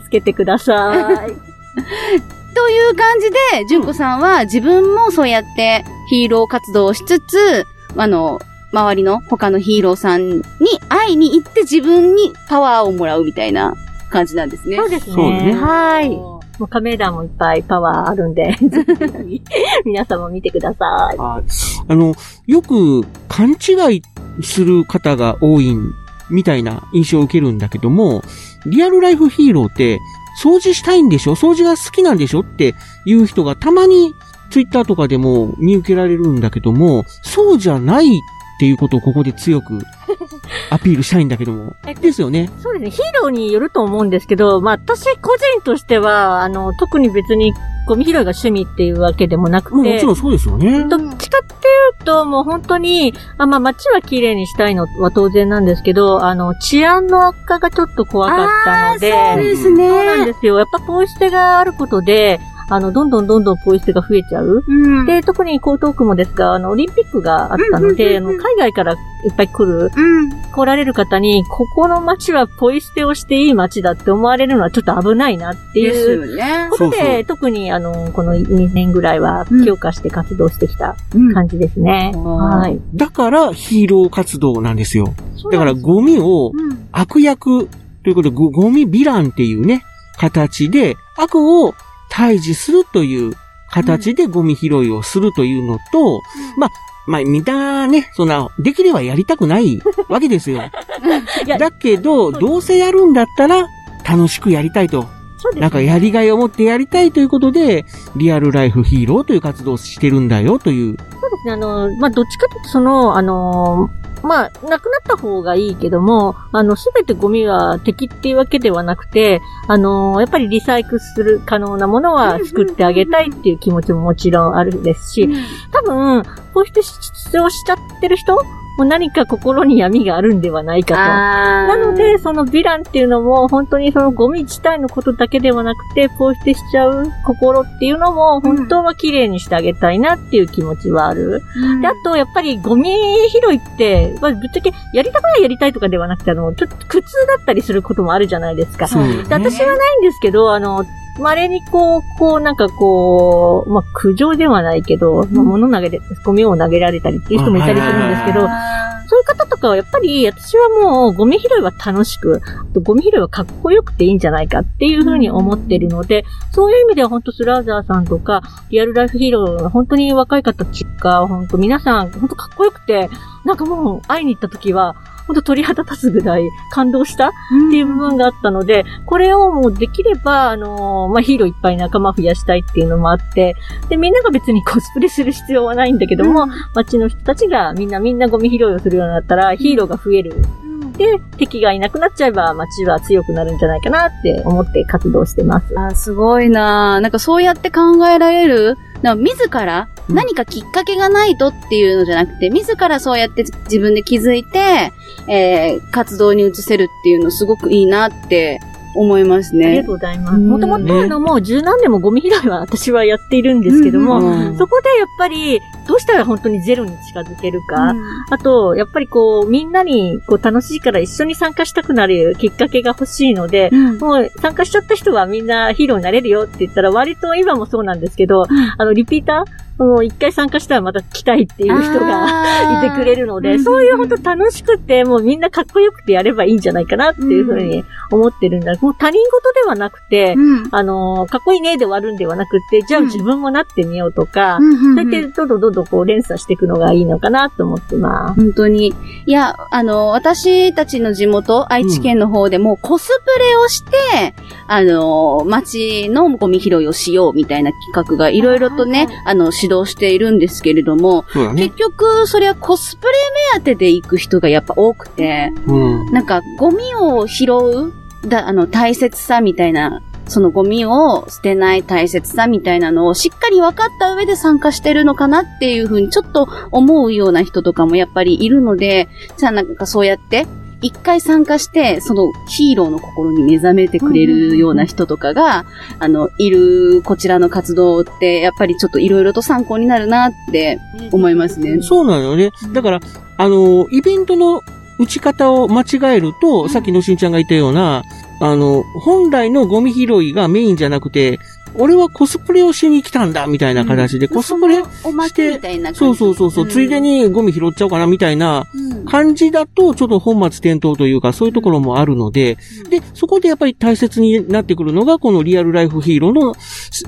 Speaker 17: 助けてください。
Speaker 8: という感じで、純子さんは自分もそうやってヒーロー活動をしつつ、あの、周りの他のヒーローさんに会いに行って自分にパワーをもらうみたいな感じなんですね。
Speaker 17: そう ですね。はい。もう亀田もいっぱいパワーあるんで、 ぜひ皆さんも見てください。
Speaker 5: あの、よく勘違いする方が多いみたいな印象を受けるんだけども、リアルライフヒーローって掃除したいんでしょ掃除が好きなんでしょっていう人がたまにツイッターとかでも見受けられるんだけども、そうじゃないっていうことをここで強くアピールしたいんだけども。ですよね。
Speaker 17: そうですね。ヒーローによると思うんですけど、まあ私個人としては、あの、特に別にゴミ拾いが趣味っていうわけでもなくて、
Speaker 5: もちろんそうですよね。
Speaker 17: どっちかっていうと、もう本当に、あまあ、街は綺麗にしたいのは当然なんですけど、あの、治安の悪化がちょっと怖かったので、
Speaker 8: あーそうですね
Speaker 17: そうなんですよ。やっぱポイ捨てがあることで、あの、どんどんどんどんポイ捨てが増えちゃう。で、特に江東区もですが、あの、オリンピックがあったので、あの、海外からいっぱい来る、来られる方に、ここの街はポイ捨てをしていい街だって思われるのはちょっと危ないなっていう。
Speaker 8: ですよね
Speaker 17: ことで、
Speaker 8: そうそう
Speaker 17: 特にあの、この2年ぐらいは強化して活動してきた感じですね。はい。
Speaker 5: だからヒーロー活動なんですよ。だからゴミを悪役ということで、ゴゴミヴィランっていうね、形で悪を退治するという形でゴミ拾いをするというのと、まあ、まあ、みんなね、そんな、できればやりたく ないわけですよ。だけど、どうせやるんだったら、楽しくやりたいと。なんかやりがいを持ってやりたいということで、リアルライフヒーローという活動をしてるんだよという。
Speaker 17: そうですね、あの、まあ、どっちかというと、その、あの、まあ、なくなった方がいいけども、あの、すべてゴミは敵っていうわけではなくて、あの、やっぱりリサイクルする可能なものは救ってあげたいっていう気持ちももちろんあるですし、多分、こうして出場しちゃってる人もう何か心に闇があるんではないかと。
Speaker 8: あー
Speaker 17: なので、そのヴィランっていうのも、本当にそのゴミ自体のことだけではなくて、ポイ捨てしちゃう心っていうのも、本当は綺麗にしてあげたいなっていう気持ちはある。で、あと、やっぱりゴミ拾いって、まあ、ぶっちゃけ、やりたくないやりたいとかではなくて、あの、ちょっと苦痛だったりすることもあるじゃないですか。
Speaker 8: そうですね
Speaker 17: で私はないんですけど、あの、稀にこう、こう、なんかこう、まあ、苦情ではないけど、まあ、物投げて、ゴミを投げられたりっていう人もいたりするんですけど、そういう方とかはやっぱり私はもうゴミ拾いは楽しく、あとゴミ拾いはかっこよくていいんじゃないかっていうふうに思ってるので、そういう意味では本当スラウザーさんとか、リアルライフヒーローの本当に若い方たちが本当皆さん本当かっこよくて、なんかもう会いに行った時は、本当鳥肌立つぐらい感動したっていう部分があったので、これをもうできれば、あのーまあ、ヒーローいっぱい仲間増やしたいっていうのもあって、で、みんなが別にコスプレする必要はないんだけども、街の人たちがみんなみんなゴミ拾いをするようになったら、ヒーローが増える。で、敵がいなくなっちゃえば街は強くなるんじゃないかなって思って活動してます。
Speaker 8: あすごいなあなんかそうやって考えられる、なんか自ら何かきっかけがないとっていうのじゃなくて、自らそうやって自分で気づいて、えー活動に移せるっていうのすごくいいなって思いますね。
Speaker 17: ありがとうございます。もともとあの、もう十何年もゴミ拾いは私はやっているんですけども、
Speaker 8: うん
Speaker 17: そこでやっぱり、どうしたら本当にゼロに近づけるか、
Speaker 8: うん
Speaker 17: あと、やっぱりこう、みんなにこう楽しいから一緒に参加したくなるきっかけが欲しいので、
Speaker 8: うん
Speaker 17: もう参加しちゃった人はみんなヒーローになれるよって言ったら、割と今もそうなんですけど、あの、リピーターもう一回参加したらまた来たいっていう人がいてくれるので、そういう本当楽しくて、もうみんなかっこよくてやればいいんじゃないかなっていうふうに思ってるんだ。もう他人事ではなくて、あの、かっこいいねで終わるんではなくて、じゃあ自分もなってみようとか、
Speaker 8: うんうんうん
Speaker 17: そうやってどんどんどんどんこう連鎖していくのがいいのかなと思ってます。
Speaker 8: 本当に。いや、あの、私たちの地元、愛知県の方でもコスプレをして、あの、街のゴミ拾いをしようみたいな企画がいろいろとね、あの、指導しているんですけれども、
Speaker 5: そうだね
Speaker 8: 結局、それはコスプレ目当てで行く人がやっぱ多くて、
Speaker 5: うん。
Speaker 8: なんか、ゴミを拾う、だ、あの、大切さみたいな、そのゴミを捨てない大切さみたいなのをしっかり分かった上で参加してるのかなっていうふうにちょっと思うような人とかもやっぱりいるので、じゃあなんかそうやって、一回参加して、そのヒーローの心に目覚めてくれるような人とかが、あの、いるこちらの活動って、やっぱりちょっといろいろと参考になるなって思いますね。
Speaker 5: そうなのよね。だから、あの、イベントの打ち方を間違えると、さっきのしんちゃんが言ったような、あの、本来のゴミ拾いがメインじゃなくて、俺はコスプレをしに来たんだ、みたいな形で、コスプレ、
Speaker 8: おまけみたいな感じ。
Speaker 5: そうそうそうそう、ついでにゴミ拾っちゃおうかな、みたいな感じだと、ちょっと本末転倒というか、そういうところもあるので、で、そこでやっぱり大切になってくるのが、このリアルライフヒーローの、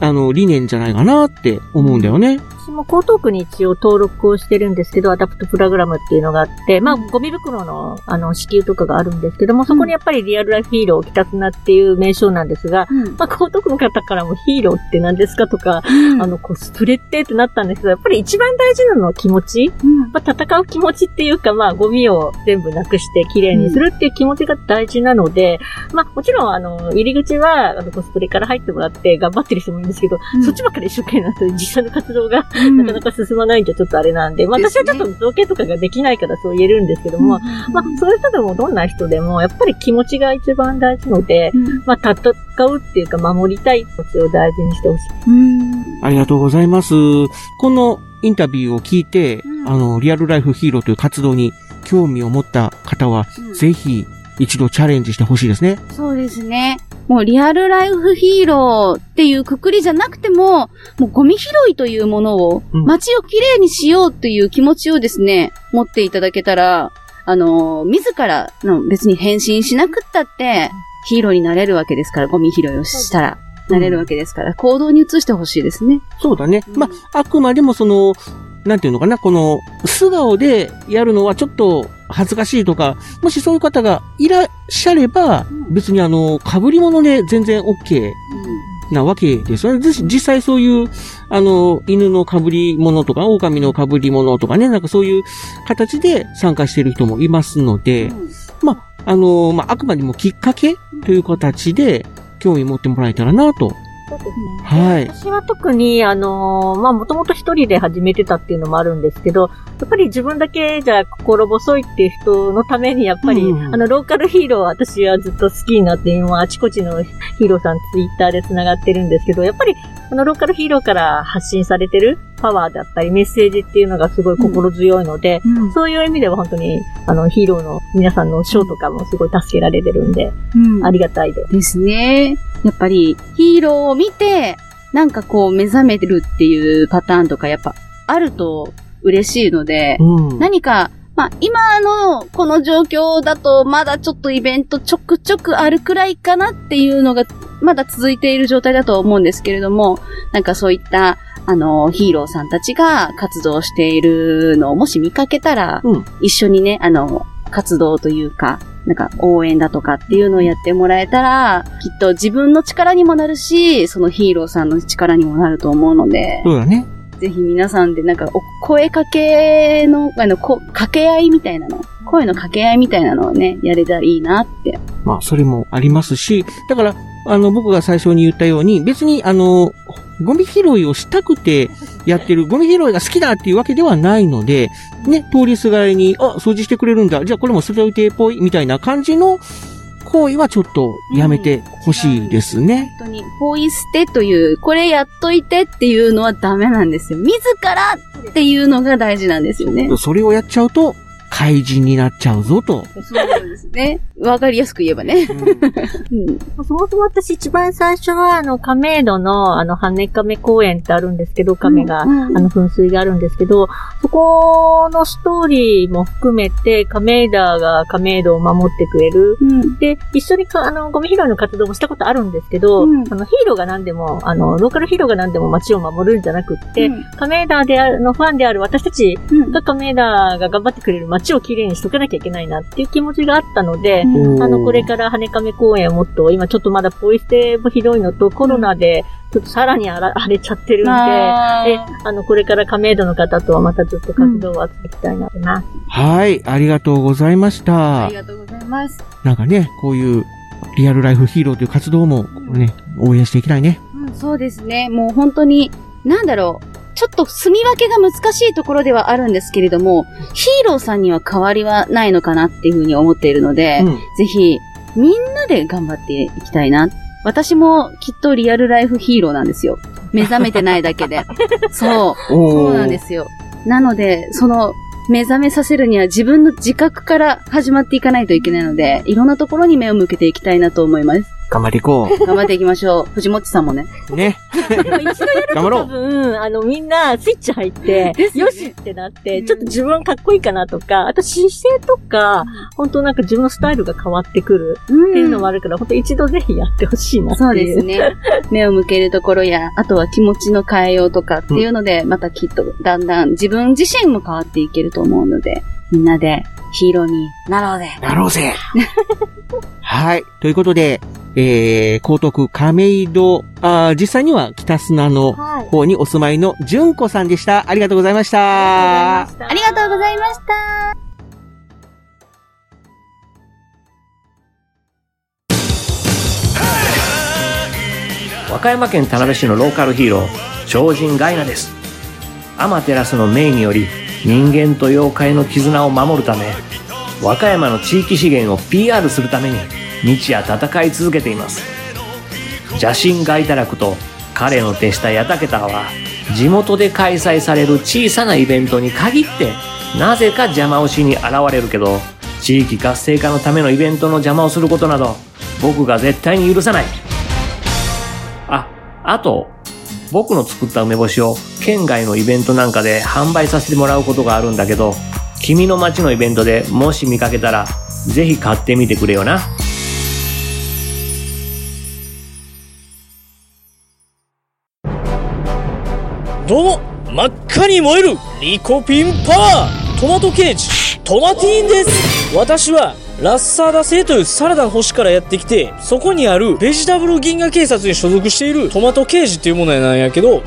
Speaker 5: あの、理念じゃないかなって思うんだよね。
Speaker 17: 私も江東区に一応登録をしてるんですけど、アダプトプログラムっていうのがあって、まあ、ゴミ袋の、あの、支給とかがあるんですけども、そこにやっぱりリアルライフヒーロー、きたつなっていう名称なんですが、まあ、江東区の方からもヒーローって何ですかとか、あの、コスプレってってなったんですけど、やっぱり一番大事なのは気持ち。まあ、戦う気持ちっていうか、まあ、ゴミを全部なくして綺麗にするっていう気持ちが大事なので、まあ、もちろん、あの、入り口は、あの、コスプレから入ってもらって頑張ってる人もいるんですけど、そっちばっかり一生懸命なと実際の活動が、なかなか進まないんじゃちょっとあれなんで、まあ、私はちょっと造形とかができないからそう言えるんですけども、まあ、そういう人でもどんな人でも、やっぱり気持ちが一番大事ので、まあ、戦うっていうか守りたい気持ちを大事にしてほしい。
Speaker 5: ありがとうございます。このインタビューを聞いて、あの、リアルライフヒーローという活動に興味を持った方は、ぜひ一度チャレンジしてほしいですね。
Speaker 8: そうですね。もうリアルライフヒーローっていうくくりじゃなくても、もうゴミ拾いというものを、街をきれいにしようという気持ちをですね、持っていただけたら、あのー自らの別に変身しなくったって、ヒーローになれるわけですから、ゴミ拾いをしたら、なれるわけですから、行動に移してほしいですね。
Speaker 5: そうだね。まあ、あくまでもその、なんていうのかな、この、素顔でやるのはちょっと恥ずかしいとか、もしそういう方がいらっしゃれば、別にあの、被り物で全然 OK なわけですよね。ぜ実際そういう、あの、犬の被り物とか、狼の被り物とかね、なんかそういう形で参加している人もいますので、まあ、あの、まあ、あくまでもきっかけという形で、興味持ってもらえたらなと。はい。
Speaker 17: 私は特に、あのーまあ、もともと一人で始めてたっていうのもあるんですけど、やっぱり自分だけじゃ心細いっていう人のために、やっぱり、あの、ローカルヒーローは私はずっと好きになって、今、あちこちのヒーローさんツイッターで繋がってるんですけど、やっぱり、あの、ローカルヒーローから発信されてるパワーだったり、メッセージっていうのがすごい心強いので、そういう意味では本当に、あの、ヒーローの皆さんのショーとかもすごい助けられてるんで、ありがたいです。
Speaker 8: ですね。やっぱりヒーローを見て、なんかこう目覚めるっていうパターンとかやっぱあると嬉しいので、
Speaker 14: うん
Speaker 8: 何か、まあ今のこの状況だとまだちょっとイベントちょくちょくあるくらいかなっていうのがまだ続いている状態だと思うんですけれども、なんかそういったあのヒーローさんたちが活動しているのをもし見かけたら、一緒にね、あの活動というか、なんか応援だとかっていうのをやってもらえたら、きっと自分の力にもなるし、そのヒーローさんの力にもなると思うので、
Speaker 5: そうだね。
Speaker 8: ぜひ皆さんでなんかお声かけの、あの、こ掛け合いみたいなの、声の掛け合いみたいなのをね、やれたらいいなって。
Speaker 5: まあ、それもありますし、だから、あの、僕が最初に言ったように、別に、あの、ゴミ拾いをしたくてやってる、ゴミ拾いが好きだっていうわけではないので、ね、通りすがりに、あ、掃除してくれるんだ、じゃあこれも捨てといてぽい、みたいな感じの行為はちょっとやめてほしいですね。
Speaker 8: 本当に、ポイ捨てという、これやっといてっていうのはダメなんですよ。自らっていうのが大事なんですよね。
Speaker 5: それをやっちゃうと、怪人になっちゃうぞと。
Speaker 8: そうですね。わかりやすく言えばね。
Speaker 17: そもそも私一番最初は、あの、亀戸の、あの、羽亀公園ってあるんですけど、亀が、
Speaker 8: うんうん
Speaker 17: あの、噴水があるんですけど、そこのストーリーも含めて、亀戸が亀戸を守ってくれる。で、一緒にか、あの、ゴミ拾いの活動もしたことあるんですけど、あの、ヒーローが何でも、あの、ローカルヒーローが何でも街を守るんじゃなくって、亀戸である、のファンである私たちが亀戸が頑張ってくれる街をきれいにしとかなきゃいけないなっていう気持ちがあったので、
Speaker 14: うん
Speaker 17: あの、これから羽亀公園をもっと、今ちょっとまだポイ捨てもひどいのと、コロナで、ちょっとさらに荒荒れちゃってるんで、
Speaker 14: あー
Speaker 17: え、あの、これから亀戸の方とはまたちょっと活動を集めていきたいなと思います。
Speaker 5: はい、ありがとうございました。
Speaker 17: とうございます。
Speaker 5: なんかね、こういうリアルライフヒーローという活動もね、応援していきたいね。
Speaker 8: うん、そうですね。もう本当に、なんだろう。ちょっと住み分けが難しいところではあるんですけれども、ヒーローさんには変わりはないのかなっていうふうに思っているので、
Speaker 14: うん
Speaker 8: ぜひ、みんなで頑張っていきたいな。私もきっとリアルライフヒーローなんですよ。目覚めてないだけ で。そう。そ
Speaker 14: おー
Speaker 8: うなんですよ。なので、その、目覚めさせるには自分の自覚から始まっていかないといけないので、いろんなところに目を向けていきたいなと思います。
Speaker 5: 頑張っていこ
Speaker 8: 頑張っていきましょう。藤本さんもね。
Speaker 5: ね。
Speaker 17: 頑張ろう。多分、あの、みんなスイッチ入って、よしってなって、ちょっと自分かっこいいかなとか、あと姿勢とか、本当なんか自分のスタイルが変わってくるっていうのもあるから、本当一度ぜひやってほしいなっていう。
Speaker 8: そうですね。目を向けるところや、あとは気持ちの変えようとかっていうので、またきっとだんだん自分自身も変わっていけると思うので、みんなでヒーローになろうぜ。
Speaker 5: なろうぜ。はい。ということで、えー、江東区亀戸、あー実際には北砂の方にお住まいの純子さんでした。ありがとうございました。
Speaker 13: ありがとうございました。
Speaker 18: 和歌山県田辺市のローカルヒーロー超人ガイナですアマテラスの命により人間と妖怪の絆を守るため和歌山の地域資源を PR するために日夜戦い続けています邪神ガイタラクと彼の手下ヤタケタは地元で開催される小さなイベントに限ってなぜか邪魔をしに現れるけど地域活性化のためのイベントの邪魔をすることなど僕が絶対に許さないああと僕の作った梅干しを県外のイベントなんかで販売させてもらうことがあるんだけど君の街のイベントでもし見かけたらぜひ買ってみてくれよな
Speaker 19: どうも真っ赤に燃えるリコピンパワートマトケージトマティーンです私はラッサーダ星というサラダの星からやってきてそこにあるベジタブル銀河警察に所属しているトマトケージっていうものなんやけど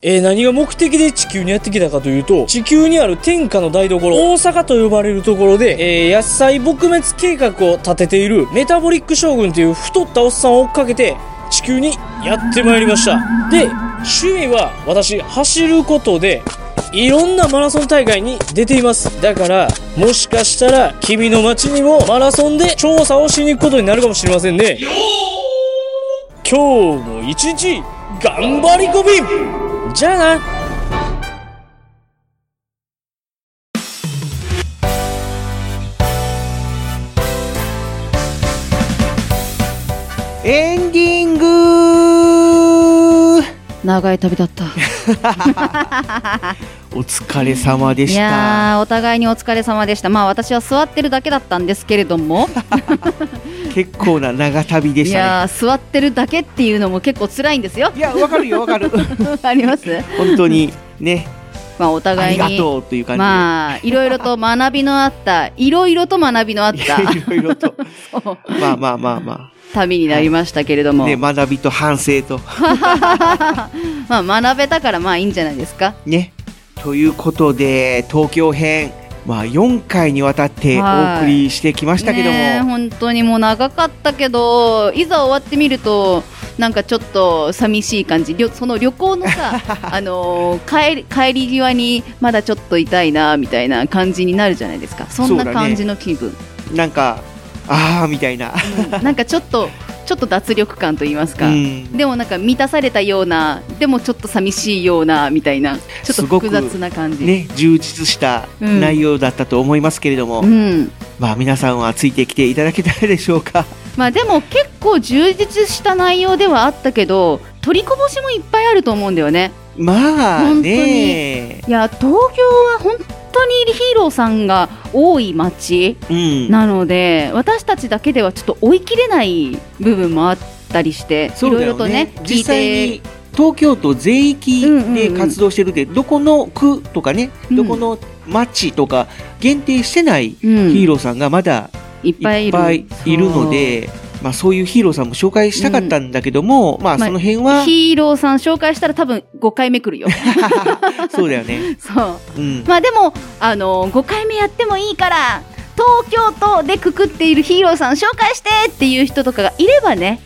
Speaker 19: えー何が目的で地球にやってきたかというと、地球にある天下の台所、大阪と呼ばれるところで、えー野菜撲滅計画を立てているメタボリック将軍という太ったおっさんを追っかけて、地球にやってまいりました。で、趣味は私、走ることで、いろんなマラソン大会に出ています。だから、もしかしたら、君の街にもマラソンで調査をしに行くことになるかもしれませんね。今日も一日、頑張り込みじゃあな
Speaker 20: エンディング
Speaker 8: 長い旅だった。
Speaker 5: お疲れ様で
Speaker 8: い
Speaker 5: した。
Speaker 8: やーお互いにお疲れ様でした。まあ私は座ってるだけだったんですけれども。
Speaker 5: 結構な長旅 で
Speaker 8: い
Speaker 5: した
Speaker 8: や
Speaker 5: ね。
Speaker 8: ー座ってるだけっていうのも結構辛いんですよ。い
Speaker 5: やわかるよわかる。
Speaker 8: あります。
Speaker 5: 本当にね、
Speaker 8: まあお
Speaker 5: あ
Speaker 8: 互い
Speaker 5: り
Speaker 8: に。
Speaker 5: がとうという感じで。
Speaker 8: まあいろいろと学びのあった、いろいろと学びのあった
Speaker 5: いろいろと。まあまあまあま
Speaker 8: 旅になりましたけれど
Speaker 5: あ。
Speaker 8: も。
Speaker 5: ね、学びと反省と。
Speaker 8: まあ学べたからまあいいんじゃないですか。
Speaker 5: ね。ということで、東京編、まあ4回にわたってお送りしてきましたけども、
Speaker 8: ねえ本当にもう長かったけどいざ終わってみるとなんかちょっと寂しい感じりょその旅行 のさ、あのー帰り帰り際にまだちょっと痛いなみたいな感じになるじゃないですかそんな
Speaker 5: そうだね
Speaker 8: 感じの気分、
Speaker 5: なんか、ああ、みたいな。
Speaker 8: なんかちょっとちょっと脱力感と言いますか、
Speaker 5: うん
Speaker 8: でもなんか満たされたようなでもちょっと寂しいようなみたいなちょっと
Speaker 5: すごく
Speaker 8: 複雑な感じ、
Speaker 5: ね、充実した
Speaker 8: うん
Speaker 5: 内容だったと思いますけれども、
Speaker 8: うん
Speaker 5: まあ皆さんはついてきていただけたでしょうか。
Speaker 8: まあでも結構充実した内容ではあったけど取りこぼしもいっぱいあると思うんだよね
Speaker 5: まあ
Speaker 8: 本
Speaker 5: ね
Speaker 8: 当にいや東京は本当にヒーローさんが多い街
Speaker 5: うん
Speaker 8: なので、私たちだけではちょっと追い切れない部分もあったりして、い
Speaker 5: そう
Speaker 8: ろ
Speaker 5: だ
Speaker 8: いろ
Speaker 5: よ
Speaker 8: とね
Speaker 5: ね
Speaker 8: 聞い
Speaker 5: 実際に
Speaker 8: て
Speaker 5: 東京都全域で活動してるで、どこの区とかね、どこの町とか限定してないヒーローさんがまだ
Speaker 8: いっぱいいる
Speaker 5: ぱいいるので、まあ、そういうヒーローさんも紹介したかったんだけども、まあその辺は、
Speaker 8: ヒーローさん紹介したら多分5回目来るよ
Speaker 5: そうだよね。
Speaker 8: そ
Speaker 5: う
Speaker 8: う
Speaker 5: ん。
Speaker 8: まあでも、あの5回目やってもいいから東京都でくくっているヒーローさん紹介してっていう人とかがいればね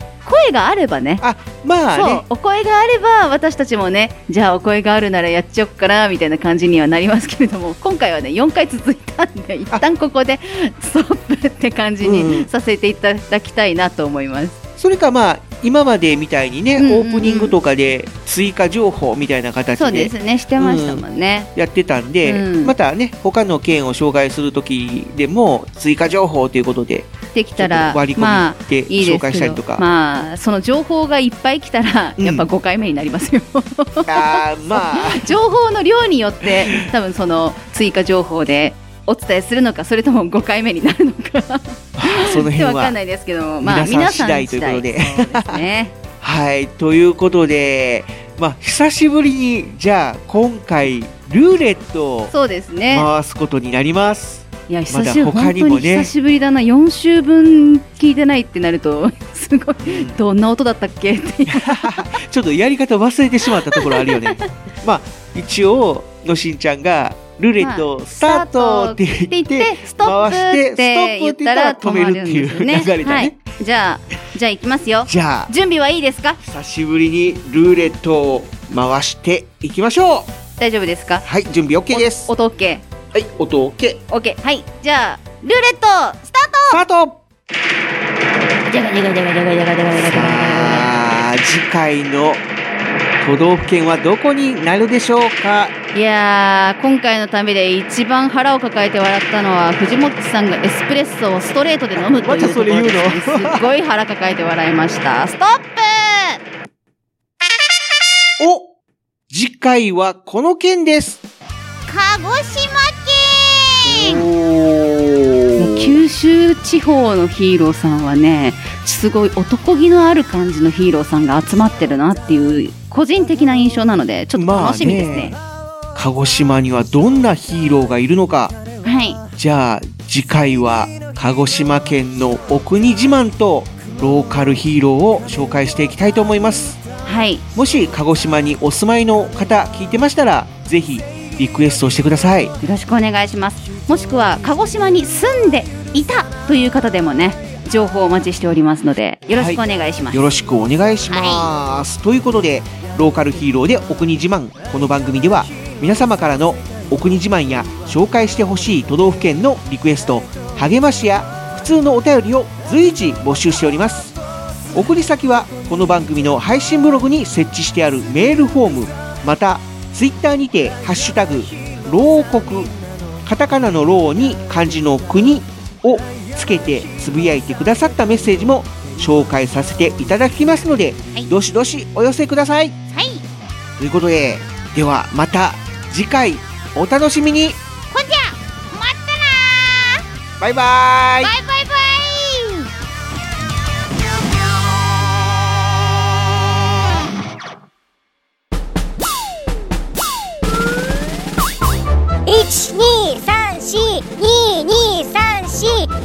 Speaker 8: 声があればね
Speaker 5: あま
Speaker 8: あそうお声があれば私たちもねじゃあお声があるならやっちゃおっかなみたいな感じにはなりますけれども今回はね4回続いたんで一旦ここでストップって感じにさせていただきたいなと思います。
Speaker 5: それかまあ今までみたいにね、オープニングとかで追加情報みたいな形で
Speaker 8: そうですねしてましたもんね、
Speaker 5: やってたんで、
Speaker 8: うん
Speaker 5: またね他の県を紹介する時でも追加情報ということ で
Speaker 8: できたら
Speaker 5: 割り
Speaker 8: ま
Speaker 5: 込
Speaker 8: あ
Speaker 5: みで
Speaker 8: いい
Speaker 5: 紹
Speaker 8: です
Speaker 5: 介し
Speaker 8: け
Speaker 5: たりと
Speaker 8: ど
Speaker 5: か、
Speaker 8: まあその情報がいっぱい来たらやっぱ5回目になりま すよ、 情報の量によって多分その追加情報でお伝えするのかそれとも5回目になるのか
Speaker 5: その
Speaker 8: って
Speaker 5: 辺
Speaker 8: わかんな
Speaker 5: はい
Speaker 8: ですけどもまあ
Speaker 5: 皆
Speaker 8: 皆
Speaker 5: さ
Speaker 8: さ
Speaker 5: ん
Speaker 8: ん
Speaker 5: 次第ということで
Speaker 8: 次第そう ですね
Speaker 5: はいということでまあ久しぶりにじゃあ今回ルーレットを
Speaker 8: そうですね
Speaker 5: 回すことになります、
Speaker 8: いや
Speaker 5: ま
Speaker 8: 久
Speaker 5: だ
Speaker 8: しぶり、
Speaker 5: 他
Speaker 8: 本
Speaker 5: に
Speaker 8: 当
Speaker 5: も
Speaker 8: に
Speaker 5: ね
Speaker 8: 久しぶりだな4週分聞いてないってなると すごいどんな音だったっけっていう
Speaker 5: ちょっとやり方忘れてしまったところあるよ ねまあ一応のしんちゃんがルーレットスタートって言って
Speaker 8: 言ってストップって言ったら止まるんですよね
Speaker 5: 止めるっていう流れだね
Speaker 8: はい、じゃあじゃあ行きますよ
Speaker 5: じゃあ
Speaker 8: 準備はいいですか
Speaker 5: 久しぶりにルーレットを回していきましょう
Speaker 8: 大丈夫ですか
Speaker 5: はい準備 OK です
Speaker 8: 音 OK
Speaker 5: はい音 OK
Speaker 8: オッケーはいじゃあルーレットスタート
Speaker 5: スタート
Speaker 8: じゃがじゃがじゃがじゃがじゃがじゃが
Speaker 5: あ次回の都道府県はどこになるでしょうか
Speaker 8: いやー、今回の旅で一番腹を抱えて笑ったのは、藤本さんがエスプレッソをストレートで飲むというところですね、
Speaker 5: またそれ言うの
Speaker 8: すっごい腹抱えて笑いました。ストップ
Speaker 5: お次回はこの県です
Speaker 2: 鹿児島県
Speaker 8: もう九州地方のヒーローさんはね、すごい男気のある感じのヒーローさんが集まってるなっていう、個人的な印象なので、ちょっと楽しみですね。
Speaker 5: 鹿児島にはどんなヒーローがいるのか
Speaker 8: はい。
Speaker 5: じゃあ次回は鹿児島県のお国自慢とローカルヒーローを紹介していきたいと思います
Speaker 8: はい
Speaker 5: もし鹿児島にお住まいの方聞いてましたらぜひリクエストしてくださいよ
Speaker 8: ろしくお願いしますもしくは鹿児島に住んでいたという方でもね情報をお待ちしておりますのでよろしくお願いします、
Speaker 5: よろしくお願いします、ということでローカルヒーローでお国自慢この番組では皆様からのお国自慢や紹介してほしい都道府県のリクエスト励ましや普通のお便りを随時募集しております送り先はこの番組の配信ブログに設置してあるメールフォームまたツイッターにて「ハッシュタグ牢国」カタカナの「牢」に漢字の「国」をつけてつぶやいてくださったメッセージも紹介させていただきますので、どしどしお寄せください、ということでではまた次回お楽しみに
Speaker 2: ほんじゃまったな
Speaker 5: バイバーイ
Speaker 2: バイバイバイ一二三四二二三四